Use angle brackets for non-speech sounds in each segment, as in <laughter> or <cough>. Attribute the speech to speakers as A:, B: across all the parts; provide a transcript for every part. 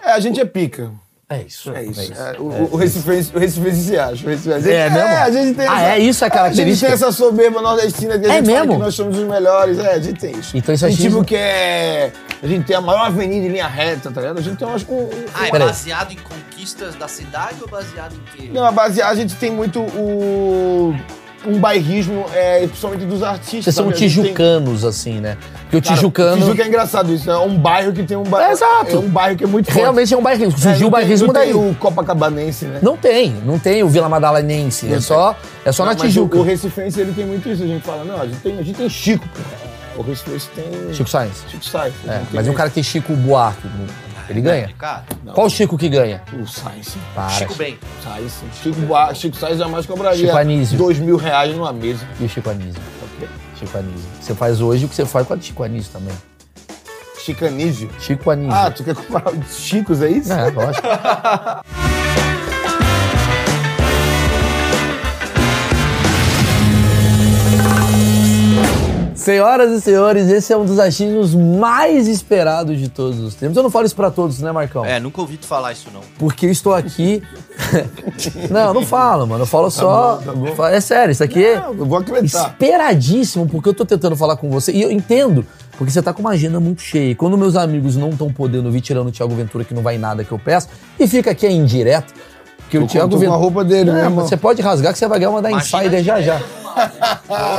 A: É, a gente é pica.
B: É isso.
A: É isso. É, o, o recifense, o recifense se acha. O recifense,
B: É mesmo?
A: É, a gente tem
B: Ah, é isso a
A: A gente
B: característica?
A: tem essa soberba nordestina que a
B: É
A: gente fala
B: mesmo?
A: que nós somos os melhores. É, a gente tem isso.
B: Então isso é
A: A gente
B: achismo?
A: tipo que é... A gente tem a maior avenida em linha reta, tá ligado? A gente tem umas... com-
C: Ah, é
B: Peraí.
C: baseado em conquistas da cidade ou baseado em quê?
A: Não, a, base, a gente tem muito o... Um bairrismo, é, principalmente dos artistas.
B: Vocês são
A: sabe? A gente tem-
B: tijucanos, assim, né? Porque o
A: Cara,
B: tijucano
A: Tijuca é engraçado isso. É um bairro que tem um bairro.
B: É, exato.
A: É um bairro que é muito forte.
B: realmente é um bairrismo.
A: É, não
B: Surgiu o
A: tem-
B: bairrismo
A: não
B: daí.
A: Tem o Copacabanense, né?
B: Não tem, não tem o Vila Madalenense. É só, é só na
A: Não, mas
B: Tijuca.
A: O, o Recifense, ele tem muito isso. A gente fala, não, a gente tem, a gente tem Chico, cara. O Recifense tem...
B: Chico Sainz.
A: Chico Sainz.
B: É, mas é um cara que tem Chico Buarque. Ele ganha.
C: Complicado.
B: Qual o Chico que ganha?
A: O Sainz.
B: Para.
C: Chico bem.
A: Sainz. Chico, Buarque- Chico Sainz jamais cobraria
B: Chico Anísio.
A: dois mil reais numa mesa. tá
B: E o Chico Anísio. Chico Anísio. Você faz hoje o que você faz com a Chico Anísio também.
A: Chico Anísio.
B: Chico Anísio.
A: Ah, tu quer comparar os Chicos, é isso?
B: É, lógico. <laughs> Senhoras e senhores, esse é um dos achismos mais esperados de todos os tempos. Eu não falo isso pra todos, né, Marcão?
C: É, nunca ouvi tu falar isso, não.
B: Porque eu
A: <laughs>
B: estou aqui. não, eu não falo, mano. Eu falo só.
A: bom, tá bom.
B: Fa- É sério, isso aqui
A: Não, eu vou
B: é
A: acreditar.
B: esperadíssimo, porque eu tô tentando falar com você. E eu entendo, porque você tá com uma agenda muito cheia. E quando meus amigos não estão podendo vir tirando o Thiago Ventura, que não vai em nada que eu peço, e fica aqui a indireta, porque o
A: Eu
B: Thiago
A: tô com a
B: Ventura.
A: roupa dele, né,
B: É,
A: irmão?
B: você pode rasgar que você vai ganhar uma da
C: Imagina
B: Insider já já.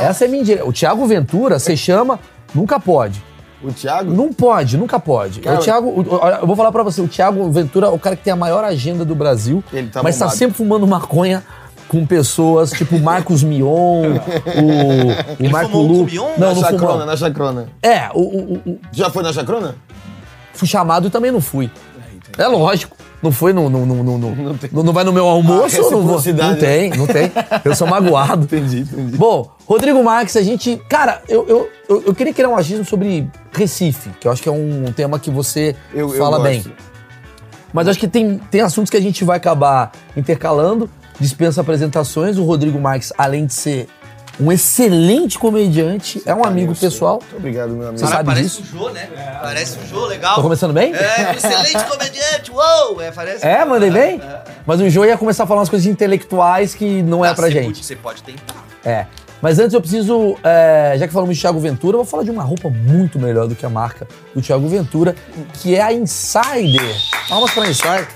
B: Essa é minha indireta. O Thiago Ventura, você chama, nunca pode.
A: O Thiago?
B: Não pode, nunca pode.
A: Cara-
B: o Thiago, o- olha, eu vou falar pra você, o Thiago Ventura é o cara que tem a maior agenda do Brasil,
A: Ele tá
B: mas tá
A: bombado.
B: sempre fumando maconha com pessoas
A: <laughs>
B: tipo Marcos Mion, o, o
C: Ele
B: Marco
C: fumou um com
B: Lu.
C: Mion?
B: Não,
A: na
B: não
A: chacrona,
B: fumou.
A: na chacrona.
B: É, o, o- o- o-
A: Já foi na chacrona?
B: fui chamado e também não fui. É lógico. Não foi no. no, no, no- no- não, não vai no meu almoço?
A: Ah,
B: não, vou, não
A: reciprocidade.
B: tem, não tem. Eu sou magoado.
A: Entendi, entendi.
B: Bom, Rodrigo Marques, a gente. Cara, eu, eu, eu, eu queria criar um achismo sobre Recife, que eu acho que é um tema que você
A: Eu- eu
B: fala bem.
A: gosto.
B: Mas acho que tem, tem assuntos que a gente vai acabar intercalando, dispensa apresentações. O Rodrigo Marques, além de ser um excelente comediante, é um
A: Ah,
B: amigo
A: Eu sei.
B: pessoal.
A: Muito obrigado, meu amigo.
B: Você sabe disso?
C: parece o Jô, né? Parece o Jô, legal.
B: Tá começando bem?
C: É, um excelente comediante, uou! É, parece...
B: É, mandei bem?
C: É, é.
B: Mas o Joe ia começar a falar umas coisas intelectuais que não é
A: Tá
C: Ah,
B: pra
C: você
B: gente.
C: pode- Você pode tentar.
B: É. Mas antes eu preciso, é, já que falamos de Thiago Ventura, eu vou falar de uma roupa muito melhor do que a marca do Thiago Ventura, que é a Insider. Palmas pra Insider,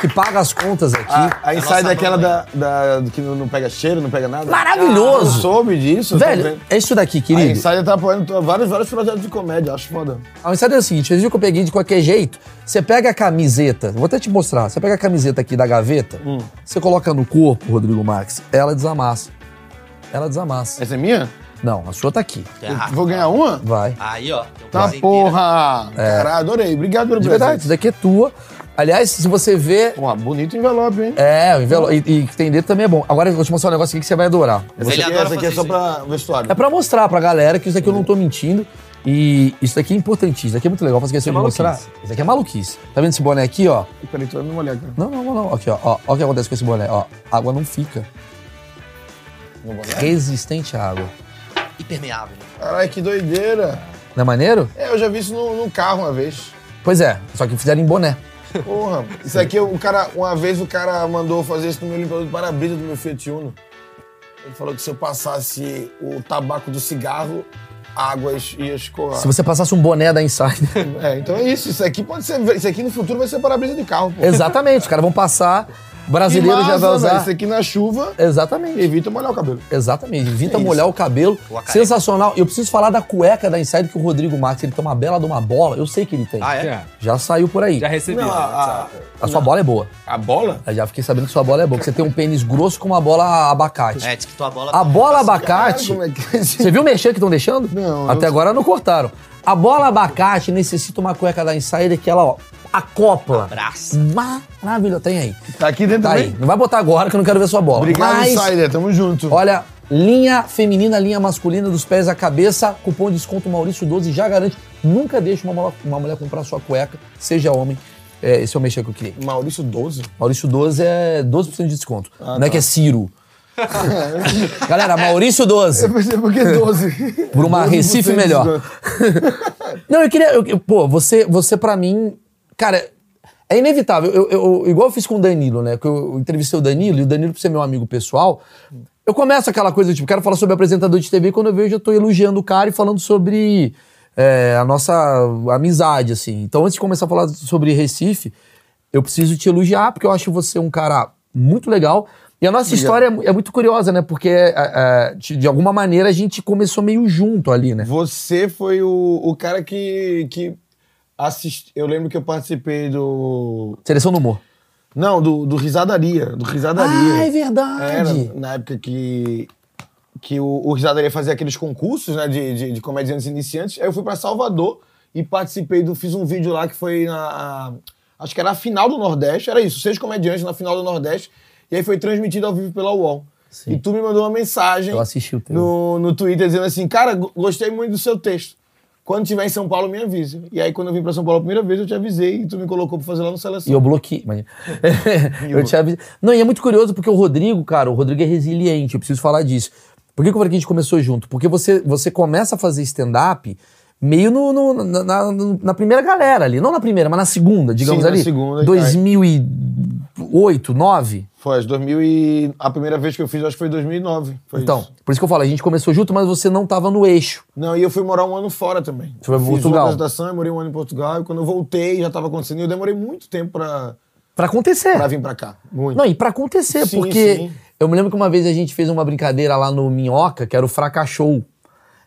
B: que paga as contas aqui.
A: A, a
C: nossa
A: inside é aquela da,
C: mamãe.
A: da- do que não não pega cheiro, não pega nada.
B: Maravilhoso!
A: Ah, eu soube disso. tô
B: Velho,
A: vendo.
B: é isso daqui,
A: a
B: querido.
A: Insider tá apoiando to- vários, vários projetos de comédia, acho foda.
B: A Insider é o seguinte, vocês viram que eu peguei de qualquer jeito? Você pega a camiseta, vou até te mostrar, você pega a camiseta aqui da gaveta,
A: Hum.
B: você coloca no corpo, Rodrigo Max, ela desamassa. Ela desamassa.
A: Essa é minha?
B: Não, a sua tá aqui.
C: Ah,
A: Vou ganhar uma?
B: Vai.
C: Aí, ó. tem um
A: Tá
C: presente.
A: porra! Caralho, adorei. Obrigado pelo
B: É. De
A: presente.
B: verdade, isso daqui é tua. Aliás, se você vê,
A: Porra, bonito envelope, hein?
B: É, o envelo- e, e que tem dentro também é bom. Agora eu vou te mostrar um negócio aqui que você vai adorar.
C: Mas ele
A: aqui-
C: adora
A: essa aqui é
C: fazer
A: só
C: isso,
A: pra vestuário.
B: É pra mostrar pra galera que isso daqui eu não tô mentindo. E isso daqui é importantíssimo, isso daqui é muito legal, faço questão de
A: maluquice.
B: mostrar. Isso daqui é maluquice. Tá vendo esse boné aqui, ó?
A: Peraí, tu vai me molhar, cara.
B: Não, não, não, não. Aqui, ó. ó. Olha o que acontece com esse boné, ó. Água não fica. Resistente à água.
C: Impermeável. né?
A: Caralho, que doideira.
B: Não é maneiro?
A: É, eu já vi isso no, no carro uma vez.
B: Pois é, só que fizeram em boné. <laughs>
A: Porra, isso aqui, o cara, uma vez o cara mandou fazer isso no meu limpador de para-brisa do meu Fiat Uno. Ele falou que se eu passasse o tabaco do cigarro, a água es- ia escoar.
B: Se você passasse um boné da Insider. <laughs>
A: É, então é isso. Isso aqui pode ser, isso aqui no futuro vai ser para-brisa de carro, pô.
B: Exatamente, os caras vão passar, É brasileiro
A: Que
B: já vai
A: massa, velho.
B: usar.
A: Isso né? aqui na chuva
B: Exatamente.
A: evita molhar o cabelo.
B: Exatamente, evita
A: É isso.
B: molhar o cabelo.
C: Ou a careca.
B: Sensacional. Eu preciso falar da cueca da Inside que o Rodrigo Marques, ele tem uma bela de uma bola. Eu sei que ele tem.
C: Ah, é?
D: Já,
B: Já saiu por aí.
D: já recebi. né,
A: Não, a, a-
B: A sua bola é boa.
A: a bola?
B: Eu já fiquei sabendo que sua bola é boa, que você tem um pênis grosso com uma bola abacate.
C: É, diz que tua bola...
B: A
A: Cara,
B: bola abacate.
A: como é que é isso?
B: Você viu o merchan que estão deixando?
A: Não,
B: Até
A: eu-
B: agora não cortaram. A bola abacate necessita uma cueca da Insider que ela, ó, acopla.
C: Abraça.
B: Maravilha, tem aí.
A: Tá aqui dentro
B: Tá aí.
A: também?
B: Não vai botar agora que eu não quero ver sua bola.
A: Obrigado,
B: Mas-
A: Insider. Tamo junto.
B: Olha, linha feminina, linha masculina, dos pés à cabeça, cupom de desconto Maurício12 já garante. Nunca deixe uma, mulher- uma mulher comprar sua cueca, seja homem. É, esse é o mexer que eu criei.
A: Maurício
B: <laughs>
A: 12.
B: Maurício12 é 12% de desconto. não é
A: tá.
B: que é Ciro.
A: <laughs>
B: Galera, Maurício12,
A: Mas é porque 12.
B: por uma
A: 12%
B: Recife
A: de
B: melhor.
A: desconto.
B: não, eu queria. eu- eu- pô, você, você para mim. Cara, É inevitável. Eu, eu- igual eu fiz com o Danilo, né? Que eu entrevistei o Danilo, e o Danilo, por ser meu amigo pessoal, eu começo aquela coisa, tipo, quero falar sobre apresentador de TV, e quando eu vejo, eu tô elogiando o cara e falando sobre é, a nossa amizade, assim. Então, antes de começar a falar sobre Recife, eu preciso te elogiar, porque eu acho você um cara muito legal. E a nossa história é mu- é, muito curiosa, né? Porque, é, é, de de alguma maneira, a gente começou meio junto ali, né?
A: Você foi o, o cara que, que assist... Eu lembro que eu participei do.
B: Seleção do humor.
A: Não, do, do Risadaria. Do Risadaria.
B: Ah, é verdade.
A: Era na época que, que o, o Risadaria fazia aqueles concursos né, de, de, de comediantes iniciantes. Aí eu fui pra Salvador e participei do. Fiz um vídeo lá que foi na. a- Acho que era a final do Nordeste, era isso, seis comediantes na final do Nordeste. E aí foi transmitido ao vivo pela UOL.
B: Sim.
A: E tu me mandou uma mensagem
B: Eu assisti o teu.
A: no, no Twitter dizendo assim: Cara, go- gostei muito do seu texto. Quando tiver em São Paulo, me avise. E aí, quando eu vim pra São Paulo a primeira vez, eu te avisei e tu me colocou pra fazer lá no
B: E
A: Seleção.
B: eu
A: <laughs>
B: bloqueei. Mas... eu te aviso. Não, e é muito curioso porque o Rodrigo, cara, o Rodrigo é resiliente, eu preciso falar disso. Por que, que eu falei que a gente começou junto? Porque você, você começa a fazer stand-up meio no, no- na, na- na primeira galera ali. Não na primeira, mas na segunda, digamos
A: na
B: ali.
A: segunda,
B: 2008, 9?
A: Foi, as 2000 e... A primeira vez que eu fiz, acho que foi em 2009. Foi
B: Então,
A: isso.
B: por isso que eu falo, a gente começou junto, mas você não tava no eixo.
A: Não, e eu fui morar um ano fora também.
B: Você foi pra
A: fiz
B: Portugal.
A: uma apresentação, eu morei um ano em Portugal. E quando eu voltei, já tava acontecendo. E eu demorei muito tempo pra,
B: Pra acontecer.
A: pra vir pra cá. Muito.
B: Não, e pra acontecer,
A: Sim,
B: porque
A: sim.
B: eu me lembro que uma vez a gente fez uma brincadeira lá no Minhoca, que era o Fracassou,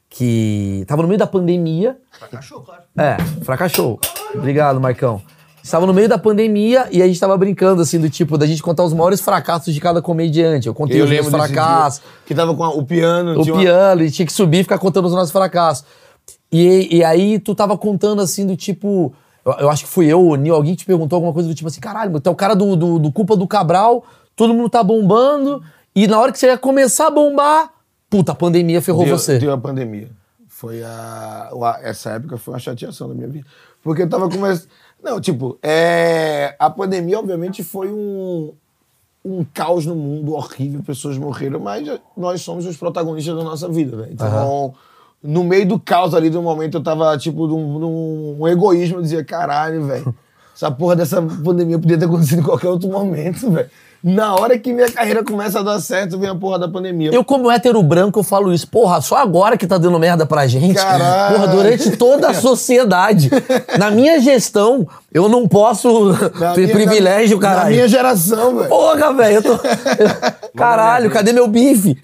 B: que tava no meio da pandemia.
C: Cachorro, claro.
B: É, Fracassou. Obrigado, Marcão. Estava no meio da pandemia e a gente tava brincando, assim, do tipo, da gente contar os maiores fracassos de cada comediante. Eu contei os meus
A: desse
B: fracassos,
A: dia Que tava com a- o piano.
B: o
A: tinha uma-
B: piano, e tinha que subir e ficar contando os nossos fracassos. E, e aí tu tava contando assim do tipo. Eu, eu acho que fui eu, o Nil, alguém te perguntou alguma coisa do tipo assim: caralho, mano, tu é o cara do, do, do Culpa do Cabral, todo mundo tá bombando, e na hora que você ia começar a bombar, puta, a pandemia ferrou
A: deu,
B: você.
A: Deu a pandemia. Foi a, o- a- Essa época foi uma chateação da minha vida. Porque eu tava começando. Não, tipo, é, a pandemia, obviamente, foi um, um caos no mundo horrível, pessoas morreram, mas nós somos os protagonistas da nossa vida, né? Então, no meio do caos ali do momento, eu tava, tipo, num, num egoísmo, eu dizia, caralho, velho. Essa porra dessa pandemia podia ter acontecido em qualquer outro momento, velho. Na hora que minha carreira começa a dar certo, vem a porra da pandemia.
B: Eu, como hétero branco, eu falo isso. Porra, só agora que tá dando merda pra gente.
A: Caralho.
B: Porra, durante
A: <laughs>
B: toda a sociedade. Na minha gestão, eu não posso
A: Na
B: ter
A: minha-
B: privilégio,
A: na-
B: caralho.
A: Na minha geração, velho.
B: Porra, velho, eu tô.
A: <laughs>
B: eu- Caralho, cadê meu bife?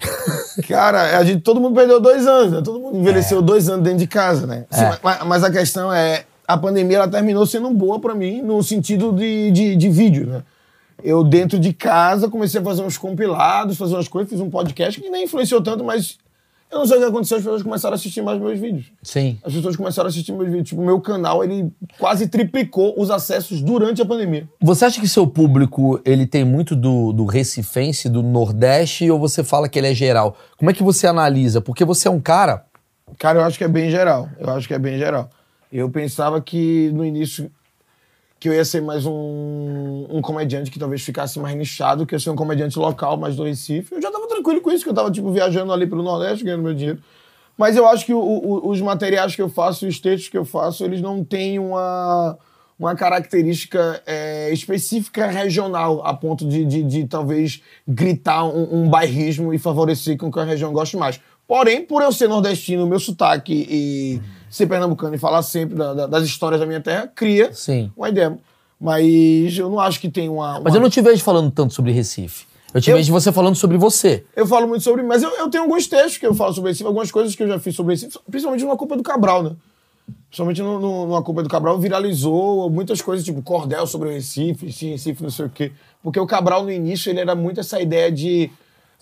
A: Cara, a gente, todo mundo perdeu dois anos, né? Todo
B: É.
A: mundo envelheceu dois anos dentro de casa, né? Sim, ma- ma- mas, a questão é, a pandemia ela terminou sendo boa pra mim no sentido de, de, de vídeo, né? Eu, dentro de casa, comecei a fazer uns compilados, fazer umas coisas, fiz um podcast que nem influenciou tanto, mas eu não sei o que aconteceu, as pessoas começaram a assistir mais meus vídeos.
B: Sim.
A: As pessoas começaram a assistir meus vídeos. Tipo, meu canal, ele quase triplicou os acessos durante a pandemia.
B: Você acha que seu público ele tem muito do, do recifense, do Nordeste, ou você fala que ele é geral? Como é que você analisa? Porque você é um cara.
A: Cara, eu acho que é bem geral. Eu acho que é bem geral. Eu pensava que no início que eu ia ser mais um, um comediante que talvez ficasse mais nichado, que ia ser um comediante local mais do Recife. Eu já tava tranquilo com isso, que eu tava, tipo, viajando ali pelo Nordeste, ganhando meu dinheiro. Mas eu acho que o- o- os materiais que eu faço, os textos que eu faço, eles não têm uma, uma característica eh, específica regional, a ponto de, de, de talvez gritar um, um bairrismo e favorecer com que a região goste mais. Porém, por eu ser nordestino, meu sotaque e ser pernambucano e falar sempre da- da- das histórias da minha terra, cria
B: Sim.
A: uma ideia. Mas eu não acho que tem uma.
B: Mas
A: uma-
B: eu não te vejo falando tanto sobre Recife. Eu te
A: Eu-
B: vejo você falando sobre você.
A: eu falo muito sobre. Mas eu, eu tenho alguns textos que eu falo sobre Recife, algumas coisas que eu já fiz sobre Recife, principalmente numa culpa do Cabral, né? Principalmente no, no, numa culpa do Cabral, viralizou muitas coisas, tipo cordel sobre o Recife, sim, Recife, não sei o quê. Porque o Cabral, no início, ele era muito essa ideia de.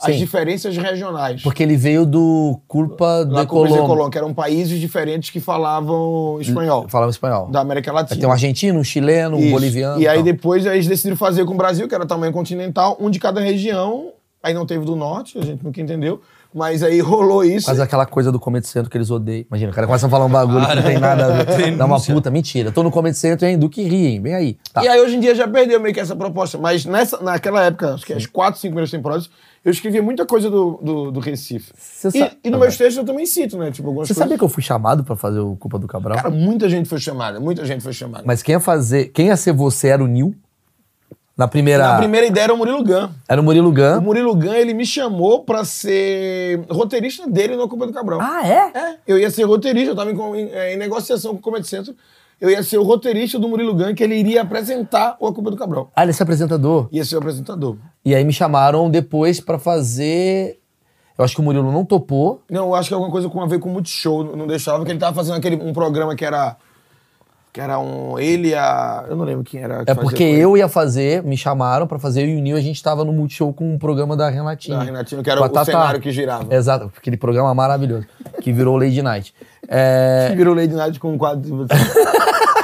A: as
B: Sim.
A: diferenças regionais.
B: Porque ele veio do Culpa
A: La Colombia e
B: de Colombo.
A: Colômbia, que eram países diferentes que falavam
B: Hum,
A: espanhol.
B: Falava espanhol.
A: Da América Latina.
B: Tem um argentino, um chileno, um
A: Isso.
B: boliviano.
A: E aí
B: tal.
A: depois eles decidiram fazer com o Brasil, que era tamanho continental, um de cada região. Aí não teve do norte, a gente nunca entendeu. Mas aí rolou isso.
B: Faz aquela coisa do Comedy Centro que eles odeiam. Imagina, o cara começa a falar um bagulho que não tem nada a <laughs> ver. Dá uma puta, mentira. Tô no Comedy Centro, hein? Do que ri, hein? Vem aí. Tá.
A: E aí hoje em dia já perdeu meio que essa proposta. Mas nessa, naquela época, acho que as quatro, cinco primeiras temporadas, eu escrevia muita coisa do, do, do Recife.
B: Cê
A: E,
B: sa-
A: e nos meus textos eu também cito, né? Tipo, algumas
B: Você
A: coisas.
B: sabia que eu fui chamado pra fazer o Culpa do Cabral?
A: Cara, muita gente foi chamada, muita gente foi chamada.
B: Mas quem ia fazer. Quem ia ser você era o Nil? Na primeira.
A: A primeira ideia era o Murilo Gun.
B: Era o Murilo
A: O
B: Gun.
A: Murilo Gun, ele me chamou pra ser roteirista dele no Copa do Cabral.
B: Ah, é?
A: É, eu ia ser roteirista, eu tava em, com- em- eh, em negociação com o Comedy Centro. Eu ia ser o roteirista do Murilo Gun, que ele iria apresentar o A Culpa do Cabral.
B: Ah, ele é esse apresentador.
A: Ia ser o apresentador.
B: E aí me chamaram depois pra fazer. Eu acho que o Murilo não topou.
A: Não, eu acho que alguma coisa com a ver com o Multishow, não- não deixava, porque ele tava fazendo aquele, um programa que era. Que era um. Ele e a. Eu não lembro quem era. que
B: É
A: fazia
B: porque
A: com ele.
B: eu ia fazer, me chamaram pra fazer e o Nil a gente tava no Multishow com um programa da Renatinha.
A: Da Renatinha, que era
B: Com a
A: o cenário que girava.
B: Exato, aquele programa maravilhoso, que virou Lady Night. É,
A: Que virou Lady Night com um quadro de você.
B: <laughs>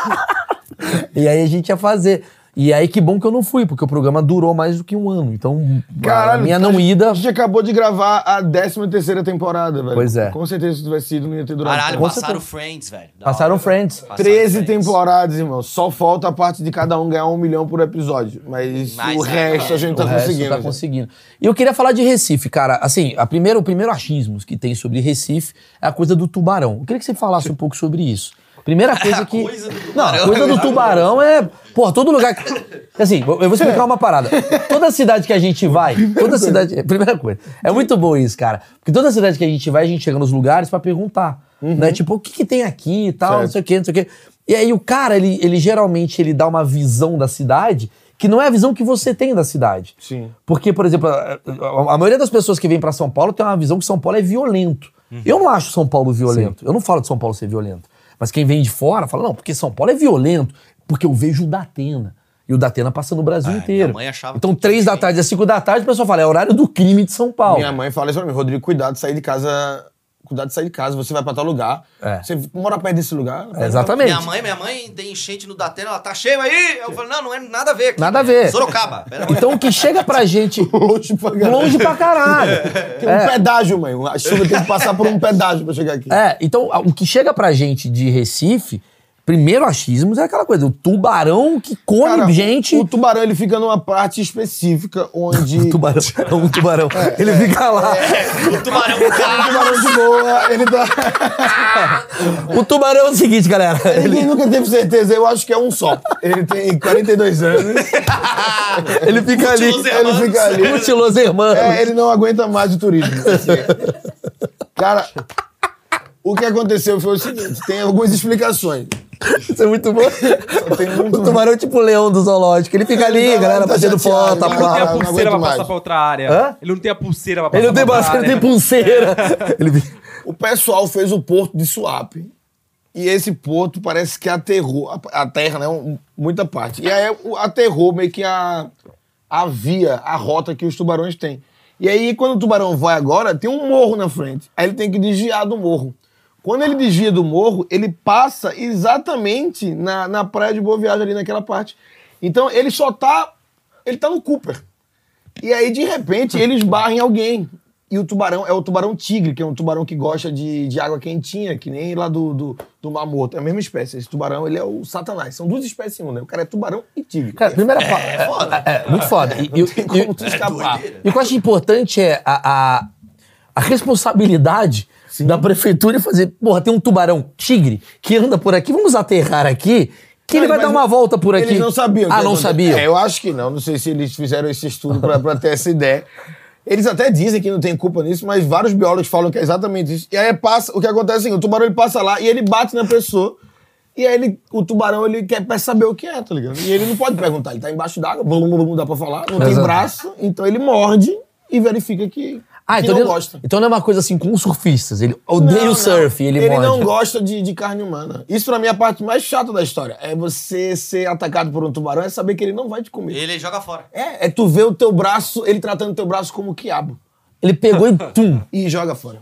B: e aí a gente ia fazer. E aí que bom que eu não fui, porque o programa durou mais do que um ano. Então, a minha não
A: a gente-
B: ida...
A: A gente acabou de gravar a 13 terceira temporada, velho.
B: Pois é.
A: Com certeza, se tivesse sido, não ia ter durado.
C: Caralho,
A: tanto.
B: certeza.
C: passaram Friends, velho. Da
B: Passaram
C: hora.
B: Friends.
C: Passaram
A: 13
C: Friends.
A: temporadas, irmão. Só falta a parte de cada um ganhar um milhão por episódio. Mas
C: Mas,
A: o
C: né,
A: resto a
C: é,
A: gente tá
B: o resto
A: conseguindo.
B: Tá conseguindo. E eu queria falar de Recife, cara. Assim, a primeira, o primeiro achismo que tem sobre Recife é a coisa do tubarão. Eu queria que você falasse um pouco sobre isso. Primeira coisa que.
C: coisa do
B: Não, a
C: tubarão.
B: coisa do tubarão é. Pô, todo lugar. que- Assim, eu eu vou explicar uma parada. Toda cidade que a gente vai. Toda cidade. Primeira coisa. É muito bom isso, cara. Porque toda cidade que a gente vai, a gente chega nos lugares pra perguntar. Né? Tipo, o que, que tem aqui e tal, não
A: Uhum. Certo.
B: sei o quê, não sei o quê. E aí o cara, ele, ele geralmente ele dá uma visão da cidade que não é a visão que você tem da cidade.
A: Sim.
B: Porque, por exemplo, a, a- a maioria das pessoas que vêm pra São Paulo tem uma visão que São Paulo é violento.
C: Uhum.
B: Eu não acho São Paulo violento. Eu não falo de São Paulo ser violento. Mas quem vem de fora fala, não, porque São Paulo é violento. Porque eu vejo o Datena. E o Datena passa no Brasil
C: Ah, minha
B: inteiro.
C: mãe achava
B: então,
C: que-
B: três da tarde às cinco da tarde, o pessoal fala, é horário do crime de São Paulo.
A: Minha mãe fala isso pra mim, Rodrigo, cuidado de sair de casa. Cuidado de sair de casa, você vai pra tal lugar.
B: É.
A: Você mora perto desse lugar.
B: É, Exatamente.
C: Minha mãe, minha mãe tem enchente no Datena, ela tá cheia aí. Eu falei, não, não é nada a ver. aqui.
B: Nada a ver.
C: Sorocaba. Pera aí.
B: Então, o que chega
C: <laughs>
B: pra gente
A: Longe pra caralho.
B: longe pra caralho. <laughs>
A: Tem um pedágio, mãe. A chuva tem que passar por um pedágio pra chegar aqui.
B: É, então a- o que chega pra gente de Recife, primeiro achismos é aquela coisa, o tubarão que come
A: Cara,
B: gente.
A: O tubarão, ele fica numa parte específica onde.
B: O <laughs> tubarão, é um tubarão. Ele
A: É,
B: fica lá.
C: o tubarão. tá
A: O tubarão de boa, ele
B: <laughs>
A: tá.
B: O tubarão é o seguinte, galera. Ele,
A: Ninguém nunca teve certeza, eu acho que é um só. Ele tem 42 anos,
B: ele fica ali.
C: Os
A: ele
C: irmãos.
A: fica ali.
B: Mutiloso irmão.
A: É, ele não aguenta mais o turismo. Cara, o que aconteceu foi o seguinte: tem algumas explicações.
B: Isso é muito bom.
A: Tem muito.
B: O tubarão é tipo o leão do zoológico. Ele fica ali,
A: Ele tá-
B: galera,
A: tá
B: fazendo
A: chateado,
B: foto,
A: ele
D: Ele não tem a
A: Ah, não
B: aplauso.
D: pulseira
A: aguento
D: pra passar
A: mais.
D: pra outra área.
B: Hã?
D: Ele não tem a pulseira pra passar
B: Ele não tem
D: pra outra
B: bastante,
D: área.
A: É.
B: ele tem pulseira. Ele fica-
A: O pessoal fez o porto de Suape. E esse porto parece que aterrou. a- A terra, né? um- Muita parte. E aí o- aterrou meio que a, a via, a rota que os tubarões têm. E aí, quando o tubarão vai agora, tem um morro na frente. Aí ele tem que desviar do morro. Quando ele desvia do morro, ele passa exatamente na, na praia de Boa Viagem, ali naquela parte. Então ele só tá. Ele tá no Cooper. E aí, de repente, eles barrem alguém. E o tubarão é o tubarão tigre, que é um tubarão que gosta de, de água quentinha, que nem lá do, do, do Mar Morto. É a mesma espécie. Esse tubarão, ele é o satanás. São duas espécies em uma, né? O cara é tubarão e tigre.
B: Cara, é primeira pa- é, é, é, muito foda. E, e-
A: Tem
B: e-
A: como tu escapar.
B: E o que eu acho importante é a, a, a responsabilidade da prefeitura em fazer. Porra, tem um tubarão tigre que anda por aqui, vamos aterrar aqui, que ele
A: Cara,
B: vai dar
A: mas
B: uma volta por aqui.
A: Eles não sabiam. o que
B: Ah, não
A: ia acontecer.
B: sabiam.
A: É, eu acho que não. Não sei se eles fizeram esse estudo pra, pra ter essa ideia. Eles até dizem que não tem culpa nisso, mas vários biólogos falam que é exatamente isso. E aí passa, o que acontece é assim, o tubarão ele passa lá e ele bate na pessoa. E aí ele, o tubarão ele quer pe- saber o que é, tá ligado? E ele não pode perguntar, ele tá embaixo d'água, blum, blum, blum, dá pra falar, não tem
B: Exato.
A: braço, então ele morde e verifica que,
B: Ah,
A: que
B: então,
A: não
B: ele-
A: gosta.
B: então não é uma coisa assim com os surfistas. Ele odeia
A: Não,
B: o surf,
A: não.
B: ele,
A: Ele
B: morde.
A: não gosta de, de carne humana. Isso pra mim é a parte mais chata da história. É você ser atacado por um tubarão, é saber que ele não vai te comer.
C: Ele joga fora.
A: É, é tu ver o teu braço, ele tratando teu braço como quiabo.
B: Ele
A: <laughs>
B: pegou e tum.
A: E joga fora.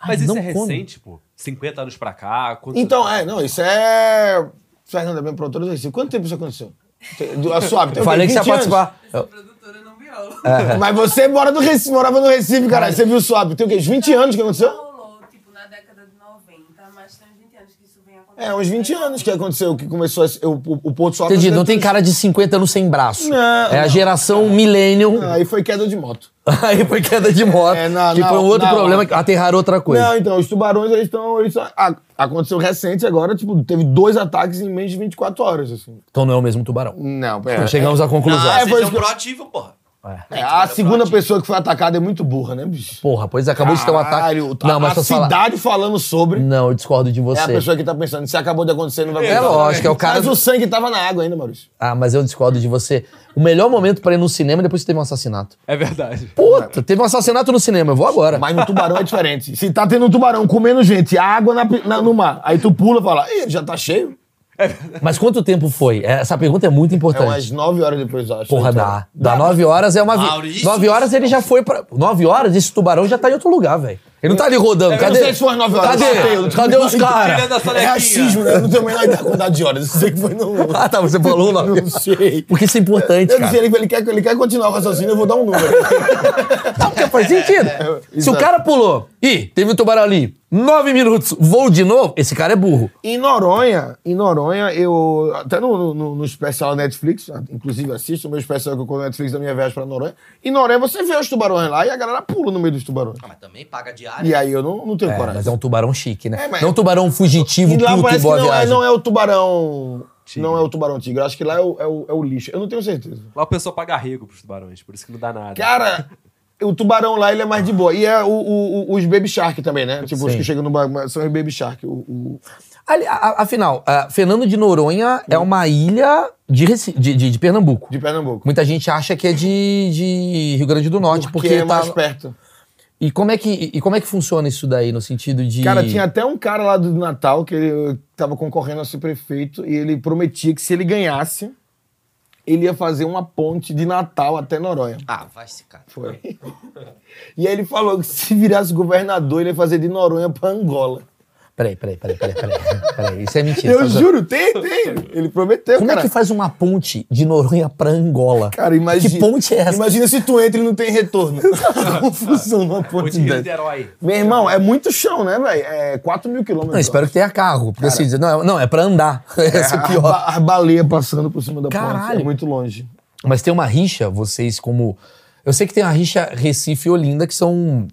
B: Ai,
D: Mas isso
B: não
D: é
B: come.
D: recente, pô. 50 anos pra cá. quantos-
A: Então, é, não, isso é... Fernanda, minha produtora do Recife. Quanto tempo isso aconteceu? Te- do- A suave. tem o quê?
B: Falei que você ia
A: 20 anos?
B: participar. Eu-
E: Produtora não viu. Paulo.
A: Mas você mora no Recife, morava no Recife, caralho. Você viu o swap? Tem o quê? Uns 20 anos que aconteceu?
E: Rolou, tipo, na década de 90, mas tem uns 20 anos que isso vem acontecendo.
A: É, uns 20 anos que aconteceu, que começou a se- o, o, o Porto Swap.
B: Entendi, não tem cara de 50 anos sem braço.
A: Não,
B: é a
A: não.
B: geração millennium.
A: Aí foi queda de moto.
B: <laughs> Aí foi queda de moto.
A: É, não,
B: que
A: não,
B: foi um outro
A: não.
B: problema, que aterraram outra coisa.
A: Não, então, os tubarões, eles estão. Eles são- a- aconteceu recente agora, tipo, teve dois ataques em menos de 24 horas, assim.
B: Então não é o mesmo tubarão.
A: Não, pera.
B: Chegamos à
C: Não,
B: conclusão.
A: Ah, é, foi
C: vocês são
A: isso que eu-
C: proativos, um porra.
A: É, a segunda pessoa que foi atacada é muito burra, né, bicho?
B: Porra, pois acabou de ter um ataque.
A: Caralho,
B: não, mas
A: a
B: tô falando.
A: cidade falando sobre
B: Não, eu discordo de
A: é
B: você.
A: a pessoa que tá pensando. Se acabou de acontecer, não vai acontecer.
B: lógico, é o cara-
A: Mas o sangue tava na água ainda, Maurício.
B: Ah, mas eu discordo de você. O melhor momento pra ir no cinema é depois que teve um assassinato.
D: É verdade.
B: Puta, teve um assassinato no cinema, eu vou agora.
A: Mas no tubarão é diferente. Se tá tendo um tubarão comendo gente, água na pi- na- no mar, aí tu pula e fala, ih, já tá cheio.
B: Mas quanto tempo foi? Essa pergunta é muito
A: É umas
B: importante.
A: 9 horas depois, eu acho.
B: Porra,
A: Então,
B: dá. Dá nove horas, é uma vi...
C: Maurício.
B: Nove horas ele já foi pra... Nove horas, esse tubarão já tá em outro lugar, velho. Ele não tá ali rodando,
A: Eu
B: cadê?
A: não sei se foi às 9 horas. eu não sei, eu não
B: Cadê?
A: tenho
B: Cadê os
A: ideia.
B: caras?
D: Tirando a
A: É
D: sonequinha.
A: racismo, né? Eu não tenho a menor ideia da quantidade de horas. Eu sei que foi no...
B: Ah, tá, você falou lá.
A: Não sei.
B: Porque isso é importante,
A: Eu não
B: cara.
A: sei, ele quer, ele quer continuar o raciocínio, eu vou dar um número.
B: Não, porque
A: <laughs>
B: faz sentido. Se o
A: É, exato.
B: cara pulou, ih, teve um tubarão ali, nove minutos, vou de novo, esse cara é burro.
A: Em Noronha, em Noronha, eu. Até no, no, no especial da Netflix, inclusive assisto o meu especial que eu coloco na Netflix da minha viagem pra Noronha. Em Noronha você vê os tubarões lá e a galera pula no meio dos tubarões.
C: Ah, mas também paga diária.
A: E aí eu não, não tenho
B: É,
A: coragem.
B: mas é um tubarão chique, né?
A: É, mas-
B: Não um tubarão fugitivo,
A: E lá
B: puto,
A: parece que
B: boa
A: não é,
B: viagem.
A: não é o tubarão. Não é o tubarão tigre. Acho que lá é o, é o, é o lixo. Eu não tenho certeza.
D: Lá o pessoal paga rego pros tubarões, por isso que não dá nada.
A: Cara, o tubarão lá ele é mais de boa. E é o, o- o- os baby shark também, né? Tipo, os
B: Sim.
A: que chegam no. ba- São os baby shark. O, o-
B: Ali- a- a- afinal, a Fernando de Noronha é
A: Hum.
B: uma ilha de, Reci- de, de- de Pernambuco.
A: de Pernambuco.
B: Muita gente acha que é de, de Rio Grande do Norte, porque,
A: que é
B: tá...
A: mais perto.
B: E como, é que, e como é que funciona isso daí, no sentido de...
A: Cara, tinha até um cara lá do Natal que ele tava concorrendo a ser prefeito e ele prometia que se ele ganhasse, ele ia fazer uma ponte de Natal até Noronha.
C: Ah, vai se cara.
A: Foi. <laughs> E aí ele falou que se virasse governador, ele ia fazer de Noronha pra Angola.
B: Peraí, peraí, peraí, peraí, peraí. peraí. <laughs> Isso é mentira.
A: Eu
B: tá zoando.
A: juro, tem, tem. Ele prometeu,
B: Como
A: cara.
B: é que faz uma ponte de Noronha pra Angola?
A: Cara, imagina.
B: Que ponte é essa?
A: Imagina se tu entra e não tem
B: <laughs>
A: retorno. Tá Confusão numa ponte
D: Ponte Rio
A: dessa.
D: Niterói.
A: Meu irmão, é muito chão, né, velho? É 4 mil quilômetros.
B: Não, espero que tenha carro. Porque assim, dizer, não, é- não, é pra andar. <laughs> Essa é o
A: a,
B: pior.
A: ba- a baleia passando por cima da ponte.
B: Caralho.
A: É muito longe.
B: Mas tem uma rixa, vocês como... Eu sei que tem a rixa Recife e Olinda, que são,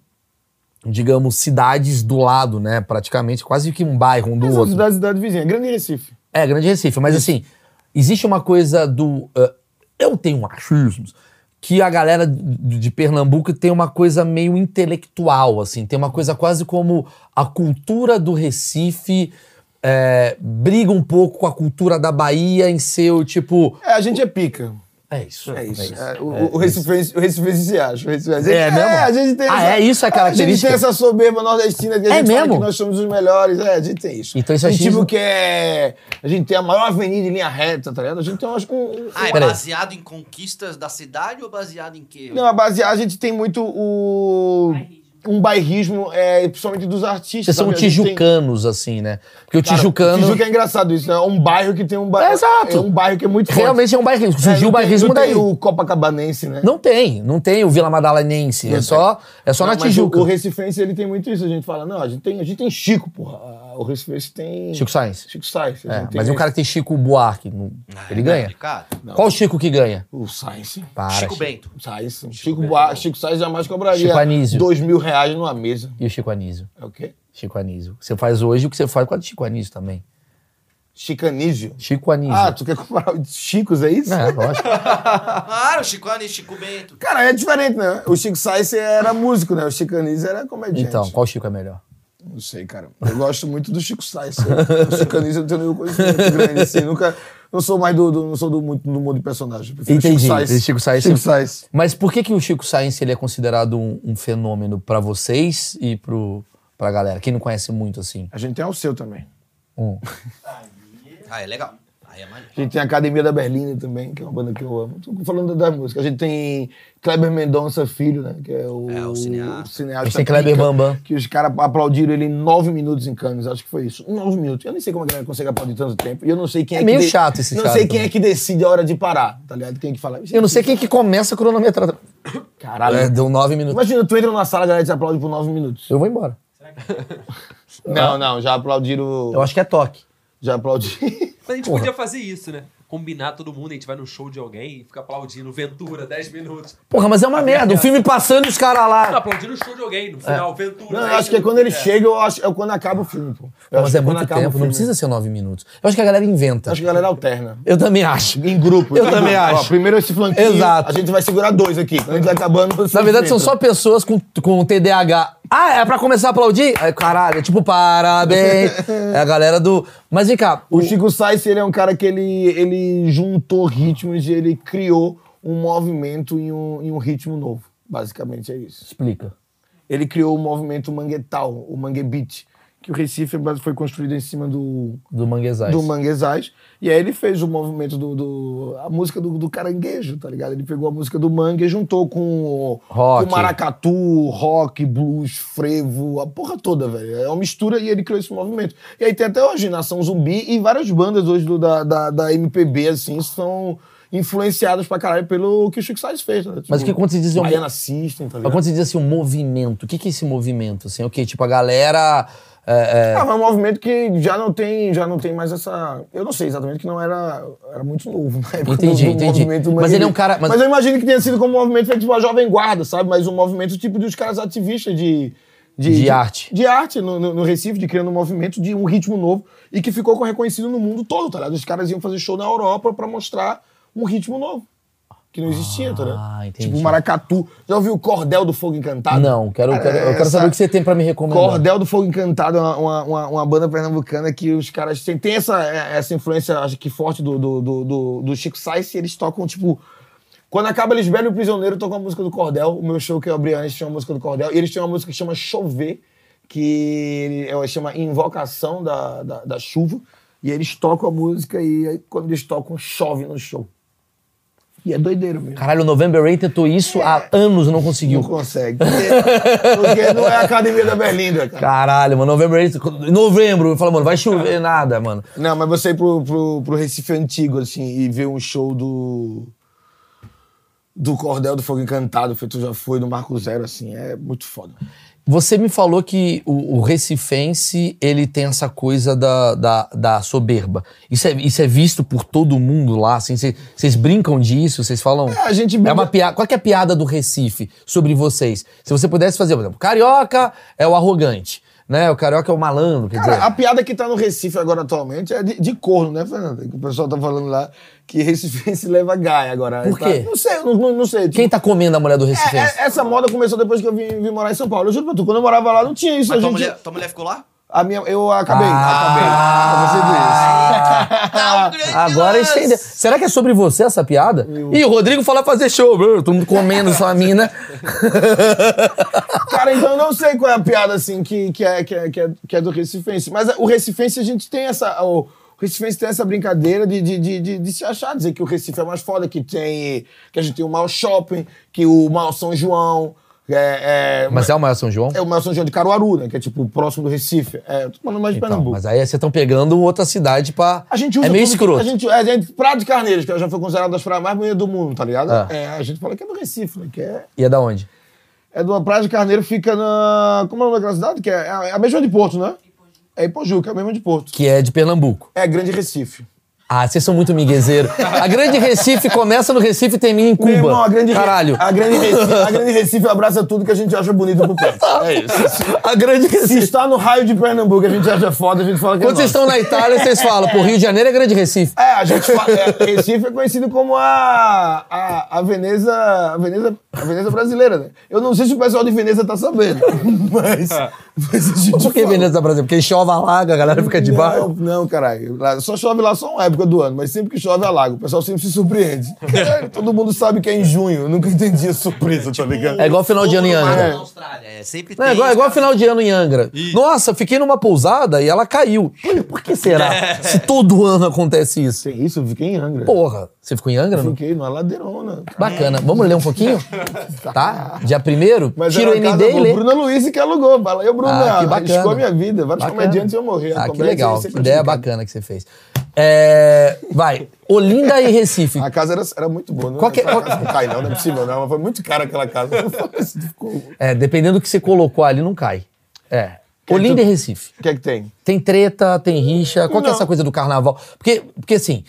B: digamos, cidades do lado, né? Praticamente, quase que um bairro um do
A: Mas
B: outro.
A: é da cidade vizinha, Grande Recife.
B: É, Grande Recife. Mas assim, existe uma coisa do... ah, eu tenho achismos que a galera de de Pernambuco tem uma coisa meio intelectual, assim. Tem uma coisa quase como a cultura do Recife... é, briga um pouco com a cultura da Bahia em seu tipo.
A: É, a gente é pica.
B: É isso.
A: É isso. É, o,
B: é
A: o Recifense, o Recifense se acha. O Recifense,
B: É mesmo?
A: a gente tem
B: Ah, é isso, é
A: A gente
B: característica?
A: tem essa soberba nordestina que a
B: É
A: gente fala
B: mesmo?
A: que nós somos os melhores. É, a gente tem isso.
B: Então isso é
A: a gente,
B: achismo?
A: tipo, que é... A gente tem a maior avenida em linha reta, tá ligado? A gente tem, acho que... Um, um-
C: Ah, é
B: Peraí.
C: baseado em conquistas da cidade ou baseado em quê?
A: não, a base... A gente tem muito o... Um bairrismo, é, principalmente dos artistas.
B: Vocês são
A: sabe? A gente tem-
B: tijucanos, assim, né? Porque o
A: Cara,
B: tijucano
A: Tijuca é engraçado isso, né? É um bairro que tem um bairro.
B: É, exato.
A: É um bairro que é muito forte.
B: realmente é um bairrismo.
A: É, não
B: Surgiu o
A: tem-
B: bairrismo
A: não tem
B: daí.
A: o Copacabanense, né?
B: Não tem, não tem o Vila Madalenense. É só, é só
A: Não,
B: na
A: mas
B: Tijuca.
A: O, o Recifense, ele tem muito isso. A gente fala, não, a gente tem, a gente tem Chico, porra. Ah, O Recifense tem...
B: Chico Sainz.
A: Chico Sainz. a
B: É,
A: gente tem
B: mas é um cara que tem Chico Buarque. não-
C: Ah,
B: ele
C: é
B: ganha.
C: complicado.
B: Qual o Chico que ganha?
A: O Sainz.
B: Para,
C: Chico Bento.
A: Sainz. Chico, Buarque. Chico Sainz é jamais cobraria
B: Chico Anísio.
A: dois mil reais numa mesa.
B: E o Chico Anísio?
A: É o quê?
B: Chico Anísio. Você faz hoje o que você faz com a de Chico Anísio também.
A: Chicanísio.
B: Chico Anísio.
A: Ah, tu quer comparar os Chicos, é isso?
B: É,
A: <laughs>
B: lósto.
C: Claro, o Chico Anísio, Chico Bento.
A: Cara, é diferente, né? O Chico Sainz era músico, né? O Chicanísio era comediante.
B: Então, qual Chico é melhor?
A: Não sei, cara. Eu gosto muito do Chico Sainz. O Chicanísio eu não tenho nenhum conhecimento grande, assim. Nunca... Não sou mais do, do- não sou do, muito do mundo de personagem. Eu prefiro
B: Entendi.
A: Chico Sainz.
B: Chico Sainz-
A: Chico Sainz.
B: Mas por que, que o Chico Sainz ele é considerado um, um fenômeno pra vocês e pro, pra galera? Quem não conhece muito, assim.
A: A gente tem o seu também.
B: Um.
C: Ah, é legal. Aí é maneiro.
A: A gente tem a Academia da Berlina também, que é uma banda que eu amo. Tô falando da música. A gente tem Kleber Mendonça Filho, né? Que é o,
C: É, o cineasta.
A: cineasta
B: A gente tem é Kleber
A: pica,
B: Bambam.
A: Que os caras aplaudiram ele em nove minutos em Cannes. Acho que foi isso. Nove minutos. Eu nem sei como a galera consegue aplaudir tanto tempo. E eu não sei quem
B: É
A: é, que
B: meio chato esses
A: Não
B: caras
A: sei quem
B: também.
A: é que decide a hora de parar, tá ligado? Quem é que fala.
B: Eu não sei quem que começa a cronometrar.
A: Caralho.
B: É, deu nove minutos.
A: Imagina, tu entra na sala, a galera te aplaude por nove minutos.
B: Eu vou embora.
A: Não, não, já aplaudiram.
B: Eu acho que é toque.
A: Já aplaudi.
D: Mas a gente podia fazer isso, né? Combinar todo mundo, a gente vai no show de alguém e fica aplaudindo Ventura 10 minutos.
B: Porra, mas é
A: Ah,
B: uma merda. O filme passando e os caras
D: Não,
B: lá.
D: aplaudindo o show de alguém, no final, Ventura.
A: <laughs> É. Não, eu
D: 10
A: acho que é quando ele
D: minutos.
A: chega, eu acho, é quando acaba o filme, pô. Eu acho
B: mas
A: que
B: é
A: quando
B: muito
A: acaba o
B: tempo, não
A: filme.
B: precisa ser nove minutos. Eu acho que a galera inventa.
A: Acho que a galera alterna.
B: Eu também acho.
A: Em grupo.
B: Eu
A: em
B: também
A: grupo.
B: acho.
A: Ó, primeiro esse flanquinho.
B: Exato.
A: A gente vai segurar dois aqui. Quando a gente vai acabando... você
B: Na verdade, são
A: entra.
B: só pessoas com, com TDAH. Ah, é pra começar a aplaudir? Aí, caralho, é tipo,
A: <laughs>
B: parabéns. É a galera do. Mas vem cá, o
A: O Chico Sainz, ele é um cara que ele, ele juntou ritmos e ele criou um movimento e um, e um ritmo novo. Basicamente é isso.
B: Explica.
A: Ele criou o movimento manguetal, o mangue beat, que o Recife foi construído em cima do,
B: Do Manguezais.
A: do Manguezais. E aí ele fez o movimento do. do- a música do, do caranguejo, tá ligado? Ele pegou a música do mangue e juntou com, o-
B: Rock.
A: com maracatu, rock, blues, frevo, a porra toda, velho. É uma mistura e ele criou esse movimento. E aí tem até hoje Nação Zumbi e várias bandas hoje do- da, da, da MPB, assim, são influenciadas pra caralho pelo que o Chico Sainz fez, né?
B: Mas o que quando se diz um-
A: Baiana System, tá
B: Mas
A: ligado?
B: quando você diz assim, um movimento, o que, que é esse movimento? Assim, ok, tipo, a galera. é, é,
A: Ah, mas é um movimento que já não tem, já não tem mais essa. Eu não sei exatamente que não era, era muito novo. né? Na <laughs> época
B: Entendi, entendi. Mas
A: mangueirista.
B: ele é um cara- mas-
A: Mas... eu imagino que tenha sido como um movimento feito tipo a jovem guarda, sabe? Mas um movimento tipo dos caras ativistas de
B: De arte.
A: de arte no, no- no Recife, de criando um movimento de um ritmo novo e que ficou reconhecido no mundo todo, tá ligado? Os caras iam fazer show na Europa pra mostrar um ritmo novo que não existia, tá ligado?
B: Ah, entendi.
A: Tipo maracatu. Já ouviu o cordel do fogo encantado?
B: Não, quero,
A: Cara,
B: quero- eu quero
A: essa-
B: saber o que você tem pra me recomendar.
A: Cordel do Fogo Encantado é uma, uma, uma- uma banda pernambucana que os caras têm, têm essa, é, essa influência, acho que forte do, do, do, do- do Chico Sainz e eles tocam, tipo. Quando acaba Lisbelo e o Prisioneiro, tocam a música do Cordel. O meu show que eu abri antes tinha uma música do Cordel. E eles têm uma música que chama Chover, que ela chama Invocação da, da, da Chuva. E eles tocam a música e aí, quando eles tocam, chove no show. E é doideiro mesmo.
B: Caralho, o November Rain tentou isso há anos e não conseguiu.
A: Não consegue. Porque, porque não é a Academia da Berlinda, cara.
B: Caralho, mano, November Rain. Em novembro, eu falo, mano, vai chover nada, mano.
A: Não, mas você ir pro, pro, pro Recife antigo, assim, e ver um show do. Do Cordel do Fogo Encantado, feito já foi, do Marco Zero, assim, é muito foda.
B: Você me falou que o, o recifense, ele tem essa coisa da, da, da soberba. Isso é, isso é visto por todo mundo lá, assim? cê- Vocês brincam disso? Vocês falam...
A: É, a gente
B: É
A: brinca-
B: uma piada... Qual que é a piada do Recife sobre vocês? Se você pudesse fazer, por exemplo, carioca é o arrogante, né? O carioca é o malandro, quer dizer...
A: Cara, a piada que tá no Recife agora atualmente é de, de corno, né, Fernanda? Que o pessoal tá falando lá que Recife <laughs> se leva a Gaia agora.
B: Por
A: Tá-
B: quê?
A: Não sei, eu não, não, não sei. tipo,
B: Quem tá comendo a mulher do
A: é-
B: recifense?
A: é- essa moda começou depois que eu vim, vim morar em São Paulo. Eu juro pra tu, quando eu morava lá não tinha isso.
C: Mas
A: a
C: tua,
A: gente.
C: mulher, tua mulher
B: <laughs>
C: ficou lá?
A: A minha, eu acabei, acabei.
B: Ah!
C: Tá, um
A: É,
C: grande
B: Agora
C: lance.
B: entendeu. Será que é sobre você essa piada? E o Rodrigo fala fazer show, brrr, todo mundo comendo essa mina.
A: <laughs> Cara, então eu não sei qual é a piada, assim, que, que, é, que, é, que, é, que é do Recifense. Mas é, o Recifense, a gente tem essa. O, o Recifense tem essa brincadeira de, de, de, de- de se achar, dizer que o Recife é mais foda, que tem. Que a gente tem o Mal Shopping, que o Mal São João. É, é,
B: Mas é o maior São João?
A: é o Mal São João de Caruaru, né? Que é tipo próximo do Recife. É, tô falando mais de
B: Então,
A: Pernambuco.
B: mas aí vocês estão pegando outra cidade pra.
A: A gente usa
B: é meio
A: tudo que-
B: escroto.
A: A gente, é, a gente- Praia de Carneiros, que já foi considerada uma das praias mais bonitas do mundo, tá ligado?
B: Ah.
A: É, a gente fala que é do Recife, né? Que é,
B: E é da onde?
A: É do Praia de Carneiro, fica na. Como é o nome daquela cidade? Que é, é a- é a mesma de Porto, né? É Ipojuca, é a mesma de Porto.
B: Que é de Pernambuco.
A: É Grande Recife.
B: Ah, vocês são muito miguezeiro. A Grande Recife começa no Recife e termina em Cuba.
A: Meu irmão, a grande, Re-
B: Caralho.
A: A grande, Recife, a grande Recife abraça tudo que a gente acha bonito por perto.
B: <laughs>
A: É isso.
B: A Grande
A: Se
B: Recife.
A: está no raio de Pernambuco, a gente acha foda, a gente fala que
B: Quando
A: é
B: vocês
A: nosso.
B: estão na Itália, vocês falam, pô, Rio de Janeiro é Grande Recife.
A: É, a gente fala. é, Recife é conhecido como a, a, a, Veneza, a, Veneza, a Veneza brasileira, né? Eu não sei se o pessoal de Veneza tá sabendo, <laughs> mas, mas a gente
B: Por que
A: fala.
B: Veneza do Brasil? Porque chove, alaga, a galera fica de
A: Não,
B: barro.
A: não, caralho. Lá- Só chove lá só uma época do ano, mas sempre que chove, alaga. O pessoal sempre se
B: <laughs>
A: surpreende. Caralho, Todo mundo sabe que é em junho. Eu nunca entendi a surpresa, tá ligado?
B: É igual final de ano em
C: Fogo no mar
B: Angra.
C: na Austrália, É, sempre
B: Não,
C: tem.
B: é igual, é
C: os
B: igual
C: caras-
B: final de ano em Angra. Nossa, fiquei numa pousada e ela caiu. Por- Por que será? Se todo ano acontece isso.
A: Isso, eu fiquei em Angra.
B: Porra, você ficou em Angra? não?
A: Fiquei numa ladeirona. <laughs>
B: Bacana. Tá. Vamos ler um pouquinho? Tá? Dia primeiro,
A: Mas
B: tira o
A: era uma
B: MD
A: casa
B: e
A: boa.
B: lê.
A: Bruna Luiz que alugou. Bala. Eu, Bruna,
B: Ah, que bacana.
A: arriscou a minha vida. Vários
B: Bacana.
A: comediantes iam morrer. A
B: Ah, que
A: comédia ia
B: legal.
A: ser
B: Que ideia
A: prejudicada.
B: bacana que você fez. É, vai, Olinda
A: <laughs>
B: e Recife.
A: A casa era, era muito boa. Não,
B: Qual que-
A: essa casa não cai, não. Não é possível, não. Mas foi muito cara aquela casa. <laughs> Ficou-
B: É, dependendo do que você colocou ali, não cai. É. Olinda e Recife.
A: O que é que tem?
B: Tem treta, tem rixa. Qual que é
A: Não.
B: essa coisa do carnaval? Porque, porque assim,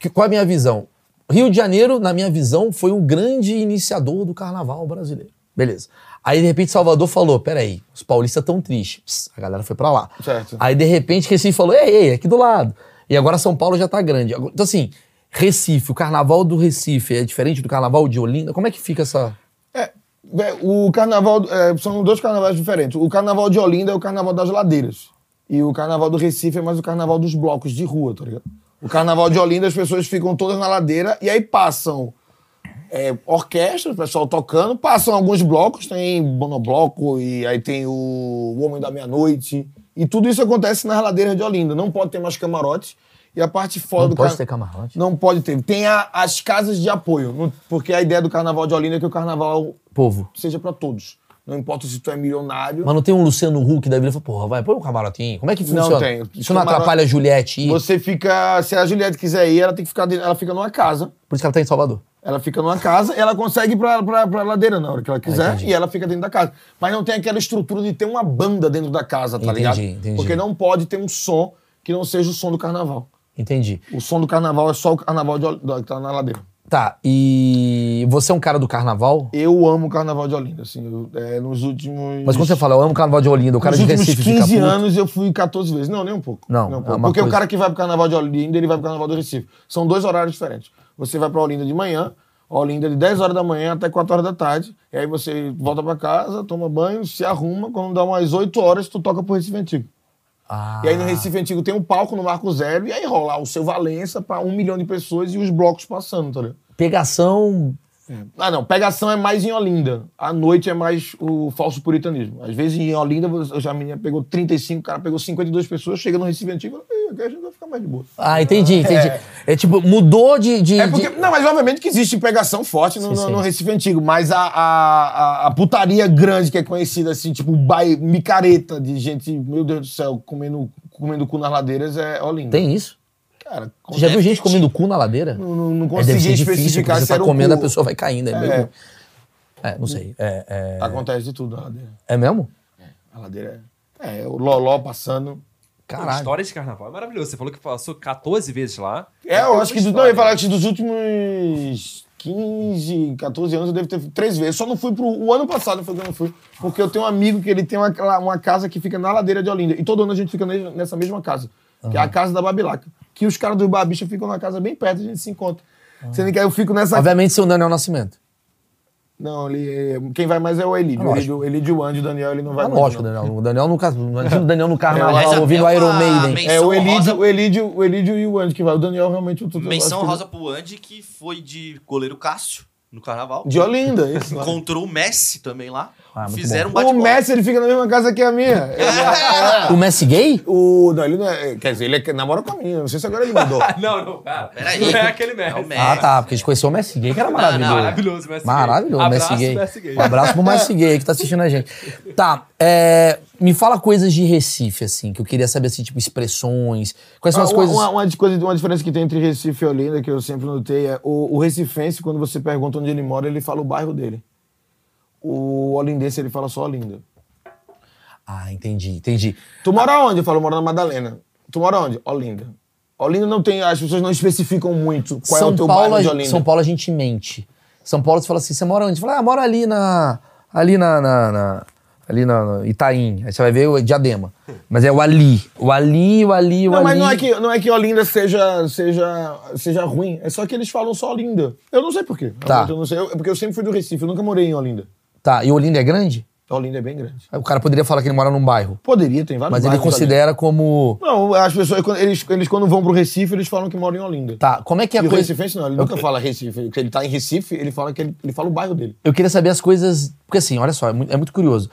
B: que- qual é a minha visão? Rio de Janeiro, na minha visão, foi o grande iniciador do carnaval brasileiro. Beleza. Aí, de repente, Salvador falou: peraí, os paulistas tão tristes. Pss, a galera foi pra lá.
A: Certo.
B: Aí, de repente, Recife falou: ei, ei, aqui do lado. E agora São Paulo já tá grande. Agora- Então, assim, Recife, o carnaval do Recife é diferente do carnaval de Olinda? Como é que fica essa.
A: É, vé, o carnaval. é, são dois carnavais diferentes. O carnaval de Olinda é o carnaval das ladeiras. E o carnaval do Recife é mais o carnaval dos blocos de rua, tá ligado? O carnaval de Olinda, as pessoas ficam todas na ladeira e aí passam é, orquestra, o pessoal tocando, passam alguns blocos, tem Bonobloco e aí tem o, o Homem da Meia-Noite. E tudo isso acontece nas ladeiras de Olinda. Não pode ter mais camarote. E a parte fora
B: Não
A: do
B: pode
A: car-
B: ter camarote?
A: Não pode ter. Tem a- as casas de apoio. não- porque a ideia do carnaval de Olinda é que o carnaval
B: Povo.
A: seja pra todos. Não importa se tu é milionário.
B: Mas não tem um Luciano Huck da vida? Fala, Porra, vai, põe um camarotinho. Como é que
A: Não
B: funciona?
A: tem.
B: Isso não
A: Camarote-
B: atrapalha a Juliette ir?
A: Você fica. Se a Juliette quiser ir, ela tem que ficar. dentro- Ela fica numa casa.
B: Por isso que ela tá em Salvador.
A: Ela fica numa casa e ela consegue ir pra, pra, pra ladeira na hora
B: Ah,
A: que ela quiser e ela fica dentro da casa. Mas não tem aquela estrutura de ter uma banda dentro da casa, tá
B: Entendi,
A: ligado?
B: entendi.
A: Porque não pode ter um som que não seja o som do carnaval.
B: Entendi.
A: O som do carnaval é só o carnaval de, Ol- da- que tá na ladeira.
B: Tá, e você é um cara do carnaval?
A: Eu amo o carnaval de Olinda, assim. eu- é, nos últimos.
B: Mas quando você fala, eu amo carnaval de Olinda, o cara
A: Nos
B: de
A: últimos
B: Recife fica
A: 15
B: puto.
A: anos eu fui 14 vezes. Não, nem um pouco.
B: Não,
A: nem um
B: é
A: pouco.
B: uma
A: Porque o
B: coisa-
A: cara que vai pro carnaval de Olinda, ele vai pro carnaval do Recife. São dois horários diferentes. Você vai pra Olinda de manhã, Olinda de 10 horas da manhã até 4 horas da tarde. E aí você volta pra casa, toma banho, se arruma. Quando dá umas 8 horas, tu toca pro Recife Antigo.
B: Ah,
A: E aí no Recife Antigo tem um palco no Marco Zero. E aí rola o seu Valença pra um milhão de pessoas e os blocos passando, tá ligado?
B: pegação.
A: Ah, não. Pegação é mais em Olinda. À noite é mais o falso puritanismo. Às vezes em Olinda, você- já a menina pegou 35, o cara pegou 52 pessoas, chega no Recife Antigo, "Ih, aqui a gente vai ficar mais de boa.
B: Ah, entendi, entendi. É, tipo, mudou de. de-
A: É porque,
B: de-
A: não, mas obviamente que existe pegação forte no,
B: Sim,
A: no-
B: sim.
A: no Recife Antigo, mas a, a, a- a putaria grande que é conhecida assim, tipo bai, micareta de gente, meu Deus do céu, comendo, comendo cu nas ladeiras é Olinda.
B: Tem isso?
A: Cara,
B: Você já viu gente comendo cu na ladeira?
A: Não, não, não
B: É, deve
A: consegui
B: ser difícil,
A: especificar
B: porque você
A: se
B: tá
A: era o
B: comendo, a
A: cu.
B: pessoa vai caindo. É, meio-
A: É,
B: é, não sei. É, é-
A: acontece de tudo na ladeira.
B: é mesmo?
A: A ladeira é... É, o loló passando...
D: Pô,
B: Caralho.
D: história de carnaval é maravilhoso. Você falou que passou 14 vezes lá. <laughs>
A: É, eu
D: Tem
A: acho que.
D: uma
A: Dos, não, eu ia
D: história.
A: falar que dos últimos 15, 14 anos eu devo ter feito três vezes. Só não fui pro. O ano passado foi que eu não fui. Porque eu tenho um amigo que ele tem uma, uma casa que fica na ladeira de Olinda. E todo ano a gente fica ne- nessa mesma casa. Que é a casa da Babilaca. Que os caras do Babicha ficam na casa bem perto, a gente se encontra. Sendo que aí eu fico nessa.
B: Obviamente, seu Daniel Nascimento.
A: Não, ele, quem vai mais é o Elidio.
B: lógico.
A: Elidio, Elidio Anjo, o Daniel, ele não vai
B: Ah,
A: mais.
B: lógico,
A: não.
B: Daniel. O Daniel nunca. Imagina o Daniel no
C: mas
B: carnaval
C: até
B: ouvindo
C: uma
B: Iron Maiden.
C: men-
A: É o
C: Menção honrosa-
A: Elidio, o Elidio, o Elidio e o Anjo que vai. O Daniel realmente.
B: <laughs>
A: Eu tô,
C: Menção
A: acho que-
C: rosa pro Andy, que foi de goleiro Cássio no carnaval.
A: De Olinda, isso.
C: <laughs>
A: lá.
C: Encontrou o Messi também lá.
B: Ah, muito
C: Fizeram um
A: O
C: bate-bola.
A: Messi, ele fica na mesma casa que a
B: <laughs>
A: minha. é,
B: O Messi gay?
A: O. Não, ele não é. Quer dizer, ele é, namora com a minha. Não sei se agora ele mudou.
D: Ah, não, não, cara.
C: Peraí.
D: Não <laughs> é aquele merda.
C: É o Messi.
B: Ah, tá. Porque a gente conheceu o Messi gay, que era maravilhoso.
D: Maravilhoso, Messi
B: Maravilhoso,
D: gay.
B: Messi
D: Abraço,
B: gay.
D: Messi gay.
B: Um abraço pro Messi gay que tá assistindo a gente. Tá, é, me fala coisas de Recife, assim, que eu queria saber, assim, tipo, expressões. Quais <laughs>
C: Ah,
B: são as
A: uma,
B: coisas.
A: Uma, uma de coisa- uma diferença que tem entre Recife e Olinda, que eu sempre notei, é o, o recifense, quando você pergunta onde ele mora, ele fala o bairro dele. O olindense, ele fala só Olinda.
B: Ah, entendi, entendi.
A: Tu mora onde? Eu falo, eu moro na Madalena. Tu mora onde? Olinda. Olinda não tem. As pessoas não especificam muito qual
B: São
A: é o teu
B: Paulo,
A: bairro de
B: a-
A: Olinda.
B: São Paulo a gente mente. São Paulo você fala assim, você mora onde? Você fala, ah, mora ali na. Ali na. na- na- ali na, na Itaim. Aí você vai ver o Diadema. Mas é o ali. O ali, o ali, o
A: Não,
B: ali.
A: mas não é que, não é que Olinda seja, seja, seja ruim. É só que eles falam só Olinda. Eu não sei por quê.
B: Tá.
A: Eu não sei. Eu- é porque eu sempre fui do Recife. Eu nunca morei em Olinda.
B: Tá, e Olinda é grande?
A: Olinda é bem grande.
B: Aí O cara poderia falar que ele mora num bairro.
A: Poderia, tem vários
B: Mas ele
A: bairros ali.
B: considera como.
A: Não, as pessoas, quando- eles, eles quando vão pro Recife, eles falam que moram em Olinda.
B: Tá, como é que é a
A: E o
B: coisa.
A: Recifense não, ele nunca fala Recife. Porque ele tá em Recife, ele fala que ele, ele fala o bairro dele.
B: Eu queria saber as coisas. Porque assim, olha só, é muito, é muito curioso.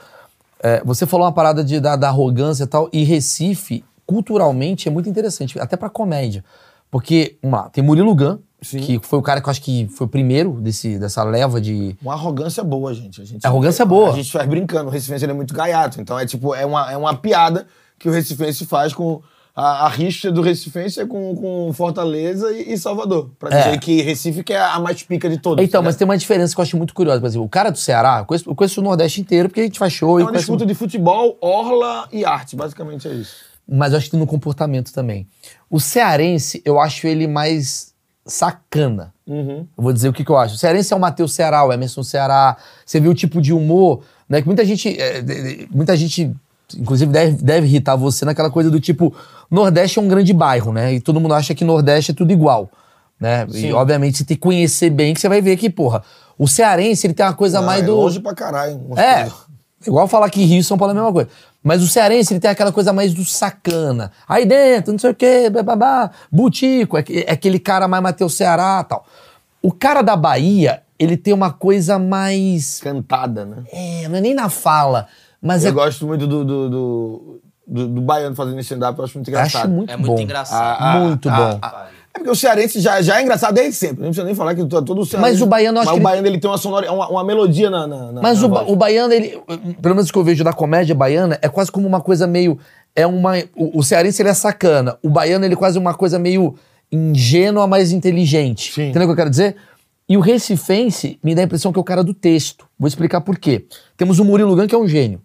B: É, você falou uma parada de, da, da arrogância e tal, e Recife, culturalmente, é muito interessante, até pra comédia. Porque, vamos lá, tem Murilo Gun,
A: Sim.
B: que foi o cara que eu acho que foi o primeiro desse, dessa leva de.
A: Uma arrogância boa, gente. A gente
B: Arrogância é boa.
A: A gente faz brincando. O Recifense ele é muito gaiato. Então é tipo, é uma, é uma piada que o Recifense faz com. A, a rixa do Recifense é com, com Fortaleza e, e Salvador. Pra
B: É.
A: dizer que Recife que é a mais pica de todas.
B: Então,
A: né?
B: mas tem uma diferença que eu acho muito curiosa. Por exemplo, o cara do Ceará, eu conheço, eu conheço o Nordeste inteiro porque a gente faz show.
A: É
B: e
A: uma
B: conhece
A: disputa de futebol, orla e arte. Basicamente é isso.
B: mas eu acho que tem no comportamento também. O cearense, eu acho ele mais sacana.
A: Uhum.
B: Eu vou dizer o que, que eu acho. O cearense é o Matheus Ceará, o Emerson Ceará. Você vê o tipo de humor, né? Que muita gente. é, de- de- muita gente, inclusive, deve, deve irritar você naquela coisa do tipo: Nordeste é um grande bairro, né? E todo mundo acha que Nordeste é tudo igual. Né? E,
A: Sim.
B: obviamente, você tem que conhecer bem que você vai ver que, porra, o cearense ele tem uma coisa
A: Ah,
B: mais
A: é
B: do.
A: longe pra caralho. umas
B: É.
A: coisas.
B: Igual falar que Rio e São Paulo é a mesma coisa. Mas o cearense, ele tem aquela coisa mais do sacana. Aí dentro, não sei o quê, bababá, butico, é, que- é aquele cara mais Matheus Ceará tal. O cara da Bahia, ele tem uma coisa mais.
A: Cantada, né?
B: É, não é nem na fala, mas é.
A: Eu gosto muito do, do, do, do- do baiano fazendo stand-up, eu acho muito engraçado.
B: Acho muito
C: É
B: bom.
C: muito engraçado.
B: Muito bom.
C: Ah,
A: é porque o cearense já, já é engraçado desde sempre. Não precisa nem falar que to- todo o cearense...
B: Mas o baiano, eu acho
A: Mas o
B: que ele-
A: baiano, ele tem uma sonora, é uma, uma melodia na, na, na-
B: Mas
A: na
B: o, ba-
A: voz.
B: o baiano, ele. Pelo menos o que eu vejo da comédia baiana, é quase como uma coisa meio. É uma. O, o cearense ele é sacana. O baiano, ele é quase uma coisa meio ingênua, mas inteligente.
A: Sim.
B: Entendeu o que eu quero dizer? E o recifense me dá a impressão que é o cara do texto. Vou explicar por quê. Temos o Murilo Gun, que é um gênio.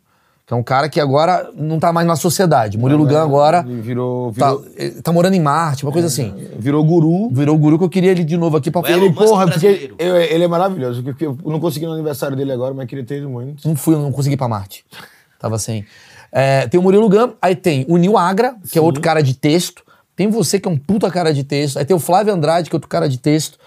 B: Que é um cara que agora não tá mais na sociedade. Murilo Gun agora
A: é. Ele virou,
B: tá,
A: virou, É.
B: ele tá morando em Marte, uma coisa assim.
A: virou guru.
B: Virou o guru que eu queria ele de novo aqui pra
C: Ué, Elon
A: Ele,
C: Musk
A: porra, porque
C: brasileiro.
A: eu- ele é maravilhoso. Porque eu não consegui no aniversário dele agora, mas queria ter ido muito.
B: Não fui, não consegui ir pra Marte. Tava sem. É, tem o Murilo Gam, aí tem o Nil Agra, que é outro cara de texto. Tem você, que é um puta cara de texto. Aí tem o Flávio Andrade, que é outro cara de texto.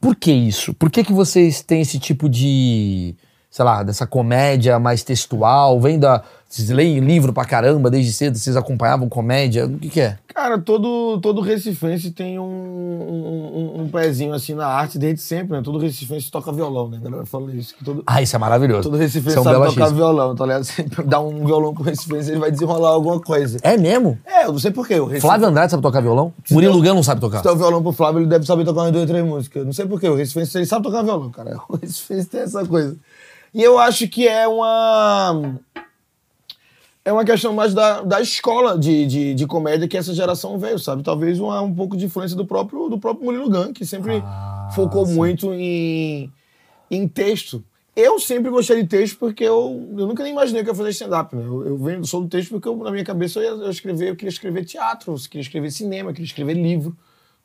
B: Por que isso? Por que, que vocês têm esse tipo de. Sei lá, dessa comédia mais textual? Vem da. Vocês leem livro pra caramba desde cedo, vocês acompanhavam comédia? O que, que é?
A: Cara, todo, todo recifense tem um, um, um- um pezinho assim na arte desde sempre, né? Todo recifense toca violão, né? A galera fala isso. Que todo,
B: Ah, isso é maravilhoso.
A: todo recifense
B: Isso é um
A: sabe
B: belo
A: tocar
B: achismo.
A: violão, tá ligado? <laughs> Você dá um violão pro recifense, ele vai desenrolar alguma coisa.
B: É mesmo?
A: É, eu não sei porquê. O Recife,
B: Flávio Andrade sabe tocar violão? Murilo Gam não sabe tocar.
A: Se der o violão pro Flávio, ele deve saber tocar umas duas, três músicas. Eu Não sei porquê. O Recifense, ele sabe tocar violão, cara. <laughs> O Recifense tem essa coisa. E eu acho que é uma... É uma questão mais da, da escola de, de, de comédia que essa geração veio, sabe? Talvez uma, um pouco de influência do próprio, do próprio Murilo Gun, que sempre focou muito em, em texto. Eu sempre gostei de texto porque eu, eu nunca nem imaginei que eu ia fazer stand-up. Né? Eu, eu venho, sou do texto porque eu, na minha cabeça eu, ia, eu, escrever, eu queria escrever teatro, eu queria escrever cinema, eu queria escrever livro.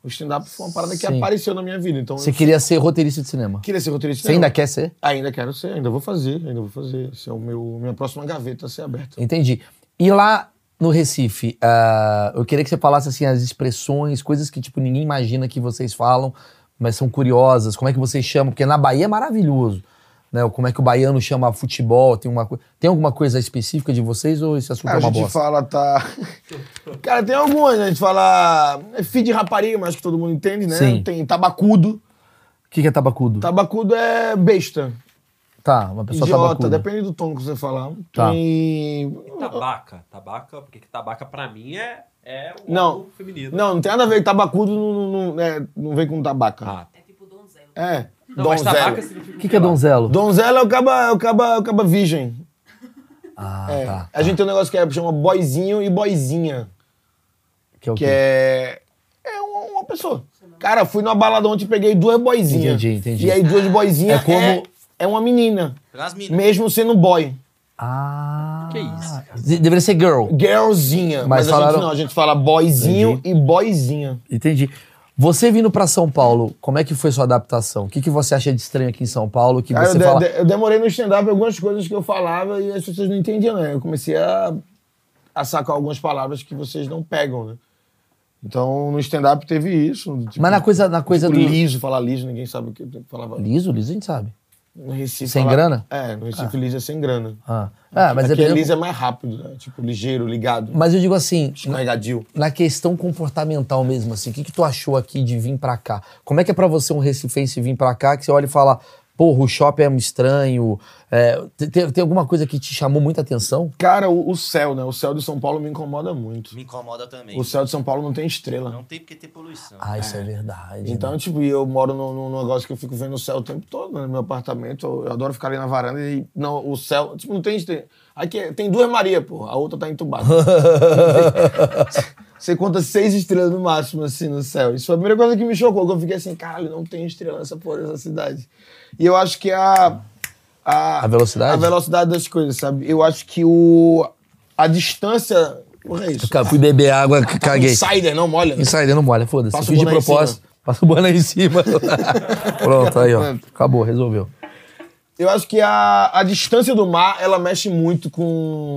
A: O stand-up foi uma parada que
B: Sim.
A: apareceu na minha vida. Então
B: Você
A: eu
B: queria ser roteirista de cinema.
A: queria ser roteirista. de
B: Você ainda
A: cinema.
B: quer ser?
A: Ainda quero ser, ainda vou fazer, ainda vou fazer. Essa é o meu, minha próxima gaveta a ser aberta.
B: Entendi. E lá no Recife, ah, eu queria que você falasse assim as expressões, coisas que tipo ninguém imagina que vocês falam, mas são curiosas. Como é que vocês chamam? Porque na Bahia é maravilhoso, né? Como é que o baiano chama futebol? Tem uma coi- tem alguma coisa específica de vocês ou esse assunto
A: Cara,
B: é
A: Ah, a
B: uma
A: gente
B: bosta?
A: fala, tá. <laughs> Cara, tem algumas, né? A gente fala. É feed de rapariga, mas que todo mundo entende, né?
B: Sim.
A: Tem tabacudo.
B: O que, que é tabacudo?
A: Tabacudo é besta.
B: Tá, uma pessoa
A: idiota,
B: tabacuda.
A: depende do tom que você falar.
B: Tá.
A: Tem.
D: <laughs> Tabaca. Tabaca, porque que tabaca pra mim é, é o
A: Não.
D: órgão feminino.
A: Não, não tem nada a ver. Tabacudo não, não, não- é, não vem com tabaca.
D: Ah,
E: É tipo donzelo.
A: É.
D: não, mas
A: donzela.
D: tabaca significa.
B: O que, que é donzelo?
A: Donzela é o caba, é o caba, é o caba virgem.
B: Ah,
A: É.
B: tá.
A: A gente tem um negócio que é, chama boizinho e boizinha.
B: Que é o
A: Que
B: quê?
A: é. É uma, uma pessoa. Cara, fui numa balada ontem e peguei duas boizinhas.
B: Entendi, entendi.
A: E aí duas boizinhas
B: É
A: é,
B: como-
A: é, uma menina.
C: Pegar as minas.
A: Mesmo sendo boy.
B: Ah.
D: Que é isso,
B: de- Deveria ser girl.
A: Girlzinha. Mas,
B: Mas
A: a
B: falaram-
A: gente não, a gente fala boyzinho e boyzinha.
B: Entendi. Você vindo pra São Paulo, como é que foi sua adaptação? O que, que você acha de estranho aqui em São Paulo? Que
A: Cara,
B: você
A: eu, de-
B: fala.
A: de- eu demorei no stand-up algumas coisas que eu falava e as pessoas não entendiam, né? Eu comecei a, a sacar algumas palavras que vocês não pegam, né? Então, no stand-up teve isso. Tipo,
B: Mas na coisa, na coisa
A: tipo,
B: do.
A: liso, falar liso, ninguém sabe o que eu falava.
B: Liso, liso, a gente sabe.
A: No Recife,
B: Sem
A: falar-
B: grana?
A: É, no Recife liso é sem grana.
B: Ah, Ah, mas,
A: Aqui
B: é,
A: é
B: por exemplo-
A: liso é mais rápido, né? Tipo, ligeiro, ligado,
B: mas eu digo assim,
A: escorregadio.
B: na questão comportamental mesmo, assim, o que, que tu achou aqui de vir pra cá? Como é que é pra você um recifense vir pra cá que você olha e fala, Porra, o shopping é estranho. é, te- tem, tem alguma coisa que te chamou muita atenção?
A: Cara, o, o céu, né? O céu de São Paulo me incomoda muito.
C: Me incomoda também.
A: O céu de São Paulo não tem estrela.
C: Não tem porque ter poluição.
B: Ah, isso é, verdade.
A: Então, tipo, e eu moro num, num negócio que eu fico vendo o céu o tempo todo, né, no meu apartamento. Eu, eu adoro ficar ali na varanda e não, o céu. Tipo, não tem. estrela. Aqui é- tem duas Maria, pô. A outra tá
B: <laughs>
A: entubada. Você conta seis estrelas no máximo, assim, no céu. Isso foi a primeira coisa que me chocou, que eu fiquei assim, caralho, não tem estrela nessa porra dessa cidade. E eu acho que a.
B: A velocidade?
A: A velocidade das coisas, sabe? Eu acho que o. A distância. Porra, é isso.
B: Cara, fui beber água,
A: <laughs>
B: c- caguei.
A: Insider, não molha. né?
B: Insider não molha, foda-se.
A: Tá Passa
B: Fiz
A: o
B: de
A: boné em
B: propósito. Passa o boné em
A: <laughs>
B: cima. Pronto, aí, ó. Acabou, resolveu.
A: Eu acho que a, a distância do mar, ela mexe muito com,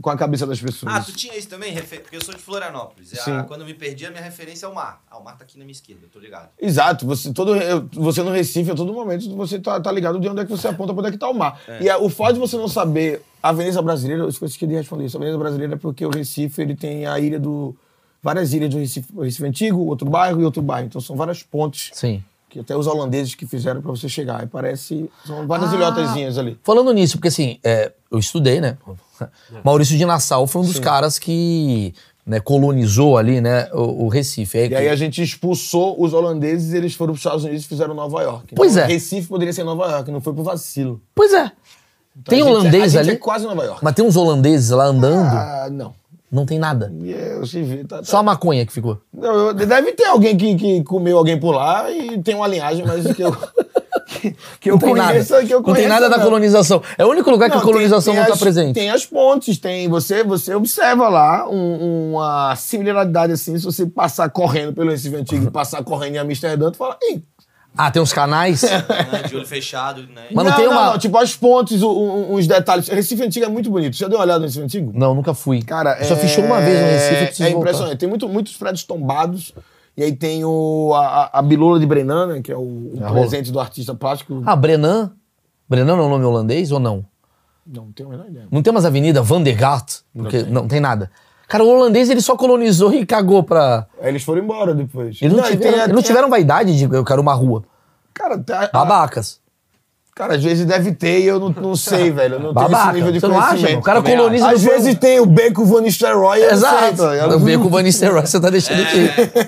A: com a cabeça das pessoas.
C: Ah, tu tinha isso também? refe- Porque eu sou de Florianópolis. Ah,
A: Sim.
C: quando eu me perdi, a minha referência é o mar. Ah, o mar tá aqui na minha esquerda, eu
B: <laughs>
C: tô ligado.
A: Exato. Você, todo, eu- você no Recife, a todo momento, você tá, tá ligado de onde é que você aponta pra onde é que tá o mar. E a- o fato de você não saber a Avenida Brasileira, eu esqueci de responder isso. A Avenida Brasileira é porque o Recife, ele tem a ilha do... Várias ilhas do Recife, o Recife Antigo, outro bairro e outro bairro. Então são várias pontes
B: Sim.
A: que até os holandeses que fizeram pra você chegar. E parece... São várias
B: Ah.
A: ilhotazinhas ali.
B: Falando nisso, porque assim, é, eu estudei, né?
A: É.
B: Maurício de Nassau foi um dos caras que né, colonizou ali, né, o, o Recife.
A: E aí a gente expulsou os holandeses e eles foram para os Estados Unidos e fizeram Nova York. Então,
B: Pois é.
A: Recife poderia ser Nova York, não foi pro vacilo.
B: Pois é.
A: Então
B: tem
A: a gente- a
B: holandês
A: gente
B: ali,
A: é quase Nova York.
B: mas tem uns holandeses lá andando,
A: Ah, não.
B: não tem nada.
A: E é, você vê, tá, tá-
B: Só a maconha que ficou.
A: Não, eu- deve ter alguém que, que comeu alguém por lá e tem uma linhagem, mas
B: <laughs>
A: que eu. que, que eu
B: não tem
A: conheço, é
B: nada.
A: que eu
B: não tem
A: conheço,
B: nada da
A: não.
B: colonização. É o único lugar que a
A: tem-
B: colonização
A: tem
B: não
A: as-
B: está presente.
A: Tem as pontes, tem. Você, você observa lá um- uma similaridade assim, se você passar correndo pelo Recife Antigo e passar correndo em Amsterdã, tu fala, Ih,
B: Ah, tem uns canais?
A: É.
C: Né, De olho fechado, né?
B: Mas não tem uma-
A: tipo, as pontes, o- o- uns detalhes. Recife Antigo é muito bonito. Você já deu uma olhada no Recife Antigo?
B: não, nunca fui.
A: Cara,
B: eu só fechou uma vez no Recife, eu preciso
A: É impressionante.
B: voltar.
A: Tem muito- muitos prédios tombados. E aí tem o, a, a- a Bilola de Brenan, né, que é o, o
B: rola.
A: presente do artista plástico.
B: Ah, Brenan? Brenan não é um nome holandês ou não?
A: Não tenho a menor ideia.
B: Não tem umas avenidas Vandergaard? Porque não tem. nada. Cara, o holandês ele só colonizou e cagou pra.
A: Aí eles foram embora depois.
B: Eles não,
A: e
B: tiveram,
A: tem a-
B: eles não
A: tem a-
B: tiveram vaidade de eu quero uma rua.
A: Cara, tá- a-
B: Babacas.
A: cara, às vezes deve ter e eu não, não sei, velho. Eu não tenho
B: Babaca.
A: esse nível de
B: Você não acha,
A: conhecimento.
B: mano? O cara
A: Também
B: coloniza
A: acho. Às
B: no-
A: vezes tem o Beco Van Nistelrooy. eu não sei,
B: Exato.
A: tá ligado?
B: Eu vejo com o Van Nistelrooy, você tá deixando aqui.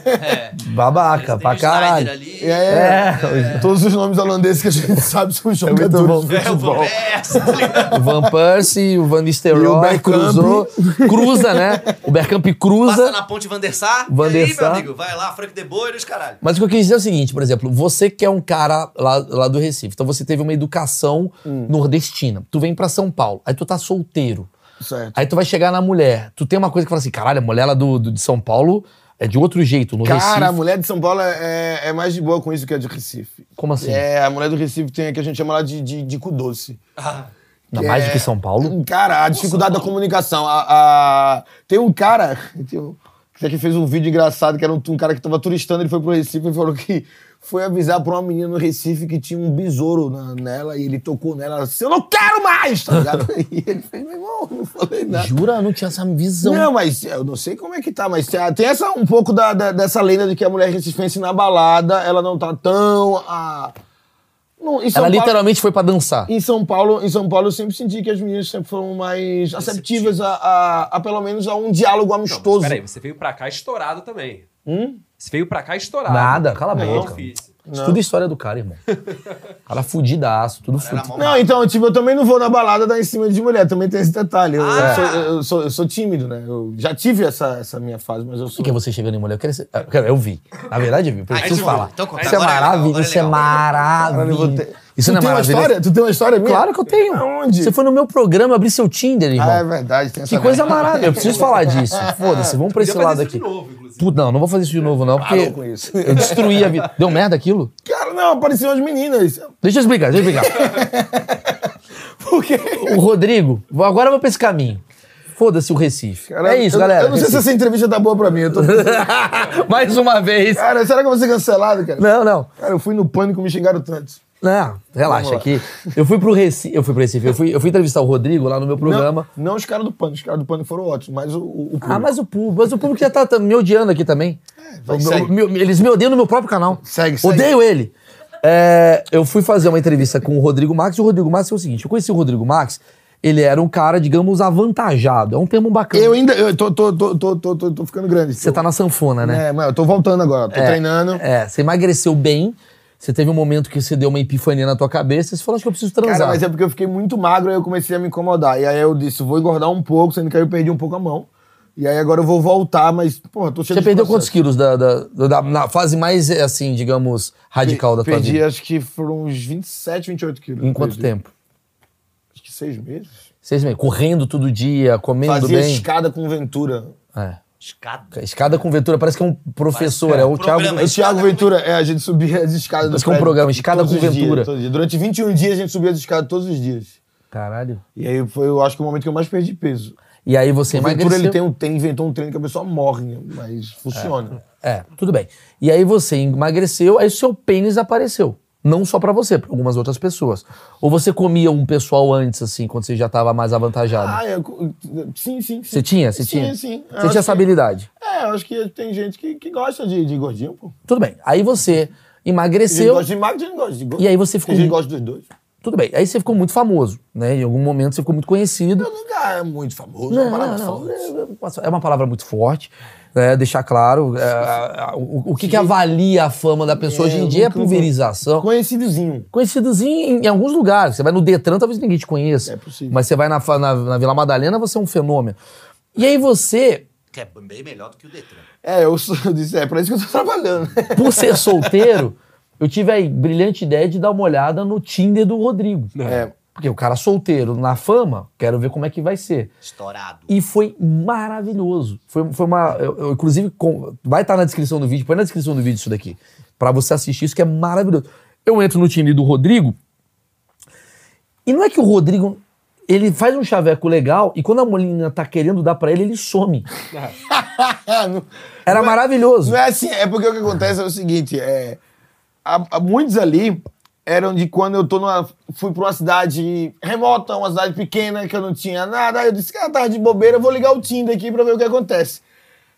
C: É.
B: Babaca,
C: Tem o
B: pra
C: Snyder
B: caralho.
C: ali,
A: É,
B: É.
A: Todos os nomes holandeses que a gente <laughs> sabe são jogadores
B: bom.
A: de
C: É o
A: futebol.
C: Conversa, tá ligado?
B: O Van Persie, o Van
A: E o
B: Nistelrooy
A: Bergkamp.
B: cruzou. Cruza, né? O Bergkamp
C: Passa
B: cruza.
C: na ponte Van der Sar.
B: Van
C: e
B: der
C: aí, meu
B: Sar.
C: amigo, vai lá, Frank de Boer e os caralho.
B: Mas o que eu quis dizer é o seguinte, por exemplo, você que é um cara lá, lá do Recife, então você teve uma educação nordestina. Tu vem pra São Paulo, aí tu tá solteiro.
A: Certo.
B: Aí tu vai chegar na mulher. Tu tem uma coisa que fala assim, caralho, a mulher lá do, do- de São Paulo é de outro jeito, no
A: Cara, a
B: Recife.
A: mulher de São Paulo é, é mais de boa com isso que a de Recife.
B: Como assim?
A: É, a mulher do Recife tem a que a gente chama lá de, de, de cu doce.
B: Ainda mais do
A: É,
B: que São Paulo.
A: Cara, a dificuldade da
B: assim?
A: comunicação. A, a- Tem um cara <laughs> tem um- que aqui fez um vídeo engraçado, que era um, um cara que tava turistando, ele foi pro Recife e falou que <laughs> foi avisar pra uma menina no Recife que tinha um besouro na- nela e ele tocou nela assim, eu não quero mais, tá ligado? <laughs> e ele fez, meu irmão, eu não falei nada.
B: Jura? Não tinha essa visão.
A: Não, mas eu não sei como é que tá, mas tem a- tem essa, um pouco da, da- dessa lenda de que a mulher recifense na balada, ela não tá tão. A... Não, em, São
B: Ela
A: Paulo,
B: literalmente foi pra dançar.
A: em, São Paulo, em São Paulo, eu sempre senti que as meninas sempre foram mais aceptivas a, a- a, pelo menos a um diálogo amistoso.
D: Peraí, você veio pra cá estourado também. Você veio pra cá estourado.
B: Hum? Nada, cala a
D: Não,
B: boca.
D: fiz.
B: Isso tudo é história do cara, irmão. cara fudidaço, tudo
C: Era
B: fudido.
C: mó
A: não, então, tipo, eu também não vou na balada dar em cima de mulher, também tem esse detalhe. Eu, eu sou, eu sou- eu sou tímido, né? Eu já tive essa, essa minha fase, mas eu
B: O
A: sou.
B: que é você chegando em mulher? Eu, quero ser... ah, cara, eu vi. Na verdade, eu vi. Eu
C: então
B: preciso
C: conta,
B: falar.
C: então conta.
B: Isso é
C: Agora é legal,
B: maravilha.
C: agora é
B: Isso é
C: legal.
A: Caralho, eu vou
B: maravilha.
A: ter-
B: Isso
A: tu
B: não é
A: tem uma
B: maravilha.
A: história? Tu tem uma história minha?
B: Claro que eu tenho.
A: Aonde?
B: Você foi no meu programa abrir seu Tinder, irmão.
A: Ah, é verdade, tem essa
B: Que coisa
A: merda.
B: maravilhosa. Eu preciso
A: <laughs>
B: falar disso. Foda-se, vamos pra
D: Podia
B: esse
D: fazer
B: lado
D: isso
B: aqui.
D: de novo, inclusive.
B: Puta, não, não vou fazer isso de novo, não, porque
A: Parou com isso.
B: eu destruí a vida. Deu merda aquilo?
A: Cara, não, apareciam as meninas.
B: Deixa eu explicar, deixa eu explicar.
A: Por quê?
B: O Rodrigo, vou- agora eu vou pra esse caminho. Foda-se o Recife.
A: Cara,
B: é isso,
A: eu-
B: galera.
A: Eu não sei se
B: Recife.
A: essa entrevista tá boa pra mim.
B: <laughs>
A: eu tô-
B: Mais uma vez.
A: Cara, será que eu vou ser cancelado, cara?
B: Não, não.
A: Cara, eu fui no pânico, me xingaram tanto.
B: Não, relaxa
A: Vamos lá.
B: aqui. Eu fui pro Recife, eu fui pro Recife, eu fui, eu fui entrevistar o Rodrigo lá no meu programa.
A: Não, não os caras do pânico. Os caras do pânico foram ótimos, mas o, o, o
B: Ah,
A: público-
B: mas o público, mas o público já tá, tá me odiando aqui também.
A: É, vai,
B: O meu-
A: segue.
B: meu- eles me odeiam no meu próprio canal.
A: Segue, segue.
B: Odeio ele. É, eu fui fazer uma entrevista com o Rodrigo Max e o Rodrigo Max foi o seguinte: eu conheci o Rodrigo Max, ele era um cara, digamos, avantajado. É um termo bacana.
A: Eu ainda. Eu tô, tô, tô, tô, tô, tô, tô ficando grande.
B: Você tá na sanfona, né?
A: É, mano, eu tô voltando agora. Tô treinando.
B: É, você emagreceu bem, você teve um momento que você deu uma epifania na tua cabeça e você falou: acho que eu preciso transar.
A: Cara, mas é porque eu fiquei muito magro e eu comecei a me incomodar. E aí eu disse, vou engordar um pouco, sendo que aí eu perdi um pouco a mão. E aí agora eu vou voltar, mas, porra, tô cheio
B: Você
A: de
B: perdeu quantos
A: processo.
B: quilos da, da- da- da- na fase mais, eh, assim, digamos, radical da tua
A: Perdi,
B: vida?
A: acho que foram uns 27, 28 quilos.
B: Em quanto
A: Perdi.
B: tempo?
A: Acho que seis meses.
B: Seis meses. Correndo todo dia, comendo
A: Fazia
B: bem.
A: escada com Ventura.
B: É.
C: Escada.
B: Escada com Ventura, parece que é um professor,
C: Parece
B: é o
C: que é um
B: Thiago.
C: programa.
A: O
C: Mas
A: Thiago
C: escada com-
A: Ventura, é, a gente subia as escadas do
B: Acho que é um
A: prédio
B: programa, Escada
A: todos
B: com
A: os dias,
B: Ventura.
A: todos os dias. Durante 21 dias a gente subia as escadas todos os dias.
B: Caralho.
A: E aí foi, eu acho que o momento que eu mais perdi peso.
B: E aí você
A: o Ventura
B: emagreceu.
A: ele tem um, tem, inventou um treino que a pessoa morre, né? mas funciona.
B: É, tudo bem. E aí você emagreceu, aí o seu pênis apareceu. Não só pra você, pra algumas outras pessoas. Ou você comia um pessoal antes, assim, quando você já tava mais avantajado?
A: Ah, eu, sim, sim, sim.
B: você tinha? Você
A: sim,
B: tinha?
A: Sim, Eu
B: Você
A: acho
B: tinha essa
A: que-
B: habilidade?
A: É, eu acho que tem gente que, que gosta de, de gordinho, pô.
B: Tudo bem. Aí
A: Tem
B: você
A: gente que
B: emagreceu.
A: gosta de magro, tem gente que gosta de gordo.
B: E aí você ficou
A: Tem gente que
B: mu-
A: gosta dos dois.
B: Tudo bem. Aí você ficou muito famoso, né? Em algum momento você ficou muito conhecido.
A: Meu lugar é muito famoso,
B: Não,
A: uma
B: não,
A: parada
B: não.
A: famosa.
B: É uma palavra muito forte, né? deixar claro é, a- a- o, o que, que avalia a fama da pessoa hoje
A: É,
B: em
A: eu
B: dia é a
A: nunca-
B: pulverização.
A: Conhecidozinho.
B: Conhecidozinho em, em alguns lugares. Você vai no Detran, talvez ninguém te conheça.
A: É possível.
B: Mas você vai na, fa- na, na Vila Madalena, você é um fenômeno. E aí você,
C: Que é bem melhor do que o Detran.
A: É, eu, sou, <laughs> eu disse, é pra isso que eu tô trabalhando. <laughs>
B: por ser solteiro, eu tive a brilhante ideia de dar uma olhada no Tinder do Rodrigo.
A: É.
B: Porque o cara solteiro na fama, quero ver como é que vai ser.
C: Estourado.
B: E foi maravilhoso. Foi, foi uma. eu- eu, inclusive, com- vai estar na descrição do vídeo, põe na descrição do vídeo isso daqui. Pra você assistir isso, que é maravilhoso. Eu entro no time do Rodrigo. E não é que o Rodrigo. Ele faz um chaveco legal e quando a menina tá querendo dar pra ele, ele some.
A: não,
B: Era maravilhoso.
A: não é assim, é porque o que acontece é o seguinte, é, há- há muitos ali eram de quando eu tô numa, fui pra uma cidade remota, uma cidade pequena, que eu não tinha nada, aí eu disse, cara, tava de bobeira, eu vou ligar o Tinder aqui pra ver o que acontece.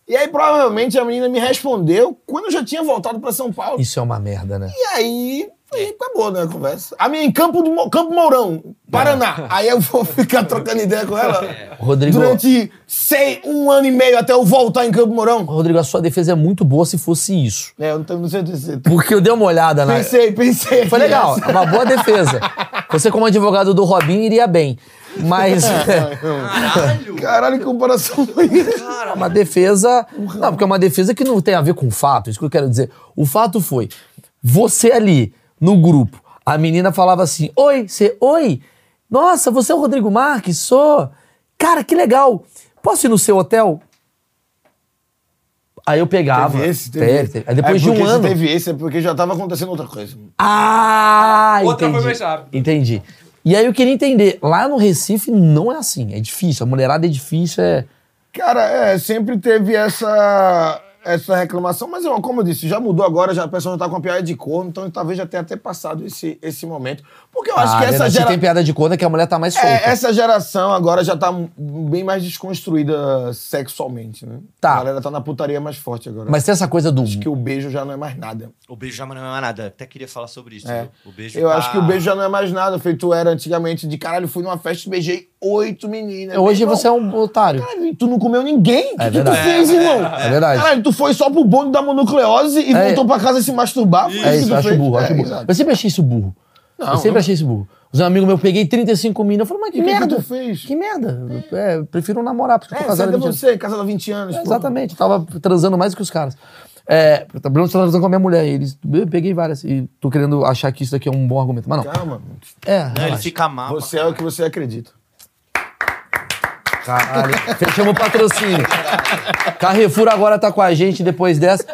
A: E aí, provavelmente, a menina me respondeu quando eu já tinha voltado pra São Paulo.
B: Isso é uma merda, né?
A: E aí, aí acabou, né, a conversa. A minha em Campo, do, Mo- Campo Mourão, Paraná. Aí eu vou ficar trocando ideia com ela
B: Rodrigo-
A: durante sei, um ano e meio até eu voltar em Campo Mourão.
B: Rodrigo, a sua defesa é muito boa se fosse isso.
A: É, eu não, tenho- não sei dizer.
B: Porque eu dei uma olhada na.
A: Pensei, pensei.
B: Foi legal, é uma boa defesa. Você, como advogado do Robin, iria bem. Mas é
C: Caralho!
A: Caralho, que comparação <laughs> foi isso?
B: uma defesa. Não, porque é uma defesa que não tem a ver com fato, isso que eu quero dizer. O fato foi: você ali, no grupo, a menina falava assim: Oi, você, oi, nossa, você é o Rodrigo Marques? Sou. Cara, que legal. Posso ir no seu hotel? Aí eu pegava.
A: Teve esse,
B: Ah, Teve, teve. Aí depois
A: É
B: de
A: porque
B: um
A: se
B: ano.
A: Teve esse, é porque já tava acontecendo outra coisa.
B: Ah,
D: Outra
B: entendi.
D: foi mais rápida.
B: Entendi. E aí eu queria entender, lá no Recife não é assim, é difícil, a mulherada é difícil, é...
A: Cara, é, sempre teve essa, essa reclamação, mas eu, como eu disse, já mudou agora, já, a pessoa já tá com a piada de corno, então talvez já tenha até passado esse, esse momento. Porque eu acho
B: Ah,
A: que essa
B: verdade, se
A: geração.
B: tem piada de corno é que a mulher tá mais solta.
A: É, essa geração agora já tá m- bem mais desconstruída sexualmente, né?
B: Tá.
A: A galera tá na putaria mais forte agora.
B: Mas tem essa coisa do...
A: Acho que o beijo já não é mais nada.
C: O beijo já não é mais nada. Até queria falar sobre isso.
A: É.
C: viu? O beijo
A: Eu
C: tá-
A: acho que o beijo já não é mais nada, feito era antigamente de caralho, fui numa festa e beijei oito meninas.
B: Hoje
A: Meu
B: você é
A: irmão,
B: um otário.
A: Caralho, tu não comeu ninguém? O que, que tu
B: verdade.
A: fez, irmão?
B: É verdade.
A: Caralho, tu foi só pro bonde da mononucleose e
B: É.
A: voltou pra casa se masturbar? Foi
B: É
A: que
B: isso,
A: tu
B: eu acho
A: fez?
B: burro, eu
A: É,
B: acho burro.
A: exato.
B: Eu sempre achei isso burro.
A: Não,
B: eu sempre
A: não.
B: achei isso burro. Os amigos meus, eu peguei 35 meninas, eu falei, mas que,
A: E o que que
B: merda.
A: tu fez?
B: Que merda. É, eu prefiro namorar, porque eu tô
A: É,
B: casado.
A: cadê
B: há 20 anos.
A: você, casado há 20 anos.
B: É,
A: pô.
B: Exatamente, eu tava transando mais que os caras. É, eu tava transando com a minha mulher. e eles, eu peguei várias. E tô querendo achar que isso daqui é um bom argumento. Mas não.
A: Calma.
B: É,
C: Não, ele
B: relaxa.
C: fica mal.
A: Você é o que você acredita.
B: Caralho. Fechamos o patrocínio. Carrefour agora tá com a gente depois dessa.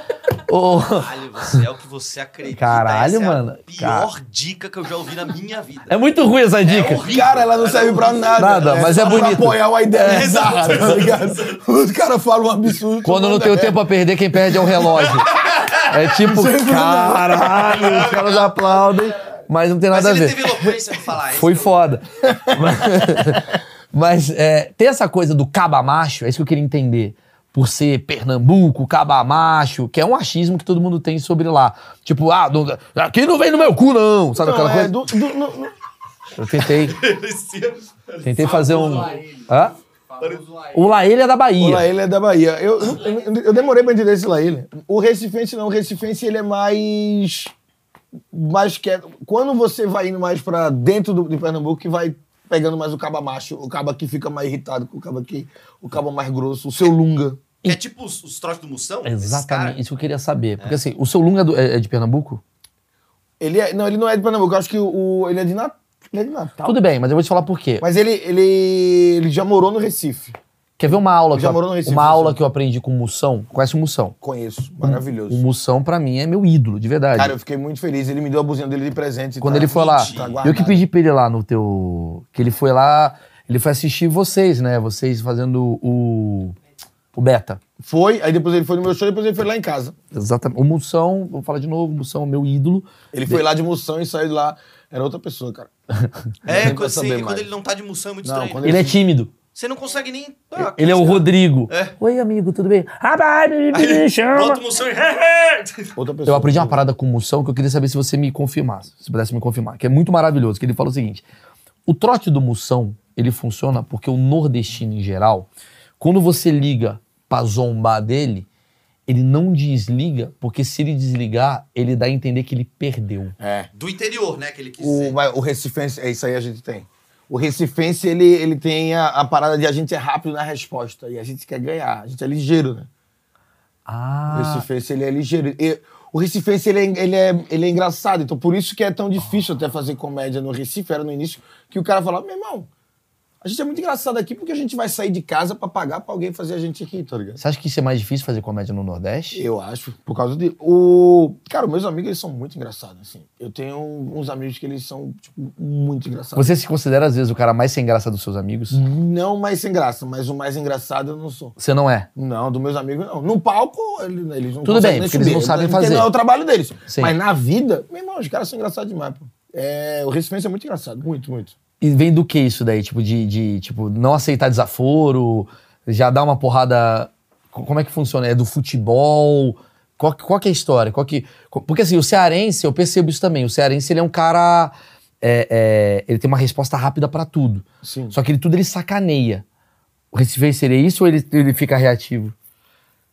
B: Ô,
C: Caralho, você é o que você acredita.
B: Caralho,
C: Essa é a
B: mano.
C: pior dica que eu já ouvi na minha vida.
B: é muito ruim essa dica.
C: horrível.
A: Cara, ela não serve pra nada.
B: Nada,
A: né?
B: mas
A: Só
B: é bonito.
A: Pra apoiar uma ideia
B: É.
A: bizarra, tá ligado? Os caras falam um absurdo.
B: Quando
A: todo
B: não
A: mundo
B: tem o
A: é.
B: tempo a perder, quem perde é o relógio. É tipo, caralho, os caras aplaudem, mas não tem
C: Mas
B: nada
C: ele
B: a ver.
C: teve eloquência de falar isso.
B: Foi foda. <laughs> Mas é, tem essa coisa do caba macho, é isso que eu queria entender. por ser Pernambuco, Cabamacho, que é um achismo que todo mundo tem sobre lá. Tipo, ah, não, aqui não vem Tá no meu cu, não. Sabe aquela
A: é,
B: coisa?
A: do- do- no- no-
B: Eu tentei,
C: <laughs> Ele
B: tentei fazer um. Hã? O Laília é da
A: O
B: Bahia.
A: Laíla é da Bahia. Eu, eu, eu demorei pra entender esse Laíla. O Recifense não. O Recifense, ele é mais... Mais quieto. Quando você vai indo mais pra dentro do, de Pernambuco, que vai pegando mais o caba macho, o caba que fica mais irritado, o caba que... O caba mais grosso, o seu lunga.
C: É tipo os, os trotes do Moção? esses
B: Exatamente,
C: caras?
B: isso que eu queria saber. Porque assim, o seu Lunga é, do- é- é de Pernambuco?
A: Ele é... Não, ele não é de Pernambuco. Eu acho que o, ele é de Natal. Ele é de Natal.
B: Tudo bem, mas eu vou te falar por quê.
A: Mas ele, ele, ele já morou no Recife.
B: Quer ver uma aula, que
A: Já
B: eu,
A: morou no Recife,
B: uma
A: você
B: aula
A: sabe.
B: que eu aprendi com o Mussão? Conhece o Mussão?
A: Conheço.
B: Um O
A: Maravilhoso.
B: Mussão, pra mim, é meu ídolo, de verdade.
A: Cara, eu fiquei muito feliz. Ele me deu a buzina dele de presente.
B: Quando
A: tá-
B: ele foi lá,
A: tá
B: eu que
A: guardado.
B: pedi pra ele lá no teu. Que ele foi lá, ele foi assistir vocês, né? Vocês fazendo o. O Beta.
A: Foi, aí depois ele foi no meu show, depois ele foi lá em casa.
B: Exatamente. O Mussão, vou falar de novo, o Mussão é meu ídolo.
A: Ele foi lá de moção e saiu de lá. Era outra pessoa, cara. Nem
C: É, quando,
A: pra
C: assim,
A: saber
C: quando
A: mais.
C: ele não tá de Moção é muito
A: Não,
C: estranho.
A: quando
B: Ele é tímido.
C: Você não consegue nem... Ah,
B: Ele é o Rodrigo.
C: É.
B: Oi, amigo, tudo bem? Rapaz, me
C: Aí,
B: chama.
C: Bota o Moção e... <laughs> Ele
A: Outra pessoa.
B: Eu aprendi uma parada com o Mussão que eu queria saber se você me confirmasse, se pudesse me confirmar, que é muito maravilhoso, que ele fala o seguinte: o trote do Mussão, ele funciona porque o nordestino em geral, quando você liga pra zombar dele, ele não desliga, porque se ele desligar, ele dá a entender que ele perdeu.
A: É.
C: Do interior, né, que ele quis
A: O,
C: dizer.
A: mas o Recifense, é isso aí a gente tem. O Recifense, ele, ele tem a, a parada de a gente é rápido na resposta e a gente quer ganhar. A gente é ligeiro, né? O
B: Ah,
A: Recifense, ele é ligeiro. E o Recifense, ele é, ele, é, ele é engraçado. Então, por isso que é tão difícil até fazer comédia no Recife. Era no início que o cara falava, meu irmão, a gente é muito engraçado aqui porque a gente vai sair de casa pra pagar pra alguém fazer a gente aqui, tá ligado?
B: você acha que isso é mais difícil fazer comédia no Nordeste?
A: Eu acho, por causa de. O... Cara, meus amigos, eles são muito engraçados, assim. Eu tenho uns amigos que eles são, tipo, muito engraçados.
B: Você se considera, às vezes, o cara mais sem graça dos seus amigos?
A: Hum. Não mais sem graça, mas o mais engraçado eu não sou.
B: Você não é.
A: Não, dos meus amigos, não. No palco, ele- eles não
B: Tudo
A: conseguem
B: bem,
A: nem
B: porque eles
A: subir.
B: não sabem
A: porque
B: fazer.
A: não é o trabalho deles.
B: Sim.
A: Mas na vida, meu irmão, os caras são engraçados demais, pô. É, o Recifense é muito engraçado, muito, muito.
B: E vem do que isso daí? Tipo, de, de, tipo, não aceitar desaforo, já dar uma porrada. Co- Como é que funciona? É do futebol? Qual, que- qual que é a história? Qual que, co- porque assim, o cearense, eu percebo isso também. O cearense, ele é um cara. é, é, ele tem uma resposta rápida pra tudo.
A: Sim.
B: Só que ele tudo ele sacaneia. O Recife seria isso ou ele, ele fica reativo?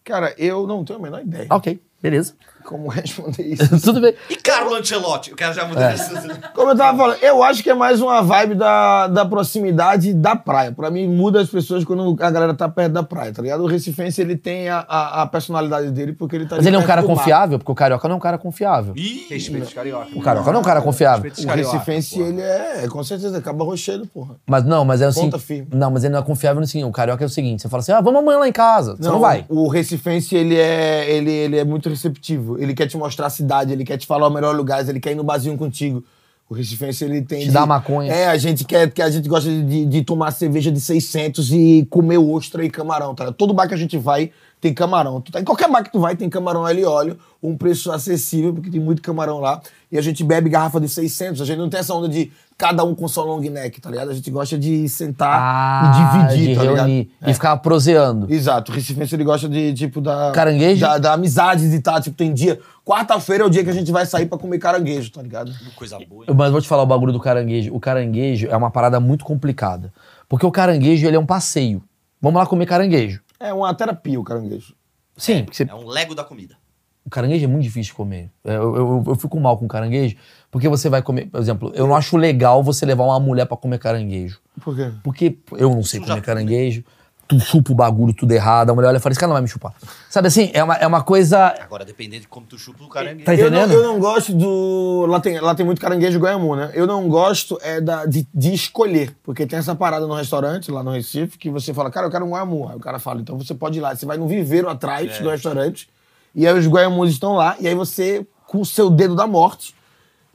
A: Cara, eu não tenho a menor ideia
B: Ah, ok, beleza. <laughs>
A: como <laughs> responder isso.
B: tudo bem.
C: E Carlo Ancelotti? O cara já
A: É.
C: mudou isso.
A: <laughs> Como eu tava falando, eu acho que é mais uma vibe da, da proximidade da praia. Pra mim, muda as pessoas quando a galera tá perto da praia, tá ligado? O Recifense, ele tem a, a, a personalidade dele porque ele tá
B: Mas
A: ali
B: ele é um
A: perto
B: cara
A: do mar.
B: confiável, porque o carioca não é um cara confiável.
C: Ih,
D: Respeito os carioca.
B: O carioca não é um cara confiável.
D: Respeito os
A: O
D: carioca,
A: Recifense,
D: pô.
A: ele é, com certeza, acaba rochedo, porra.
B: Mas não, mas é assim.
A: Ponta firme.
B: Não, mas ele não é confiável no seguinte. O carioca é o seguinte: você fala assim, ah, vamos amanhã lá em casa. Você não, vai.
A: O Recifense, ele é, ele, ele é muito receptivo. Ele quer te mostrar a cidade, ele quer te falar o melhor lugar, ele quer ir no barzinho contigo. O Recifense, ele tem.
B: Te dá maconha.
A: É, a gente quer, que a gente gosta de- de, de tomar cerveja de 600 e comer ostra e camarão, tá? ligado? Todo bar que a gente vai tem camarão. Tu tá- Em qualquer bar que tu vai tem camarão ali óleo, um preço acessível, porque tem muito camarão lá. E a gente bebe garrafa de 600, a gente não tem essa onda de cada um com sua long neck, tá ligado? A gente gosta de sentar e dividir,
B: Ah, de
A: tá ligado?
B: reunir. é. E ficar proseando.
A: Exato, o recifense ele gosta de, tipo, da...
B: Caranguejo?
A: Da, da amizade de tá, tipo, tem dia... Quarta-feira é o dia que a gente vai sair pra comer caranguejo, tá ligado?
C: coisa boa. hein?
B: Mas vou te falar o bagulho do caranguejo. O caranguejo é uma parada muito complicada. Porque o caranguejo, ele é um passeio. Vamos lá comer caranguejo.
A: É uma terapia o caranguejo.
B: Sim, porque você-
C: É um Lego da comida.
B: o caranguejo é muito difícil de comer. É, Eu, eu, eu fico mal com caranguejo, porque você vai comer... Por exemplo, eu não acho legal você levar uma mulher pra comer caranguejo.
A: Por quê?
B: Porque eu não sei
C: Isso
B: comer
C: já-
B: caranguejo. Tu chupa o bagulho tudo errado. A mulher olha e fala, esse cara não vai me chupar. Sabe assim, é uma, é uma coisa...
C: Agora, dependendo de como tu chupa o é caranguejo.
B: Tá
A: Eu não,
B: entendendo?
A: eu não gosto do... Lá tem, lá tem muito caranguejo goiamu, né? Eu não gosto é da, de, de escolher. Porque tem essa parada no restaurante, lá no Recife, que você fala, cara, eu quero um goiamu. Aí o cara fala, então você pode ir lá. Você vai num viveiro atrás do restaurante, e aí os goiamus estão lá, e aí você, com o seu dedo da morte,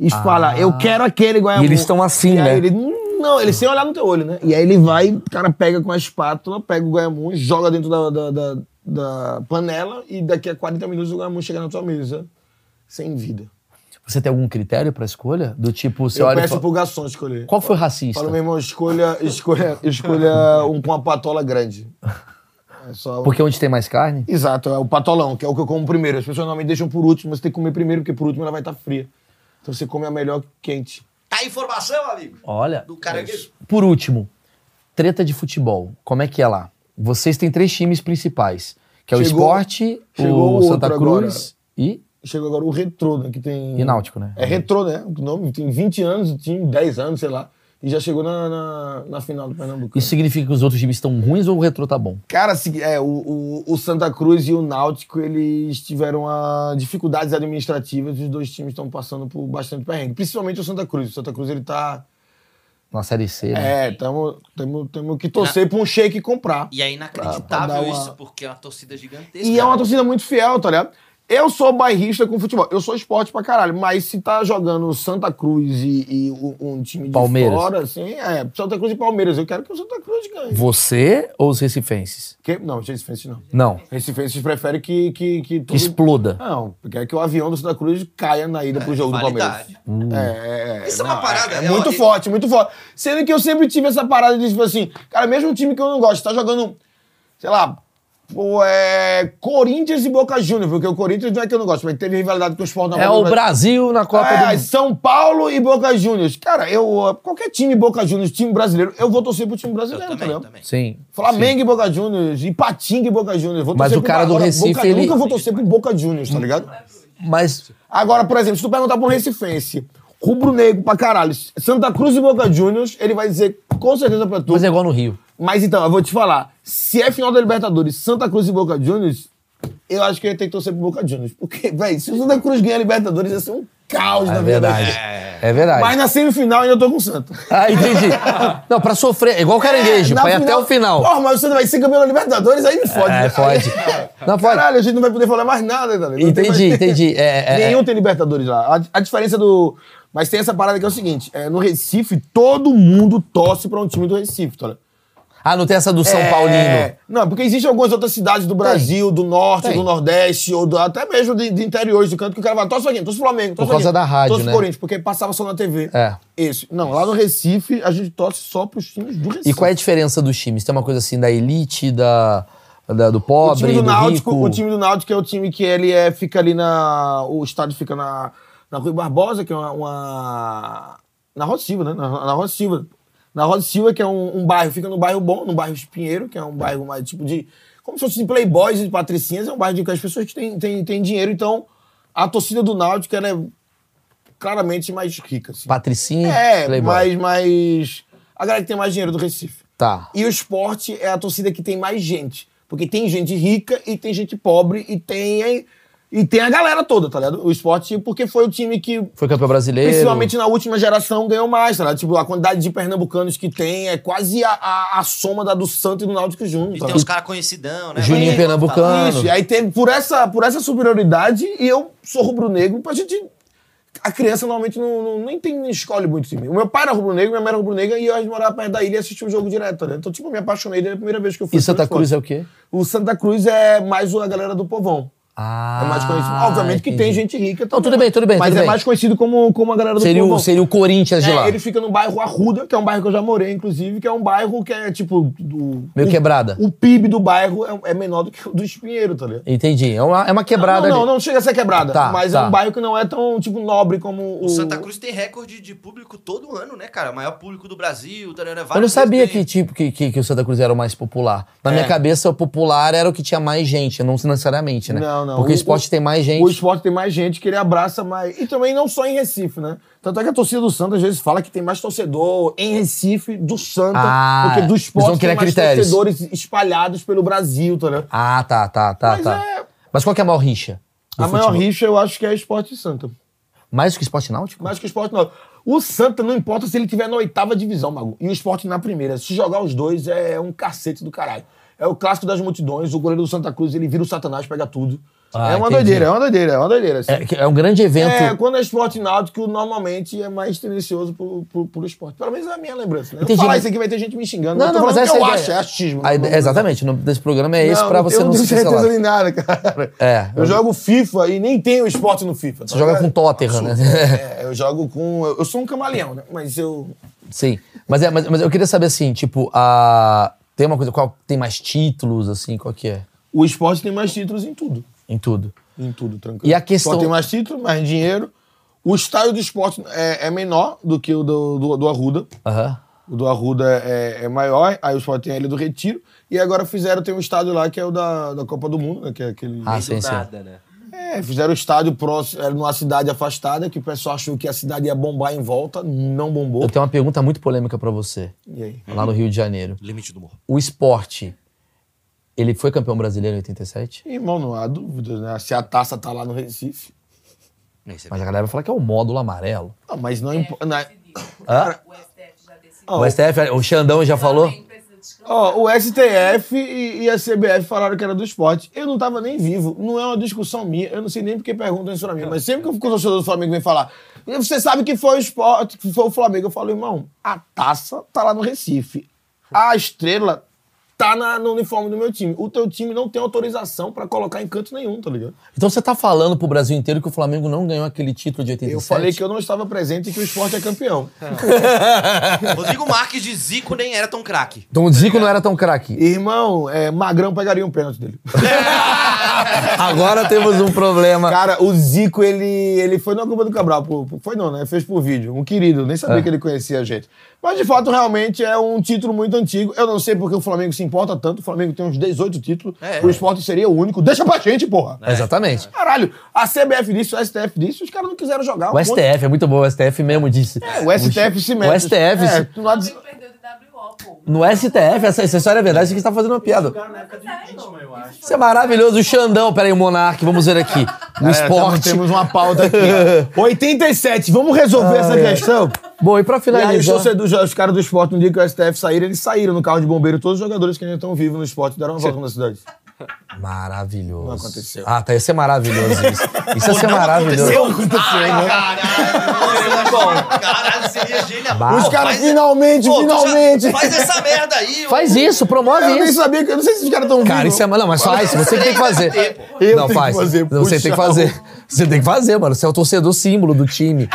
A: e fala, eu quero aquele goiamu.
B: Ah. E eles estão assim,
A: E aí
B: né?
A: ele, "Hum, não, ele sem olhar no teu olho, né? E aí ele vai, o cara pega com a espátula, pega o goiamu, joga dentro da, da, da- da panela e daqui a 40 minutos o goiamu chega na tua mesa, sem vida.
B: Você tem algum critério pra escolha? Do tipo, você
A: eu
B: olha e
A: peço
B: fala,
A: pro garçom escolher.
B: Qual foi o racista?
A: Fala, meu irmão, escolha, escolha, escolha um com a patola grande. É só...
B: Porque onde tem mais carne,
A: Exato, é o patolão, que é o que eu como primeiro. As pessoas normalmente deixam por último, mas você tem que comer primeiro, porque por último ela vai estar fria. Então você come a melhor quente.
C: Tá a informação, amigo?
B: olha.
C: Do é caranguejo.
B: Por último, treta de futebol. Como é que é lá? Vocês têm três times principais, que é o
A: Chegou-
B: Esporte,
A: chegou
B: o
A: outro
B: Santa Cruz e,
A: Chegou agora o retrô, né, que tem...
B: e Náutico, né?
A: É retrô, né? O nome tem 20 anos, o time 10 anos, sei lá. E já chegou na, na, na final do Pernambuco.
B: Isso significa que os outros times estão ruins ou o retrô tá bom?
A: Cara, se- é, o, o, o Santa Cruz e o Náutico, eles tiveram ah, dificuldades administrativas e os dois times estão passando por bastante perrengue. Principalmente o Santa Cruz. O Santa Cruz, ele tá...
B: Na Série C, né?
A: É, temos que torcer pra um shake e comprar.
C: E é
A: Pra- pra dar
C: inacreditável
A: uma-
C: isso, porque é uma torcida gigantesca.
A: E é uma torcida muito fiel, tá ligado? Eu sou bairrista com futebol. Eu sou esporte pra caralho. Mas se tá jogando Santa Cruz e, e o- um time de
B: Palmeiras.
A: fora, assim, é. Santa Cruz e Palmeiras. Eu quero que o Santa Cruz ganhe.
B: Você ou os recifenses?
A: Que- não, Recifense não.
B: Não.
A: Recifense prefere que... que, que
B: Que
A: tudo...
B: exploda.
A: Não, quer que o avião do Santa Cruz caia na ida pro jogo do Palmeiras.
C: Qualidade.
A: É, é,
C: Isso é uma parada,
A: É,
C: é
A: muito
C: uma-
A: forte, muito forte. Sendo que eu sempre tive essa parada de tipo assim, cara, mesmo um time que eu não gosto, tá jogando, sei lá, pô, é, Corinthians e Boca Juniors, porque o Corinthians não é que eu não gosto, mas teve rivalidade com o Sport na
B: É
A: Copa
B: o
A: do Brasil.
B: Brasil na Copa
A: É,
B: do
A: São Paulo e Boca Juniors. Cara, eu. ah, Qualquer time Boca Juniors, time brasileiro, eu vou torcer pro time
C: Eu
A: brasileiro, tá
C: também,
A: ligado?
C: também.
B: Sim.
A: Flamengo e Boca Juniors, Ipatinga e Boca Juniors. Vou
B: Mas
A: torcer
B: o
A: pro
B: cara do
A: Boca-
B: Recife,
A: Boca-
B: ele-
A: Nunca vou torcer pro Boca Juniors, tá ligado?
B: Mas
A: Agora, por exemplo, se tu perguntar pra um recifense, rubro-negro pra caralho, Santa Cruz e Boca Juniors, ele vai dizer com certeza pra tu. Mas,
B: Mas é igual no Rio.
A: então, eu vou te falar, se é final da Libertadores, Santa Cruz e Boca Juniors, eu acho que ele tem que torcer pro Boca Juniors. Porque, velho, se o Santa Cruz ganhar a Libertadores, ia ser um caos,
B: É
A: na
B: verdade.
A: verdade.
B: É verdade.
A: Mas na semifinal ainda tô com o Santa.
B: Ah, entendi.
A: <laughs>
B: Não, pra sofrer. É igual o caranguejo.
A: Na
B: pra ir até o final.
A: Porra, mas o Santa vai ser campeão da Libertadores, aí me fode.
B: É,
A: né?
B: fode.
A: <laughs>
B: Não, fode.
A: Caralho, a gente não vai poder falar mais nada, tá ligado? Não tem
B: Entendi,
A: mais- <laughs>
B: entendi. É, é, é.
A: Nenhum tem Libertadores lá. A, a diferença do. Mas tem essa parada que é o seguinte: é, no Recife, todo mundo torce pra um time do Recife, tá ligado?
B: Ah, não tem essa do São Paulino.
A: É, não, porque existem algumas outras cidades do Brasil, do Norte,
B: Tem.
A: do Nordeste, ou do- até mesmo de, de interiores do canto, que o cara vai, torce pra quem? Torce pro Flamengo. Torce pra
B: causa
A: quem?
B: da rádio,
A: torce pro
B: né?
A: Corinthians, porque passava só na TV.
B: É.
A: Isso. Não, lá no Recife, a gente torce só pros times do Recife.
B: E qual é a diferença dos times? Tem uma coisa assim da elite, da, da- do
A: O
B: pobre,
A: time do Náutico,
B: rico?
A: o time do Náutico é o time que ele é, fica ali na. O estádio fica na, na Rui Barbosa, que é uma. uma- na Roda Silva, né? Na, na Roda Silva. Na Roda Silva, que é um, um bairro, fica no bairro bom, no bairro Espinheiro, que é um bairro mais tipo de. Como se fosse de playboys e de patricinhas, é um bairro de que as pessoas que têm, têm, têm dinheiro, então a torcida do Náutico ela é claramente mais rica. Assim.
B: Patricinha,
A: É,
B: Playboy.
A: mas, mas. A galera que tem mais dinheiro do Recife.
B: Tá.
A: E o esporte é a torcida que tem mais gente. Porque tem gente rica e tem gente pobre e tem, e tem a galera toda, tá ligado? O esporte, porque foi o time que,
B: Foi campeão brasileiro.
A: principalmente na última geração, ganhou mais, tá ligado? Tipo, a quantidade de pernambucanos que tem é quase a, a, a soma da do Santos e do Náutico junto.
C: E
A: tá
C: tem uns Então, caras conhecidão, né?
B: Juninho
C: Mas-
B: Pernambucano.
A: isso, e aí teve por essa, por essa superioridade, e eu sou rubro-negro, pra gente. A criança normalmente não, não- nem, tem, nem escolhe muito time. O meu pai era rubro-negro, minha mãe era rubro-negra, e eu morava perto da ilha e assistia o jogo direto, né? Então, tipo, eu me apaixonei desde a primeira vez que eu fui.
B: E Santa
A: foi
B: Cruz é o quê?
A: O Santa Cruz é mais a galera do povão.
B: Ah,
A: É mais conhecido. Obviamente que tem
B: entendi.
A: gente rica
B: Não,
A: também.
B: tudo bem, tudo bem,
A: Mas
B: tudo
A: é
B: bem.
A: mais conhecido como, como a galera do
B: Seria o,
A: povão.
B: seria o Corinthians de
A: É,
B: lá.
A: ele fica no bairro Arruda, que é um bairro que eu já morei, inclusive, que é um bairro que é tipo. Do,
B: Meio
A: o-
B: quebrada.
A: O PIB do bairro é, é menor do que o do Espinheiro, tá ligado?
B: Entendi. É uma, é uma quebrada
A: não, não,
B: ali.
A: não chega a ser quebrada.
B: Tá,
A: mas
B: tá.
A: é um bairro que não é tão, tipo, nobre como o.
C: O Santa Cruz tem recorde de público todo ano, né, cara? Maior público do Brasil. tarará,
B: Eu não
C: várias
B: sabia
C: vezes
B: que,
C: tem.
B: tipo, que, que, que o Santa Cruz era o mais popular. Na
A: É.
B: minha cabeça, o popular era o que tinha mais gente, não necessariamente, né?
A: Não, não.
B: Porque o,
A: O-
B: esporte tem mais gente.
A: O esporte tem mais gente que ele abraça mais. E também não só em Recife, né? Tanto é que a torcida do Santa às vezes fala que tem mais torcedor em Recife do Santa
B: Ah,
A: do que do
B: eles vão
A: esporte.
B: criar
A: Tem mais
B: critérios.
A: torcedores espalhados pelo Brasil, tá ligado?
B: Ah, tá, tá, tá,
A: Mas
B: tá.
A: é-
B: Mas qual que é a maior rixa? do
A: A maior
B: futebol?
A: rixa eu acho que é esporte e Santa.
B: Mais do que esporte náutico?
A: Mais que o esporte não. O Santa não importa se ele tiver na oitava divisão, Mago. E o esporte na primeira. Se jogar os dois é um cacete do caralho. É o clássico das multidões. O goleiro do Santa Cruz, ele vira o satanás, pega tudo.
B: Ah,
A: é uma
B: entendi.
A: doideira, é uma doideira, é uma doideira. assim.
B: É, que é um grande evento.
A: É, quando é esporte náutico, normalmente é mais tendencioso pro, pro, pro esporte. Pelo menos é a minha lembrança. Né? Eu
B: Entendi,
A: falar
B: mas-
A: isso aqui vai ter gente me xingando.
B: Não,
A: eu tô
B: não, mas
A: falando
B: essa
A: o que
B: é a
A: eu
B: ideia.
A: acho, é achismo.
B: A
A: não-
B: ideia- exatamente, o nome desse programa é esse
A: Não,
B: pra você
A: eu <laughs>
B: não,
A: tenho
B: se
A: certeza
B: cancelar.
A: de nada, cara.
B: É.
A: Eu jogo FIFA e nem tenho esporte no FIFA. tá
B: Você joga com Tottenham, né? <laughs>
A: É, eu jogo com. Eu, eu sou um camaleão, né? Mas eu.
B: Sim. Mas, é, mas, mas eu queria saber assim, tipo, a... Tem uma coisa, qual tem mais títulos, assim, qual que é?
A: O esporte tem mais títulos em tudo.
B: Em tudo.
A: Em tudo, tranquilo.
B: E a questão-
A: Só tem mais título, mais dinheiro. O estádio do esporte é, é menor do que o do, do, do Arruda.
B: Aham.
A: O do Arruda é, é maior, aí o esporte tem ele do Retiro. E agora fizeram, tem um estádio lá que é o da, da Copa do Mundo, né? Que é aquele.
B: Ah,
D: Meio
B: sim,
D: do
B: sim.
D: nada, né?
A: É, fizeram o estádio próximo, era numa cidade afastada, que o pessoal achou que a cidade ia bombar em volta, não bombou.
B: Eu tenho uma pergunta muito polêmica pra você,
A: E aí?
B: lá no Rio de Janeiro.
C: Limite do morro.
B: O esporte, ele foi campeão brasileiro em 87?
A: Irmão, não há dúvidas, né? Se a taça tá lá no Recife.
C: É isso aí.
B: Mas a galera vai falar que é o módulo amarelo.
A: Não, mas não importa. Não é-
B: Hã?
E: O STF já decidiu.
A: Ó,
B: O STF, o Xandão já falou?
E: Também precisa descansar.
A: Ó, o STF e, e a CBF falaram que era do esporte. Eu não tava nem vivo. Não é uma discussão minha. Eu não sei nem porque perguntam isso pra mim. Mas sempre que o torcedor do Flamengo vem falar, você sabe que foi o esporte, que foi o Flamengo. Eu falo, irmão, a taça tá lá no Recife. A estrela tá na- no uniforme do meu time. O teu time não tem autorização pra colocar em canto nenhum, tá ligado?
B: Então você tá falando pro Brasil inteiro que o Flamengo não ganhou aquele título de 87?
A: Eu falei que eu não estava presente e que o esporte é campeão.
C: Rodrigo Marques de Zico nem era
A: <laughs>
C: tão craque.
B: Então o Zico não era tão craque.
A: Irmão, é, Magrão pegaria um pênalti dele.
B: Agora temos um problema.
A: Cara, o Zico, ele, ele foi na Copa do Cabral. por- por- foi não, né? Fez por vídeo. Um querido, nem
B: É.
A: sabia que ele conhecia a gente. Mas, de fato, realmente é um título muito antigo. Eu não sei porque o Flamengo se importa tanto. O Flamengo tem uns 18 títulos.
C: É.
A: O esporte seria o único. Deixa pra gente, porra!
B: Exatamente.
A: Caralho, a CBF disse, o STF disse, os caras não quiseram jogar.
B: O STF é muito bom, o STF mesmo disse.
A: É, o STF se mete.
B: O STF.
A: É,
B: se-
A: tu não há
E: O
A: des-
E: Flamengo perdeu de WO, pô.
A: é
B: No STF, essa, essa história é verdade, você que está fazendo uma piada.
F: na época do impeachment, eu acho.
B: Isso é maravilhoso. O Xandão, peraí, o Monark, vamos
A: <laughs>
B: ver aqui. No
A: Galera, tamo-
B: esporte.
A: É, Temos uma pauta aqui. ó. 87, vamos resolver essa
B: Ah, é.
A: questão?
B: Bom, e
A: E
B: pra
A: aí, os,
B: finalizar.
A: torcedores, os caras do esporte, no dia que o STF saíram, eles saíram no carro de bombeiro. Todos os jogadores que ainda estão vivos no esporte deram uma volta na cidade.
B: Maravilhoso.
A: Não aconteceu.
B: Ah, tá. Ia ser maravilhoso isso. Isso ia ser
C: não
B: maravilhoso.
C: aconteceu?
A: Aconteceu, né?
C: Caralho, bom, caralho, seria genial.
B: Bah.
A: Os
C: Pô,
A: caras
C: faz-
A: finalmente,
C: Ah, é- Pô, tu já-
A: finalmente.
C: Faz essa merda aí.
B: Faz isso, promove
A: Eu nem
B: isso.
A: sabia que. Eu não sei se os caras estão vivos.
B: Cara, isso é. Não, mas faz, você que tem que fazer.
A: Eu
B: não,
A: tenho que
B: faz.
A: fazer,
B: Não, você
A: puxa
B: tem que fazer. Você tem que fazer, mano. Você é o torcedor símbolo do time.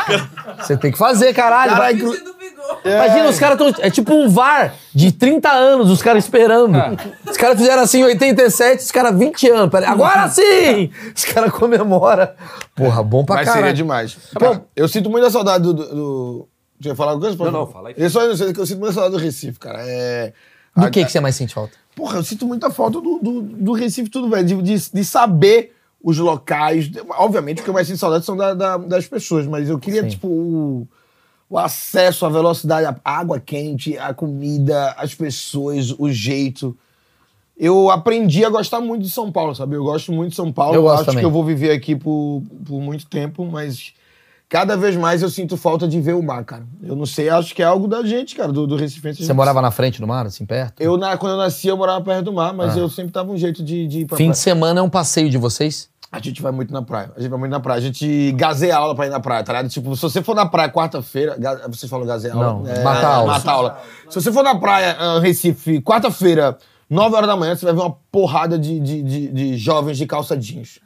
B: Você tem que fazer, caralho.
A: Cara,
B: Vai-
A: inclu-
E: Pedido vigor.
B: Imagina, os caras estão. É tipo um VAR de 30 anos, os caras esperando. Os caras fizeram assim em 87, os caras 20 anos. Pera, agora sim! Os caras comemoram. Porra, bom pra
A: Mas seria
B: caralho.
A: demais. Bom, eu sinto muita saudade do. do, do... Você ia falar alguma coisa?
D: Não, não, fala aí.
A: Eu só eu sei que eu sinto muita saudade do Recife, cara. É.
B: Do
A: a-
B: que, que você mais sente falta?
A: Porra, eu sinto muita falta do, do, do Recife, tudo, velho. De, de, de saber os locais. Obviamente, o que eu mais sinto saudade são da- da- das pessoas, mas eu queria, tipo, o, o acesso, a velocidade, a água quente, a comida, as pessoas, o jeito. Eu aprendi a gostar muito de São Paulo, sabe? Eu gosto muito de São Paulo.
B: Eu gosto
A: acho
B: também.
A: que eu vou viver aqui por, por muito tempo, mas cada vez mais eu sinto falta de ver o mar, cara. Eu não sei, acho que é algo da gente, cara, do, do Recife.
B: Você morava na frente do mar, assim, perto?
A: Eu, na- quando eu nasci, eu morava perto do mar,
B: Ah.
A: mas eu sempre dava um jeito de, de ir pra
B: Fim
A: praia.
B: de semana é um passeio de vocês?
A: A gente vai muito na praia. A gente vai muito na praia. A gente gazeia aula pra ir na praia, tá ligado? Tipo, se você for na praia quarta-feira... ga- Vocês falam gazeia aula? É,
B: Não, mata aula.
A: Mata aula. Se você for na praia, ah, Recife, quarta-feira, 9 horas da manhã, você vai ver uma porrada de, de, de, de jovens de calça jeans.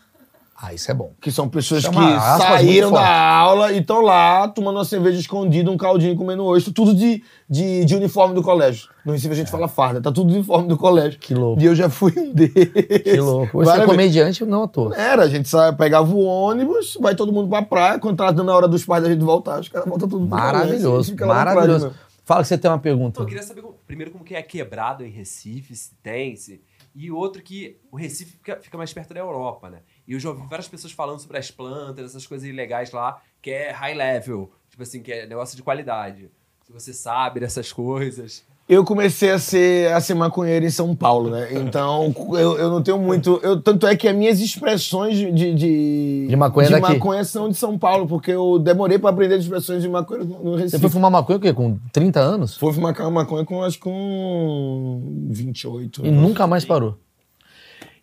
B: Ah, isso é bom.
A: Que são pessoas
B: Isso é
A: que
B: uma aspas
A: saíram
B: muito
A: da
B: forte.
A: aula e estão lá tomando uma cerveja escondida, um caldinho comendo osso, tudo de, de, de uniforme do colégio. No Recife a gente fala farda, tá tudo de uniforme do colégio.
B: É. Que louco.
A: E eu já fui um deles.
B: Que louco. Hoje você é
A: Maravilha.
B: comediante, não à toa.
A: Era, a gente sai, pegava o ônibus, vai todo mundo pra praia, quando tá dando a hora dos pais da gente voltar, os caras voltam tudo pro colégio,
B: Maravilhoso,
A: fica lá na praia né?
B: maravilhoso.
A: é um mesmo.
B: Fala que você tem uma pergunta.
D: Pô, eu queria saber, como- primeiro, como que é quebrado em Recife, se tem, se... E outro que o Recife fica, fica mais perto da Europa, né? E eu já ouvi várias pessoas falando sobre as plantas, essas coisas ilegais lá, que é high level. Tipo assim, que é negócio de qualidade. Se você sabe dessas coisas...
A: Eu comecei a ser, a ser maconheiro em São Paulo, né? Então, eu, eu não tenho muito. Eu, tanto é que as minhas expressões de. De,
B: De maconha é
A: de
B: daqui.
A: maconha são de São Paulo, porque eu demorei pra aprender as expressões de maconha no no
B: Você
A: Recife.
B: foi fumar maconha o quê? Com 30 anos?
A: Fui fumar maconha com, acho que com 28.
B: E nunca mais parou.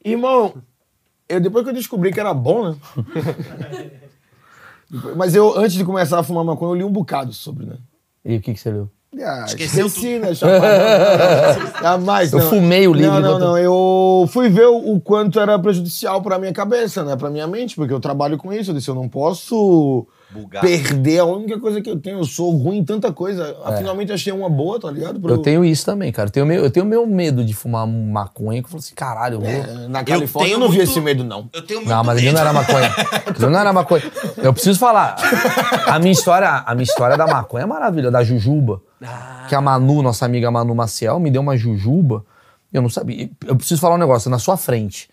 A: Irmão, eu, depois que eu descobri que era bom,
B: <laughs>
A: né? Mas eu, antes de começar a fumar maconha, eu li um bocado sobre, né?
B: E o que, que você leu?
A: Ah,
C: Esqueceu
A: esqueci, né? Jamais, Jamais,
B: Eu
A: não.
B: fumei o livro
A: Não, não,
B: enquanto-
A: não. Eu fui ver o, o quanto era prejudicial pra minha cabeça, né? Pra minha mente, porque eu trabalho com isso. Eu disse, eu não posso
F: Bugar.
A: Perder é a única coisa que eu tenho. Eu sou ruim em tanta coisa. Ah,
B: É.
A: Finalmente achei uma boa, tá ligado? Pro-
B: Eu tenho isso também, cara. Eu tenho meu, eu tenho meu medo de fumar maconha, que eu falo assim, caralho, eu vou.
A: É, Na Califórnia eu,
C: tenho
A: não vi
C: muito-
A: esse medo, não.
C: Eu tenho muito
B: Não, mas ele não
A: <laughs>
B: era maconha. Ele não era maconha. Eu preciso falar. A minha história, a minha história da maconha é maravilhosa, da jujuba.
A: Ah.
B: Que a Manu, nossa amiga Manu Maciel, me deu uma jujuba. Eu não sabia. Eu preciso falar um negócio na sua frente.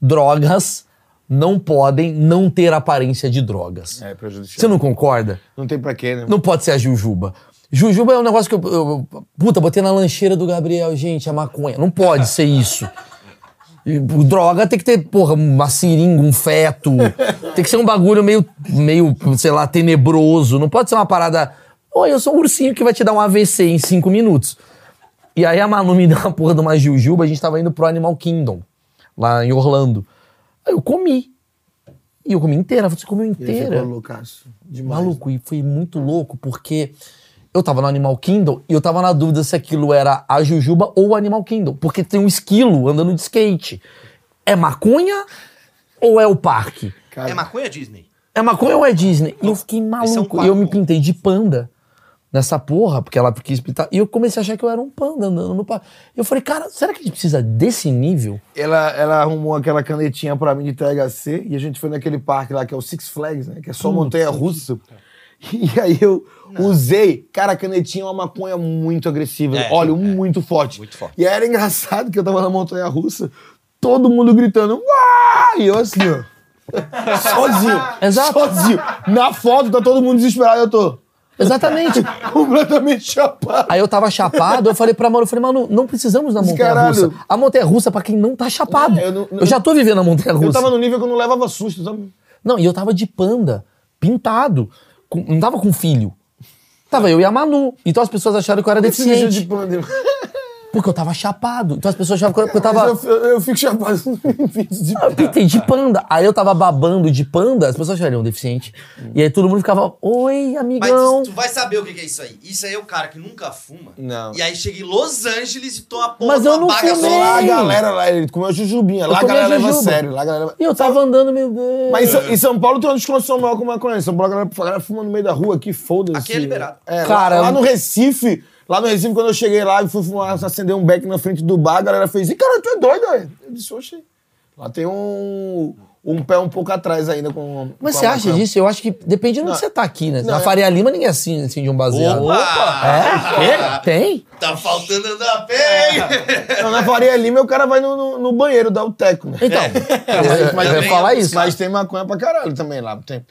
B: Drogas não podem não ter aparência de drogas.
A: É prejudicial.
B: Você não concorda?
A: Não tem pra quê, né?
B: Não pode ser a Jujuba. Jujuba é um negócio que eu, eu- eu- Puta, botei na lancheira do Gabriel, gente, a maconha. Não pode ser isso. E, pô, droga tem que ter, porra, uma seringa, um feto. Tem que ser um bagulho meio, meio, sei lá, tenebroso. Não pode ser uma parada. Oi, eu sou um ursinho que vai te dar um AVC em cinco minutos. E aí a Manu me deu uma porra de uma Jujuba, a gente tava indo pro Animal Kingdom, lá em Orlando. Aí eu comi. E eu comi inteira. Ela falou, Você comeu inteira?
A: Lucas. Demais.
B: Maluco, e foi muito louco porque eu tava no Animal Kingdom e eu tava na dúvida se aquilo era a Jujuba ou o Animal Kingdom, porque tem um esquilo andando de skate. É maconha ou é o parque?
A: Cara,
C: É maconha Disney?
B: É maconha ou é Disney? E eu fiquei
C: Esse é um
B: maluco.
C: papo.
B: e eu me pintei de panda nessa porra, porque ela quis pintar. E eu comecei a achar que eu era um panda andando no parque. Eu falei, cara, será que a gente precisa desse nível?
A: ela, ela arrumou aquela canetinha pra mim de THC e a gente foi naquele parque lá que é o Six Flags, né? Que é só montanha russa. E aí eu usei. Cara, a canetinha é uma maconha muito agressiva.
C: É,
A: óleo muito forte.
C: muito forte.
A: E aí era engraçado que eu tava na montanha russa, todo mundo gritando. Uau! E eu assim, ó. <laughs> Sozinho.
B: Exato.
A: Sozinho. Na foto tá todo mundo desesperado. Eu tô
B: Exatamente.
A: completamente chapado.
B: Aí eu tava chapado, eu falei pra Manu, eu falei, Manu, não precisamos da
A: Mas,
B: montanha russa.
A: caralho.
B: A montanha russa, pra quem não tá chapado.
A: É, eu
B: eu,
A: não-
B: já tô vivendo a montanha russa.
A: Eu tava no nível que eu não levava susto, sabe?
B: Não, e eu tava de panda, pintado. com- Não tava com filho. Tava eu e a Manu. Então as pessoas acharam que eu era
A: Esse
B: deficiente.
A: de panda.
B: Porque eu tava chapado. Então as pessoas achavam que eu- que eu tava. Ah,
A: Mas Eu, eu- eu fico <laughs> chapado no vídeo de
B: Eu pintei de panda. Aí eu tava babando de panda, as pessoas acharam que eu era um deficiente. E aí todo mundo ficava, oi,
C: Mas
B: amigão.
C: tu vai saber o que que é isso aí. Isso aí é o cara que nunca fuma.
A: Não.
C: E aí chega em Los Angeles e toma porra
B: Mas
C: de uma
B: eu não
C: baga
B: fumei.
C: solar.
A: Lá a galera, lá, ele comeu jujubinha. Lá a
B: comi
A: galera
B: a
A: leva a
B: jujuba.
A: sério. Lá a galera...
B: E eu tava andando, meu Deus.
A: Mas em
C: É.
A: São- em São Paulo tem uma desconstrução maior com maconha. Em São Paulo a galera, a galera fuma no meio da rua aqui, foda-se.
C: Aqui é liberado.
A: É, lá-
B: Cara,
A: lá,
B: eu-
A: no Recife, lá no Recife, quando eu cheguei lá e fui fumar, acender um beck na frente do bar, a galera fez, Ih, cara, tu é doido, velho. Eu disse, oxe. Lá tem um, um pé um pouco atrás ainda com
B: Mas
A: com a
B: você acha
A: maconha.
B: disso? Eu acho que depende de onde você tá aqui, né?
A: Não,
B: Na
A: é-
B: Faria Lima ninguém acende, acende um
A: <laughs>
B: baseado.
C: Opa!
B: É? Quê? Tem?
C: <laughs> Tá faltando andar bem!
A: Não, na Faria Lima o cara vai no, no, no banheiro, dá o teco, né?
B: Então, mas, mas eu ia
C: Também
B: falar
C: é um
B: isso.
A: Mas tem maconha pra caralho também lá. Tem.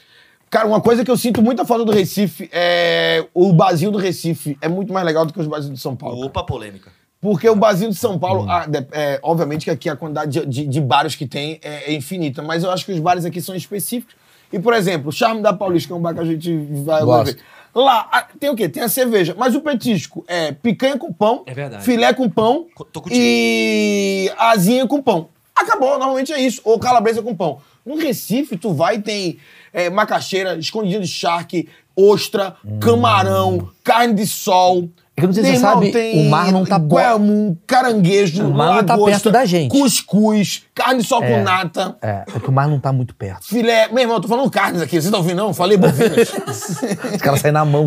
A: Cara, uma coisa que eu sinto muita falta do Recife é. O barzinho do Recife é muito mais legal do que os barzinhos de São Paulo. cara.
C: Opa, polêmica.
A: Porque o barzinho de São Paulo, ah, de- é, obviamente que aqui a quantidade de, de- de bares que tem é, é infinita, mas eu acho que os bares aqui são específicos. E, por exemplo, o Charme da Paulista, que é um bar que a gente vai alguma
B: Gosto.
A: vez. Lá ah, tem o quê? Tem a cerveja, mas o petisco é picanha com pão,
D: É verdade.
A: filé com pão
C: Co- tô contigo.
A: e asinha com pão. Acabou, normalmente é isso. Ou calabresa com pão. No Recife, tu vai e tem é, macaxeira, escondidinho de charque, ostra, camarão, carne de sol.
B: É que eu não sei se
A: Meu
B: você
A: irmão,
B: sabe,
A: tem
B: o mar não tá bo-
A: guelmo, caranguejo,
B: O mar não tá
A: lagosta,
B: perto da gente.
A: Cuscuz, carne de sol
B: É.
A: com nata.
B: É, é que o mar não tá muito perto.
A: Filé, meu irmão, eu tô falando carnes aqui, vocês estão ouvindo não? Falei
B: <laughs>
A: bovinas.
B: Os caras saem na mão.